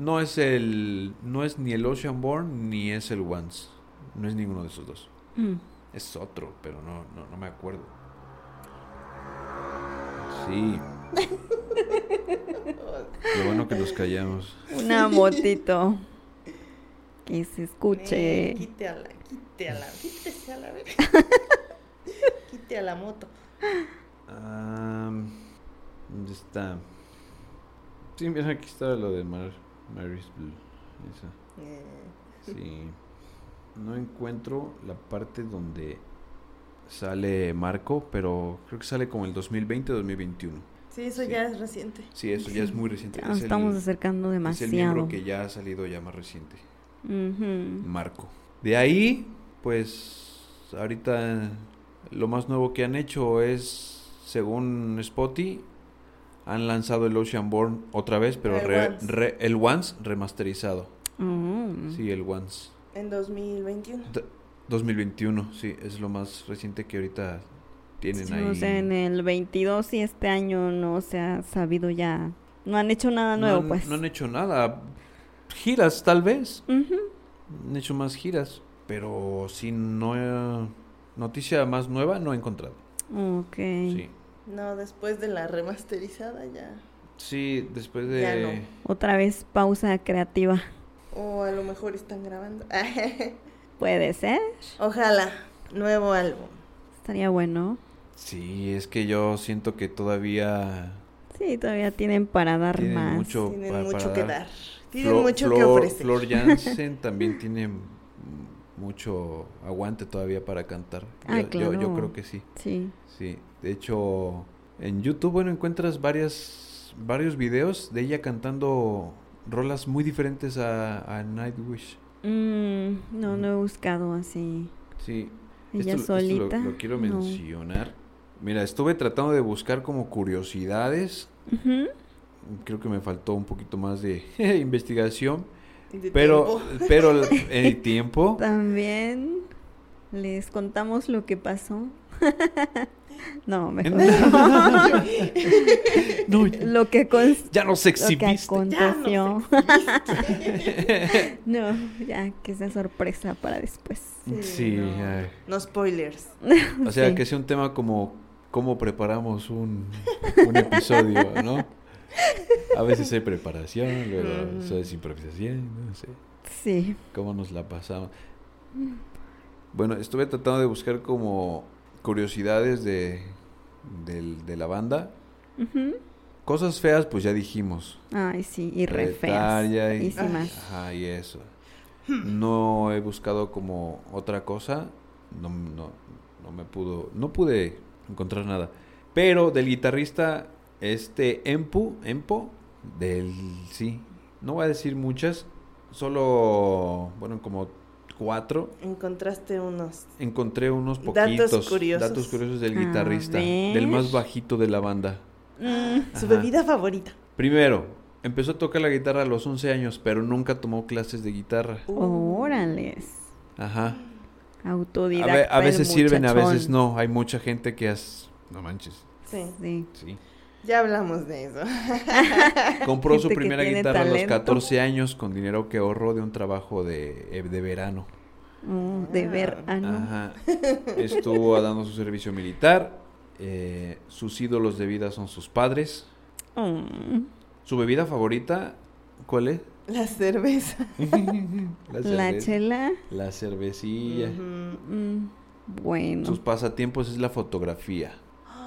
C: no es el, no es ni el Ocean Born ni es el Once. No es ninguno de esos dos.
B: Mm.
C: Es otro, pero no, no, no me acuerdo. Sí. Lo bueno que nos callamos.
B: Una motito. Que se
D: Eh,
B: escuche. Ah,
D: Quítala, quítala, quítese a la
C: *laughs*
D: vez. Quite a la moto.
C: Am, ¿Dónde está? Sí, mira, aquí está lo de Mar Mary's Blue. Esa.
D: Eh,
C: Sí. No encuentro la parte donde sale Marco, pero creo que sale como el 2020-2021.
D: Sí, eso
C: Sí.
D: ya es reciente.
C: Sí, eso ya es muy reciente.
B: Ya
C: es
B: nos
C: el-
B: estamos acercando
C: Es el miembro
B: demasiado.
C: que Mm. ya ha salido ya más reciente.
B: Ujú.
C: Marco. De ahí, pues ahorita lo más nuevo que han hecho es, según Spotty, han lanzado el Oceanborn otra vez, pero
D: El
C: re-
D: Once.
C: re- el Once remasterizado.
B: Mm.
C: Sí, el Once.
D: En 2021.
C: D- 2021, sí, es lo más reciente que ahorita tienen
B: Sí,
C: ahí.
B: O sea, en el 22 y este año no se ha sabido ya. No han hecho nada
C: No
B: nuevo,
C: han-
B: pues.
C: no han hecho nada. Giras, tal vez.
B: Ujú.
C: Han hecho más giras, pero sí, no... eh, Noticia más nueva no he encontrado.
B: Ok.
C: Sí.
D: No, después de la remasterizada ya.
C: Sí, después de...
D: Ya no.
B: Otra vez pausa creativa.
D: O a lo mejor están grabando. *laughs*
B: Puede ser.
D: Ojalá. Nuevo álbum.
B: Estaría bueno.
C: Sí, es que yo siento que todavía
B: Sí, todavía tienen para dar
C: tienen
B: más.
C: mucho,
D: Tienen
C: pa-
D: mucho
C: para
D: que dar. Tienen
C: Flo-
D: mucho que
C: Flor-
D: ofrecer.
B: *laughs*
C: Flor Jansen también tiene mm, mucho aguante todavía para cantar.
B: Ah,
C: yo, yo- yo
B: claro.
C: creo que sí.
B: Sí.
C: Sí, de hecho en YouTube bueno encuentras varias varios videos de ella cantando rolas muy diferentes a, a Nightwish.
B: Mm, no, no he buscado así.
C: Sí,
B: Ella
C: Esto lo- esto lo-
B: solita.
C: lo, quiero
B: no.
C: mencionar. Mira, estuve tratando de buscar como curiosidades.
B: Ujú.
C: Creo que me faltó un poquito más de *laughs* investigación.
D: De
C: Pero,
D: tiempo.
B: *laughs*
C: pero el- el tiempo.
B: También les contamos lo que pasó. *laughs*
C: *laughs*
B: no, mejor no. *laughs*
C: No,
B: lo que cons-
C: ya nos
B: lo que
C: exhibiste.
B: aconteció. *laughs* no, ya que sea sorpresa para después.
D: Sí,
C: mm, Sí,
D: no.
C: ay.
D: No spoilers.
C: o sea,
B: Sí.
C: que sea un tema como cómo preparamos un, un episodio, ¿no? A veces hay preparación, luego
D: Ujú.
C: eso es improvisación, no sé.
B: Sí.
C: ¿Cómo nos la pasamos? Bueno, estuve tratando de buscar como curiosidades de, del- de la banda.
B: Ujú.
C: Cosas feas, pues ya dijimos.
B: Ay, sí, y re feas.
C: Retalia y,
B: feísimas.
C: ajá, y eso. No he buscado como otra cosa. No, no, no me pudo, no pude encontrar nada. Pero del guitarrista, este Empu, Empo, del sí, no voy a decir muchas, solo, bueno, como cuatro.
D: Encontraste unos.
C: Encontré unos
D: Datos
C: poquitos
D: curiosos.
C: datos curiosos del
B: A
C: guitarrista,
B: ver.
C: del más bajito de la banda.
B: Mm,
D: Su
C: Ajá.
D: bebida favorita.
C: Primero, empezó a tocar la guitarra a los 11 años, pero nunca tomó clases de guitarra.
D: Uh.
B: Órales.
C: Ajá. A,
B: Autodidacta.
C: ve- a
B: el
C: veces sirven, a
B: muchachón.
C: veces no. Hay mucha gente que has... No manches.
D: Sí,
B: Sí. *laughs*
C: Sí.
D: ya hablamos de eso. *laughs*
C: Compró su
B: Gente que
C: primera
B: tiene
C: guitarra a los
B: talento.
C: 14 años con dinero que ahorró de un trabajo de, eh, de verano.
B: Oh, de ver ah, no. *laughs*
C: Ajá. Estuvo dando su servicio militar. eh, sus ídolos de vida son sus padres.
B: Mm,
C: ¿Su bebida favorita? ¿Cuál es? *laughs*
D: La cerveza.
C: la,
B: la
C: cerve-
B: chela.
C: la cervecilla.
D: Ujú.
B: mm, bueno.
C: Sus pasatiempos es la fotografía.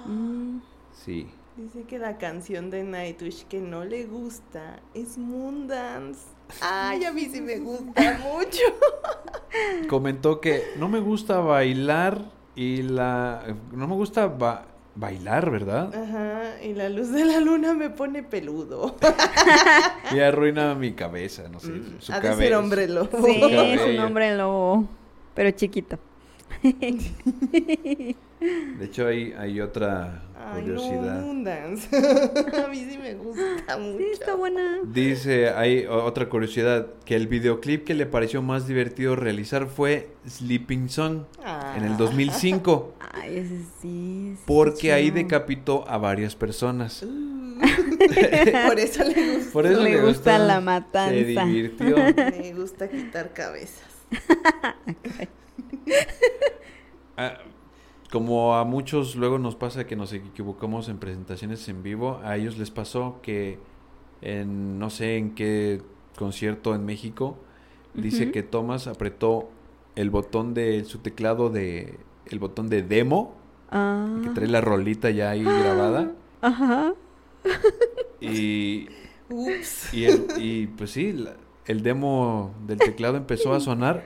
B: Mm,
C: Sí.
D: Dice que la canción de Nightwish que no le gusta es Moondance. Ay, a mí sí me gusta
C: *laughs*
D: mucho.
C: Comentó que no me gusta bailar y la... No me gusta ba- bailar, ¿verdad?
D: Ajá, y la luz de la luna me pone peludo.
C: Y arruina mi cabeza, no sé.
D: Mm,
C: Su
D: ha de ser
C: cabeza.
D: hombre lobo.
B: sí, es un
C: cabello.
B: hombre lobo. Pero chiquito.
C: *laughs* De hecho, hay, hay otra
D: Ay, no,
C: curiosidad.
D: Moondance. *laughs* a mí sí me gusta mucho.
B: Sí, está buena.
C: Dice, hay o- otra curiosidad, que el videoclip que le pareció más divertido realizar fue Sleeping Song
D: Ah.
C: en el 2005,
B: Ay, ese sí. ese
C: porque ahí
B: chido.
C: decapitó a varias personas.
D: Uh. *laughs* Por eso le gusta.
C: Por eso
B: Le
C: le
B: gusta
C: gustó,
B: la
C: Se
B: matanza.
C: divirtió.
D: Me gusta quitar cabezas.
C: Ah, como a muchos luego nos pasa que nos equivocamos en presentaciones en vivo, a ellos les pasó que en no sé en qué concierto en México dice
B: Ujú.
C: que Thomas apretó el botón de su teclado de el botón de demo
B: Ah.
C: que trae la rolita ya ahí grabada
B: Ajá.
C: y
D: Ups.
C: y, el- y, pues sí, la- el demo del teclado empezó a sonar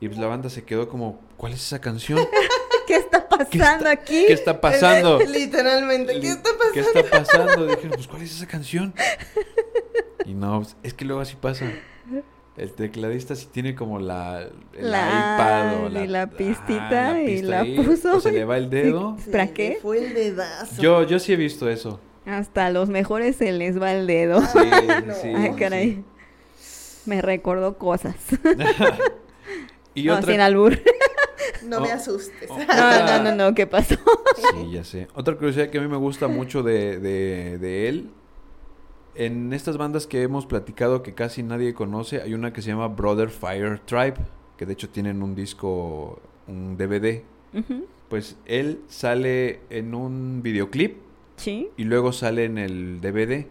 C: y pues la banda se quedó como ¿cuál es esa canción? *laughs*
B: ¿Qué está pasando aquí?
C: ¿Qué está pasando?
D: *laughs* Literalmente, ¿qué está pasando?
C: ¿Qué está pasando? Dijeron, pues, ¿cuál es esa canción? Y no, pues, es que luego así pasa. El tecladista sí tiene como la... El
B: La-
C: iPad o la...
B: y la
C: ajá,
B: pistita y
C: pista
B: la
C: ahí,
B: puso.
C: o se le va el dedo.
B: Sí. ¿Para qué?
D: Fue el dedazo.
C: Yo, yo sí he visto eso.
B: Hasta a los mejores se les va el dedo.
C: Sí,
D: no.
C: sí,
B: Ah, Ay,
C: sí.
B: caray. Me recordó cosas.
C: Y
B: No, *laughs*
C: otra...
B: sin albur.
D: *laughs* No
C: Oh.
D: me asustes.
C: o-
B: No,
C: *laughs* otra-
B: no, no, no, ¿qué pasó?
C: Sí, ya sé. Otra curiosidad que a mí me gusta mucho de, de, de él. En estas bandas que hemos platicado que casi nadie conoce, hay una que se llama Brother Fire Tribe, que de hecho tienen un disco, un DVD.
B: Ujú.
C: Pues él sale en un videoclip
B: Sí.
C: y luego sale en el DVD.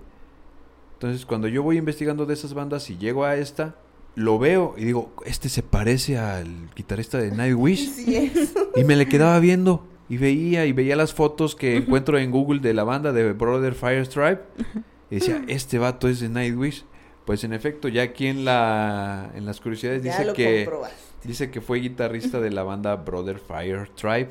C: Entonces cuando yo voy investigando de esas bandas y llego a esta, lo veo y digo, este se parece al guitarrista de Nightwish.
D: Sí es.
C: Y me le quedaba viendo y veía y veía las fotos que encuentro en Google de la banda de Brother Firestripe y decía, este vato es de Nightwish. Pues en efecto, ya aquí en la en las curiosidades
D: Ya
C: *laughs* dice
D: lo
C: que
D: comprobaste.
C: dice que fue guitarrista de la banda Brother Fire Tribe,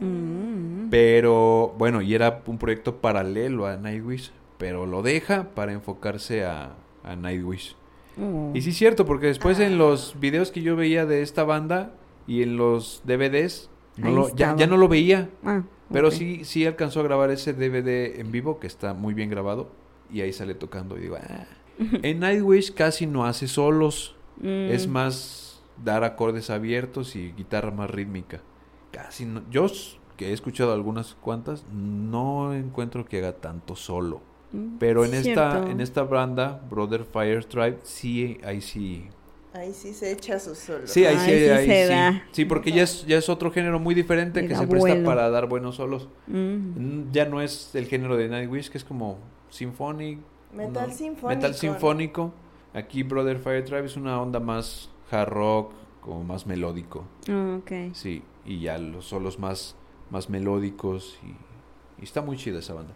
B: Mm.
C: pero bueno, y era un proyecto paralelo a Nightwish, pero lo deja para enfocarse a, a Nightwish.
B: Oh.
C: Y sí es cierto, porque después
B: Ah.
C: en los videos que yo veía de esta banda y en los DVDs, no
B: Ahí
C: lo- ya,
B: estaba.
C: ya no lo veía.
B: Ah,
C: Pero
B: ok.
C: sí, sí alcanzó a grabar ese DVD en vivo, que está muy bien grabado, y ahí sale tocando. Y digo, ah. En Nightwish casi no hace solos,
B: Mm.
C: es más dar acordes abiertos y guitarra más rítmica. Casi no. Yo, s- que he escuchado algunas cuantas, no encuentro que haga tanto solo.
B: Mm,
C: Pero en esta,
B: cierto.
C: en esta banda, Brother Fire Tribe, sí, ahí sí.
D: Ahí sí se echa su solo.
C: Sí, ahí
B: Ay,
C: sí,
B: sí
C: ahí
B: se
C: sí.
B: da.
C: Sí, porque ya es, ya es otro género muy diferente
B: Le
C: que
B: da
C: se presta
B: vuelo.
C: para dar buenos solos.
B: Mm.
C: Mm, Ya no es el género de Nightwish, que es como symphonic.
D: Metal
C: no,
D: sinfónico.
C: Metal sinfónico. Aquí Brother Fire Tribe es una onda más hard rock, como más melódico.
B: Ah, ok.
C: Sí, y ya los solos más, más melódicos. Y, y está muy chida esa banda.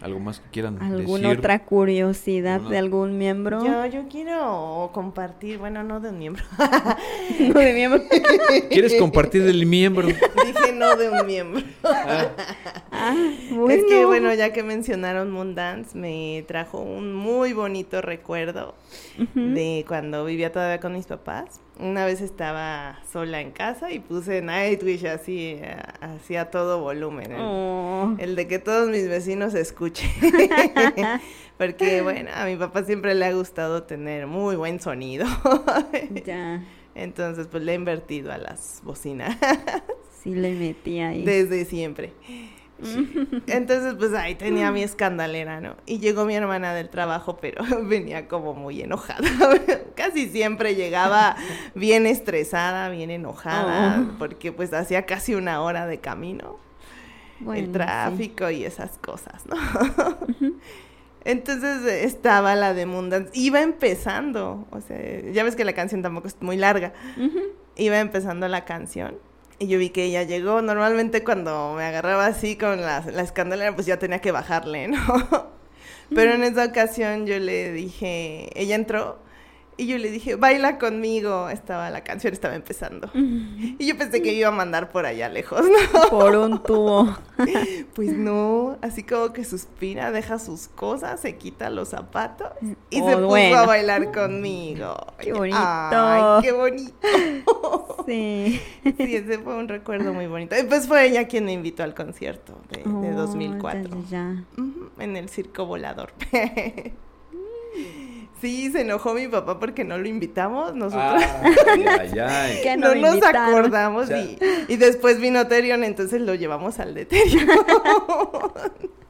C: ¿Algo más que quieran
B: ¿Alguna
C: decir?
B: otra curiosidad
C: Una-
B: de algún miembro?
A: Yo, yo quiero compartir, bueno, no de un miembro.
B: *laughs* No, de miembro.
C: ¿Quieres compartir
B: *laughs*
C: del miembro?
A: Dije no de un miembro.
B: Ah, bueno.
A: *laughs* Es que bueno, ya que mencionaron Moondance, me trajo un muy bonito recuerdo
B: Ujú.
A: de cuando vivía todavía con mis papás. Una vez estaba sola en casa y puse Nightwish así, a- así a todo volumen. el-
B: Oh. *laughs*
A: El de que todos mis vecinos escuchen. Porque, bueno, a mi papá siempre le ha gustado tener muy buen sonido. *laughs*
B: Ya,
A: Entonces, pues le he invertido a las bocinas
B: sí le metí ahí.
A: desde siempre. Entonces, pues ahí tenía mi escandalera, ¿no? Y llegó mi hermana del trabajo, pero *laughs* venía como muy enojada. *laughs* casi siempre llegaba bien estresada, bien enojada,
B: Oh.
A: porque pues hacía casi una hora de camino.
B: Bueno, sí.
A: el tráfico y esas cosas, ¿no? *laughs* Entonces eh, estaba la de Mundance, iba empezando, o sea, ya ves que la canción tampoco es muy larga,
B: Ujú.
A: iba empezando la canción y yo vi que ella llegó, normalmente cuando me agarraba así con la, la escandalera pues ya tenía que bajarle, ¿no? *laughs* Pero en esa ocasión yo le dije, ella entró y yo le dije, baila conmigo, estaba la canción, estaba empezando. Y yo pensé que iba a mandar por allá lejos, ¿no? *laughs*
B: Por un tubo.
A: Pues no, así como que suspira, deja sus cosas, se quita los zapatos *laughs* y
B: Oh,
A: se puso
B: bueno.
A: a bailar conmigo.
B: Qué
A: Ay,
B: bonito.
A: qué bonito.
B: Sí.
A: Sí, ese fue un recuerdo muy bonito. Y pues fue ella quien me invitó al concierto de, Eh, de
B: Oh, ya,
A: 2004
B: ya, ya.
A: Ujú, en el circo volador. *laughs* Sí, se enojó mi papá porque no lo invitamos. Nosotros
C: Ah, ay, ay, ay.
B: Que
A: no
B: no
A: nos
B: invitaron.
A: acordamos
C: Ya.
A: y, y después vino Terion, entonces lo llevamos al de Terion.
B: *laughs*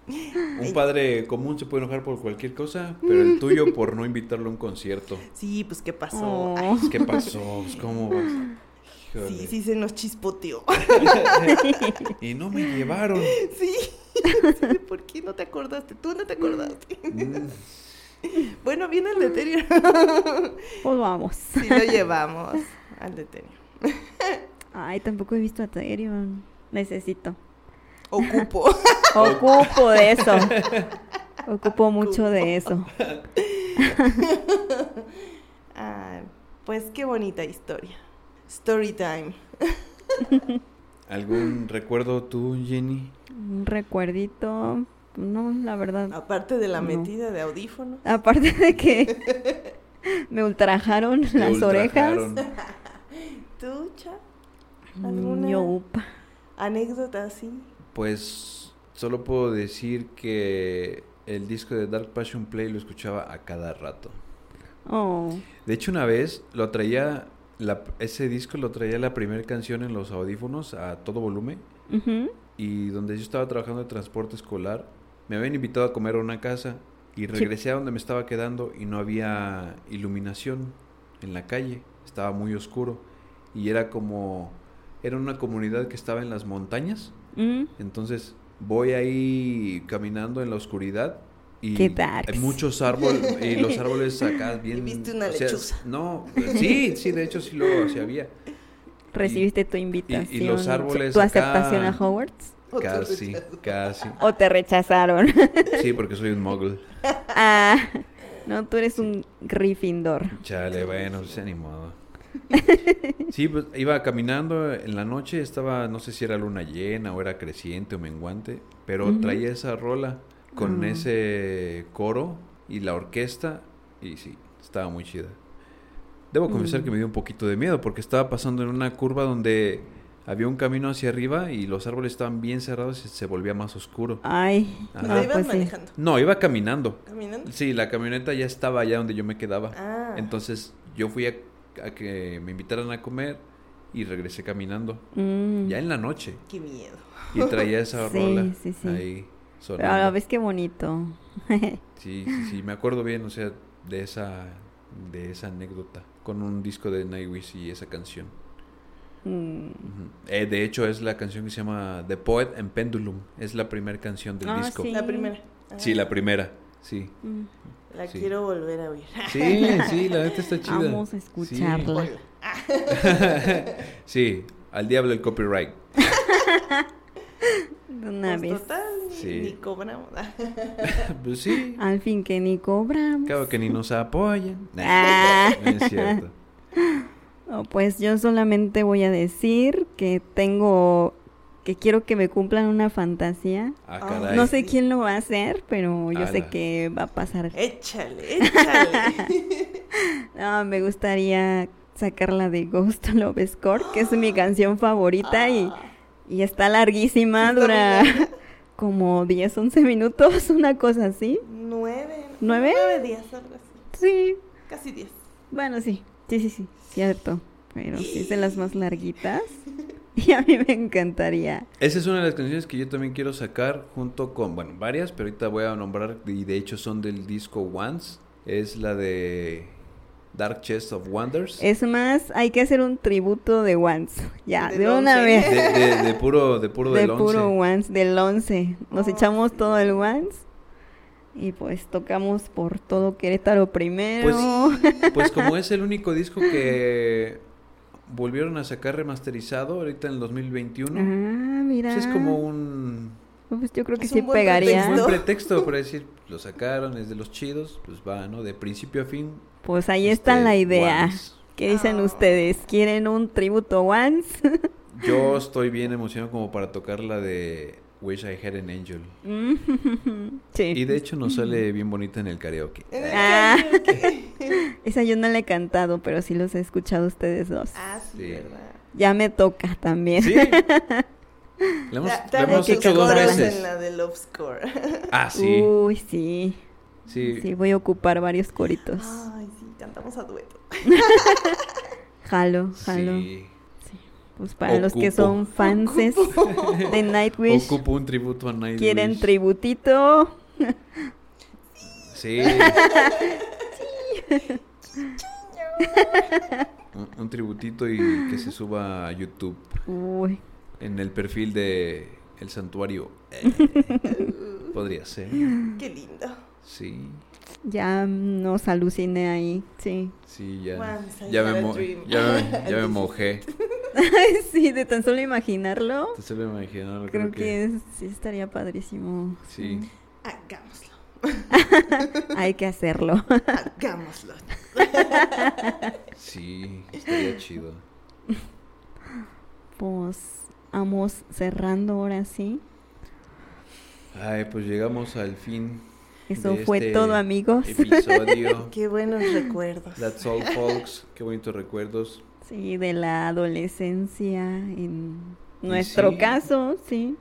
C: Un padre común se puede enojar por cualquier cosa, pero el tuyo por no invitarlo a un concierto.
A: Sí, pues qué pasó.
B: Oh.
A: Ay,
C: Pues, ¿Qué pasó? Pues, ¿Cómo vas?
A: Sí,
C: Híjole.
A: sí, se nos chispoteó. *laughs*
C: Y no me llevaron.
A: Sí. Sí, de, ¿Por qué no te acordaste? Tú no te acordaste.
C: Mm.
A: Bueno, viene el deterioro. *laughs*
B: *laughs* Pues vamos.
A: Sí, lo llevamos al deterioro.
B: Ay, tampoco he visto a Tyrion. Necesito.
A: Ocupo.
B: Ocupo de eso. Ocupo mucho de eso.
A: *laughs* Ah, pues qué bonita historia. Story time.
C: ¿Algún recuerdo tú, Jenny?
B: Un recuerdito. No, la verdad.
A: Aparte de la
B: No.
A: metida de audífono.
B: Aparte de que *laughs* me ultrajaron
C: Te
B: las orejas.
C: ultrajaron.
A: ¿Tú, Cha? ¿Alguna?
B: Yo, upa.
A: ¿Anécdota así?
C: Pues solo puedo decir que el disco de Dark Passion Play lo escuchaba a cada rato.
B: Oh.
C: De hecho, una vez lo traía, la- ese disco lo traía la primera canción en los audífonos a todo volumen.
B: Ujú.
C: Y donde yo estaba trabajando de transporte escolar, me habían invitado a comer a una casa y regresé a donde me estaba quedando y no había iluminación en la calle. Estaba muy oscuro y era como, era una comunidad que estaba en las montañas.
B: Mm.
C: Entonces voy ahí caminando en la oscuridad y
B: Qué darks.
C: hay muchos árboles y los
A: *laughs*
C: árboles acá bien.
A: viste una lechuza.
C: No, sí, sí, de hecho sí lo
A: *laughs*
C: sí había.
B: Recibiste tu invitación.
C: árboles
B: Tu
C: acá-
B: aceptación a Hogwarts.
C: Casi, casi.
B: O te rechazaron.
C: Sí, porque soy un mogul. *laughs*
B: ah, no, tú eres un Gryffindor.
C: Chale, bueno, se animado. Sí, pues iba caminando en la noche, estaba, no sé si era luna llena o era creciente o menguante, pero
B: Ujú.
C: traía esa rola con
B: Mm.
C: ese coro y la orquesta y sí, estaba muy chida. Debo confesar
B: Mm.
C: que me dio un poquito de miedo porque estaba pasando en una curva donde había un camino hacia arriba y los árboles estaban bien cerrados y se volvía más oscuro.
B: Ah. Ay,
C: Ajá.
A: ¿Lo
B: no,
A: ibas
B: pues sí.
A: manejando?
C: No, iba caminando.
A: ¿Caminando?
C: Ah. Sí, la camioneta ya estaba allá donde yo me quedaba.
A: Ah.
C: Entonces yo fui a, a que me invitaran a comer y regresé caminando.
B: Mm.
C: Ya en la noche.
A: Qué miedo.
B: *laughs*
C: Y traía esa
B: Sí,
C: rola
B: sí, sí. Ah,
C: ahí
B: Pero a la
C: sonando.
B: vez qué bonito.
C: Sí, sí, sí, me acuerdo bien, o sea, de esa, de esa anécdota con un disco de Nightwish y esa canción.
B: Mm.
C: Ujú. Eh, de hecho, es la canción que se llama The Poet and Pendulum. Es la primera canción del
B: Ah,
C: disco.
B: sí.
C: Sí.
A: La primera. Ah,
C: la primera. Sí,
B: Mm.
A: La
C: sí.
A: quiero volver
B: *laughs*
A: a oír.
C: sí, sí, la neta está chida.
B: Vamos a
C: Sí. *laughs*
B: escucharla.
A: Hola.
B: *laughs*
C: sí, al diablo el copyright.
B: De una
A: Pues,
B: vez.
A: total,
C: Sí.
A: ni cobramos. *laughs*
C: Pues sí.
B: Al fin que ni cobramos.
C: Claro que ni nos apoyan.
B: Ah.
C: No es cierto.
B: No, pues yo solamente voy a decir que tengo, que quiero que me cumplan una fantasía.
C: Ah,
A: Ah,
C: caray.
B: No sé quién lo va a hacer, pero yo sé
C: Ala.
B: que va a pasar.
A: échale, échale.
B: No, me gustaría sacarla de Ghost Love Score, que es mi canción favorita *laughs* y,
A: Ah,
B: y está larguísima,
A: Está
B: dura
A: muy larga.
B: *laughs* como 10, 11 minutos, *laughs* una cosa así.
A: Nueve.
B: ¿Nueve?
A: Nueve días, algo así.
B: Sí,
A: Casi diez.
B: Bueno, sí, sí, sí, sí, cierto. Pero sí es de las más larguitas. Y a mí me encantaría.
C: Esa es una de las canciones que yo también quiero sacar junto con, bueno, varias, pero ahorita voy a nombrar, y de hecho son del disco Once. Es la de Dark Chest of Wonders.
B: Es más, hay que hacer un tributo de Once. Ya, de,
A: Del
B: una
A: 11.
C: De,
B: vez.
C: de- de puro, de puro
B: De,
C: del
B: puro
C: 11.
B: Once, del 11. Nos
A: Oh,
B: echamos
A: sí.
B: todo el Once. Y pues tocamos por todo Querétaro primero.
C: Pues como es el único disco que volvieron a sacar remasterizado ahorita en el 2021.
B: *laughs* ah, mira.
C: Pues es como un,
B: Pues yo creo que
A: Es
B: sí
A: un buen
B: pegaría.
C: un buen
A: Pretexto.
C: pretexto para decir, lo sacaron, es de los chidos, pues va, ¿no? De principio a fin.
B: Pues ahí está
C: este,
B: la idea.
C: Once.
B: ¿Qué dicen
A: Ah.
B: ustedes? ¿Quieren un tributo Once? *laughs*
C: Yo estoy bien emocionado como para tocar la de Wish I Had an Angel.
B: Mm, sí.
C: Y de hecho nos *laughs* sale bien bonita en el karaoke.
A: Eh.
B: Ah.
A: Karaoke.
C: *laughs*
B: Esa yo no la he cantado, pero sí los he escuchado a ustedes dos.
A: Ah, sí,
C: Sí.
A: verdad.
B: Ya me toca también.
C: *laughs*
B: *laughs*
C: Sí. La hemos,
A: Ya-
C: la
A: ya
C: hemos
A: que
C: hecho dos
A: colaboras
C: veces.
A: en la de Love Score.
C: Ah, sí.
B: Uy, sí.
C: sí.
B: Sí, voy a ocupar varios coritos.
A: Ay, sí, cantamos a dueto.
B: Jalo, jalo.
C: Sí.
B: Pues para los que
C: Ocupo.
B: son fanses de Nightwish,
C: Ocupo un tributo a Nightwish.
B: quieren tributito.
C: *laughs* Sí. un, un tributito y que se suba a YouTube
B: Uy,
C: en el perfil de El Santuario. Eh, *laughs* Podría ser.
A: Qué lindo.
C: Sí.
B: ya nos aluciné ahí. Sí. *laughs*
C: Sí, ya.
A: Once I
C: Ya
A: had
C: me,
A: a
C: mo-
A: dream.
C: ya me- ya me mojé.
B: Ay, sí, de tan solo imaginarlo.
C: Te solo imaginar,
B: Creo que es- sí estaría padrísimo.
C: Sí.
A: Hagámoslo,
B: Hay que hacerlo.
A: hagámoslo.
C: Sí, estaría chido.
B: Pues vamos cerrando ahora sí.
C: Ay, pues llegamos al fin.
B: Eso
C: de
B: fue
C: este
B: todo, amigos.
C: Episodio.
A: *laughs* Qué buenos recuerdos.
C: That's all, folks. Qué bonitos recuerdos.
B: Sí, de la adolescencia, en nuestro
C: sí.
B: caso,
C: *laughs*
B: sí.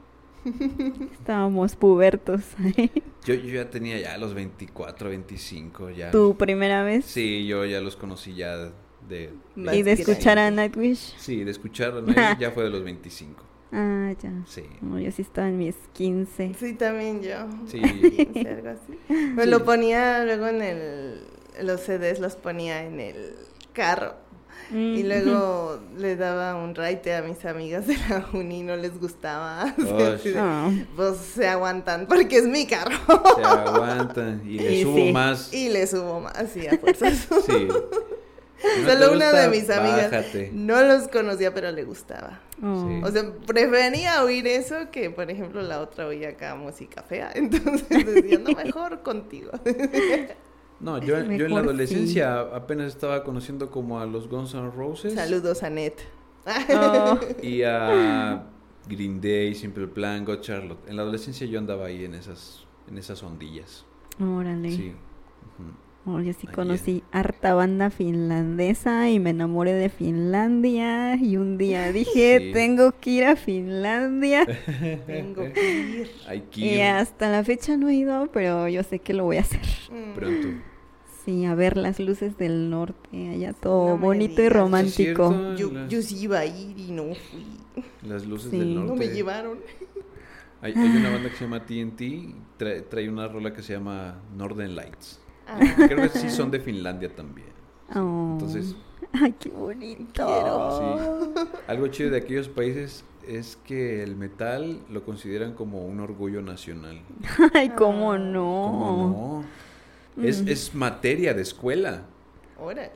B: Estábamos pubertos. ¿eh?
C: Yo, yo ya tenía ya los 24, 25, ya.
B: ¿Tu primera vez?
C: Sí, yo ya los conocí ya de...
A: Más
B: ¿Y de
A: que
B: escuchar a
A: nadie.
B: Nightwish?
C: Sí, de escuchar a nadie ya fue de los 25.
B: Ah, ya.
C: Sí.
B: No, yo sí estaba en mis 15.
A: Sí, también yo.
C: Sí.
A: *laughs* Sí, algo así. Me
C: Sí.
A: lo ponía luego en el. Los CDs los ponía en el carro. Y
B: Mm.
A: luego le daba un raite a mis amigas de la uni, no les gustaba.
C: Oh,
A: Así de,
B: Ah,
A: *laughs* Pues se aguantan porque es mi carro.
C: Oh, Se aguantan y le
B: Y
C: subo
B: sí.
C: más.
A: Y le subo más, sí, a
C: *laughs*
A: fuerzas. *laughs*
C: Sí. Si no
A: Solo
C: te
A: una
C: gusta,
A: de mis amigas
C: bájate.
A: no los conocía, pero le gustaba.
B: oh.
C: Sí.
A: O sea, prefería oír eso que, por ejemplo, la otra oía acá música fea. *laughs* Entonces decía, no, mejor contigo.
C: No, yo,
B: Es
C: yo en la
B: mejor,
C: adolescencia apenas estaba conociendo como a los Guns N' Roses
A: Saludos a *laughs* Net.
B: Oh,
C: *laughs*
A: *laughs*
C: y a Green Day, Simple Plan, God Charlotte. En la adolescencia yo andaba ahí en esas en esas ondillas.
B: Órale.
C: Sí. Ujú.
B: Oh, yo sí
C: Ahí
B: conocí harta banda finlandesa y me enamoré de Finlandia y un
C: *laughs*
B: día dije,
C: Sí.
B: tengo que ir a
C: *laughs*
B: Finlandia
C: eh,
A: Tengo que ir.
C: Hay que
B: y
C: ir
B: hasta la fecha no he ido, pero yo sé que lo voy a hacer. *laughs*
A: Mm.
C: pronto.
B: Sí, a ver las luces del norte, allá todo
A: No me
B: bonito y
A: digas.
B: romántico.
C: Sí, es
A: Mm. Yo,
C: cierto,
A: yo sí iba a ir y no fui.
C: las, las luces
B: Sí.
C: del norte.
A: No me
C: *laughs*
A: llevaron.
C: Hay, hay una banda que se llama TNT, trae, trae una rola que se llama Northern Lights.
A: Ah,
C: Creo que sí son de Finlandia también.
B: Oh.
C: Entonces,
B: *laughs* Ay, qué bonito.
C: Quiero. Algo chido de aquellos países es que el metal lo consideran como un orgullo nacional.
B: *laughs* Ay, cómo no.
A: Oh.
C: ¿Cómo no? Es,
B: Mm.
C: es materia de escuela.
A: Órale.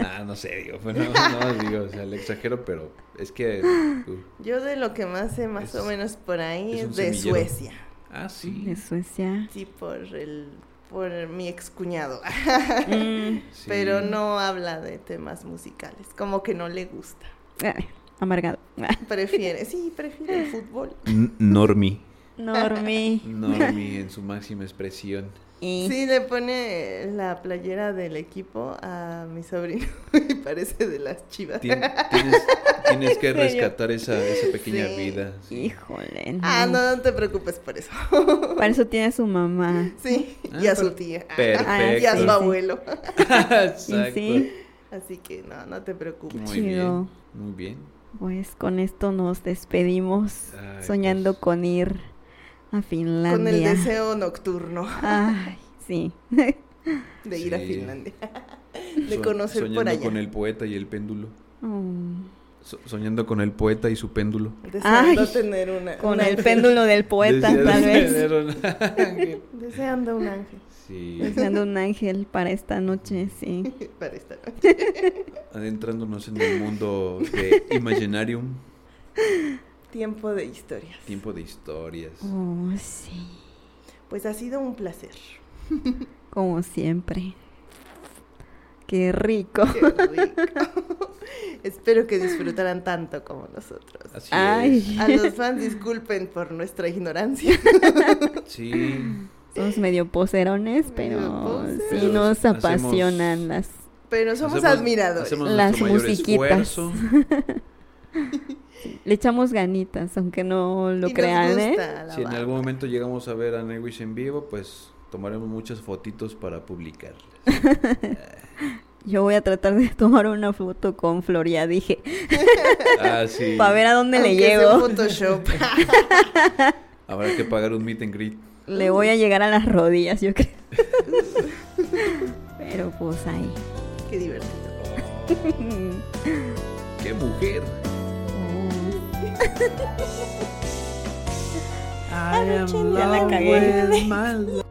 C: Nah, no sé, digo, *laughs* pero no, no, digo, o sea, le exagero, pero es que... uh, uy.
A: Yo de lo que más sé más
C: Es-
A: o menos por ahí
C: es
A: es,
C: un
A: de
C: semillero.
A: Suecia.
C: Ah, sí.
B: De Suecia.
C: *laughs*
A: Sí, por el por mi excuñado. *laughs*
B: Mm.
C: sí.
A: Pero no habla de temas musicales, como que no le gusta.
B: Ay, amargado. *laughs*
A: Prefiere, sí, prefiere el fútbol.
C: N- Normi.
B: Normie.
C: *laughs* Normi en su máxima expresión.
A: Sí, le pone la playera del equipo a mi sobrino *laughs* y parece de las chivas.
C: Tien- tienes, tienes que
B: ¿En serio?
C: rescatar esa, esa pequeña
A: Sí.
C: vida.
A: *laughs*
C: sí.
B: Híjole. no.
A: *laughs* Ah, no, no te preocupes por eso.
B: Para eso tiene a su mamá.
A: *laughs* Sí,
C: Ah,
A: y a su
C: pero-
A: tía. *laughs* Y a
C: Perfecto.
A: su
B: sí.
A: abuelo.
C: Exacto.
B: sí.
A: Así que no, no te preocupes.
C: Muy
B: Chido.
C: bien. Muy bien.
B: Pues con esto nos despedimos,
C: Ay,
B: soñando
C: pues.
B: con ir a Finlandia.
A: Con el deseo nocturno *laughs*
B: Ay, sí.
A: de ir a
C: Sí.
A: Finlandia. *laughs* De
C: So-
A: conocer
C: soñando
A: por allá.
C: con el poeta y el péndulo.
B: Mm.
C: So- soñando con el poeta y su péndulo.
A: Deseando
B: Ay,
A: tener una.
B: Con
A: una- *laughs*
B: el péndulo del poeta,
C: Deseas
B: tal vez.
C: tener un ángel.
A: Deseando un ángel *laughs*
C: Sí.
B: Deseando un ángel para esta noche, sí.
A: para esta noche.
C: Adentrándonos en el mundo de Imaginarium.
A: Tiempo de historias.
C: Tiempo de historias.
B: Oh, sí.
A: Pues ha sido un placer.
B: Como siempre. Qué rico.
A: Qué rico. *laughs* Espero que disfrutaran tanto como nosotros.
C: Así
B: Ay.
A: A los fans disculpen por nuestra ignorancia. *laughs*
C: es. Sí.
B: Somos medio poserones, pero
A: Medio
B: sí
C: poseros.
B: nos
C: Hacemos-
B: apasionan las...
A: Pero somos
C: Hacemos-
A: admiradores.
C: hacemos
B: Las
C: nuestro mayor
B: musiquitas.
C: esfuerzo.
B: Le echamos ganitas, aunque no lo
A: Y nos
B: crean, ¿eh?
A: gusta la
C: Si en
A: banda.
C: algún momento llegamos a ver a Nightwish en vivo, pues tomaremos muchas fotitos para publicarlas.
B: *laughs* Yo voy a tratar de *laughs* tomar una foto con Flor, ya dije,
C: Ah, sí.
B: para ver a dónde le
A: Aunque sea
B: llego.
A: un Photoshop. *laughs*
C: Habrá que pagar un meet
B: *laughs*
C: and greet.
B: Le voy a llegar a las
A: *laughs*
B: rodillas, yo creo. Pero
A: *laughs*
B: pues ahí.
A: Qué divertido.
C: Oh, ¡Qué mujer!
B: Ya la cagué.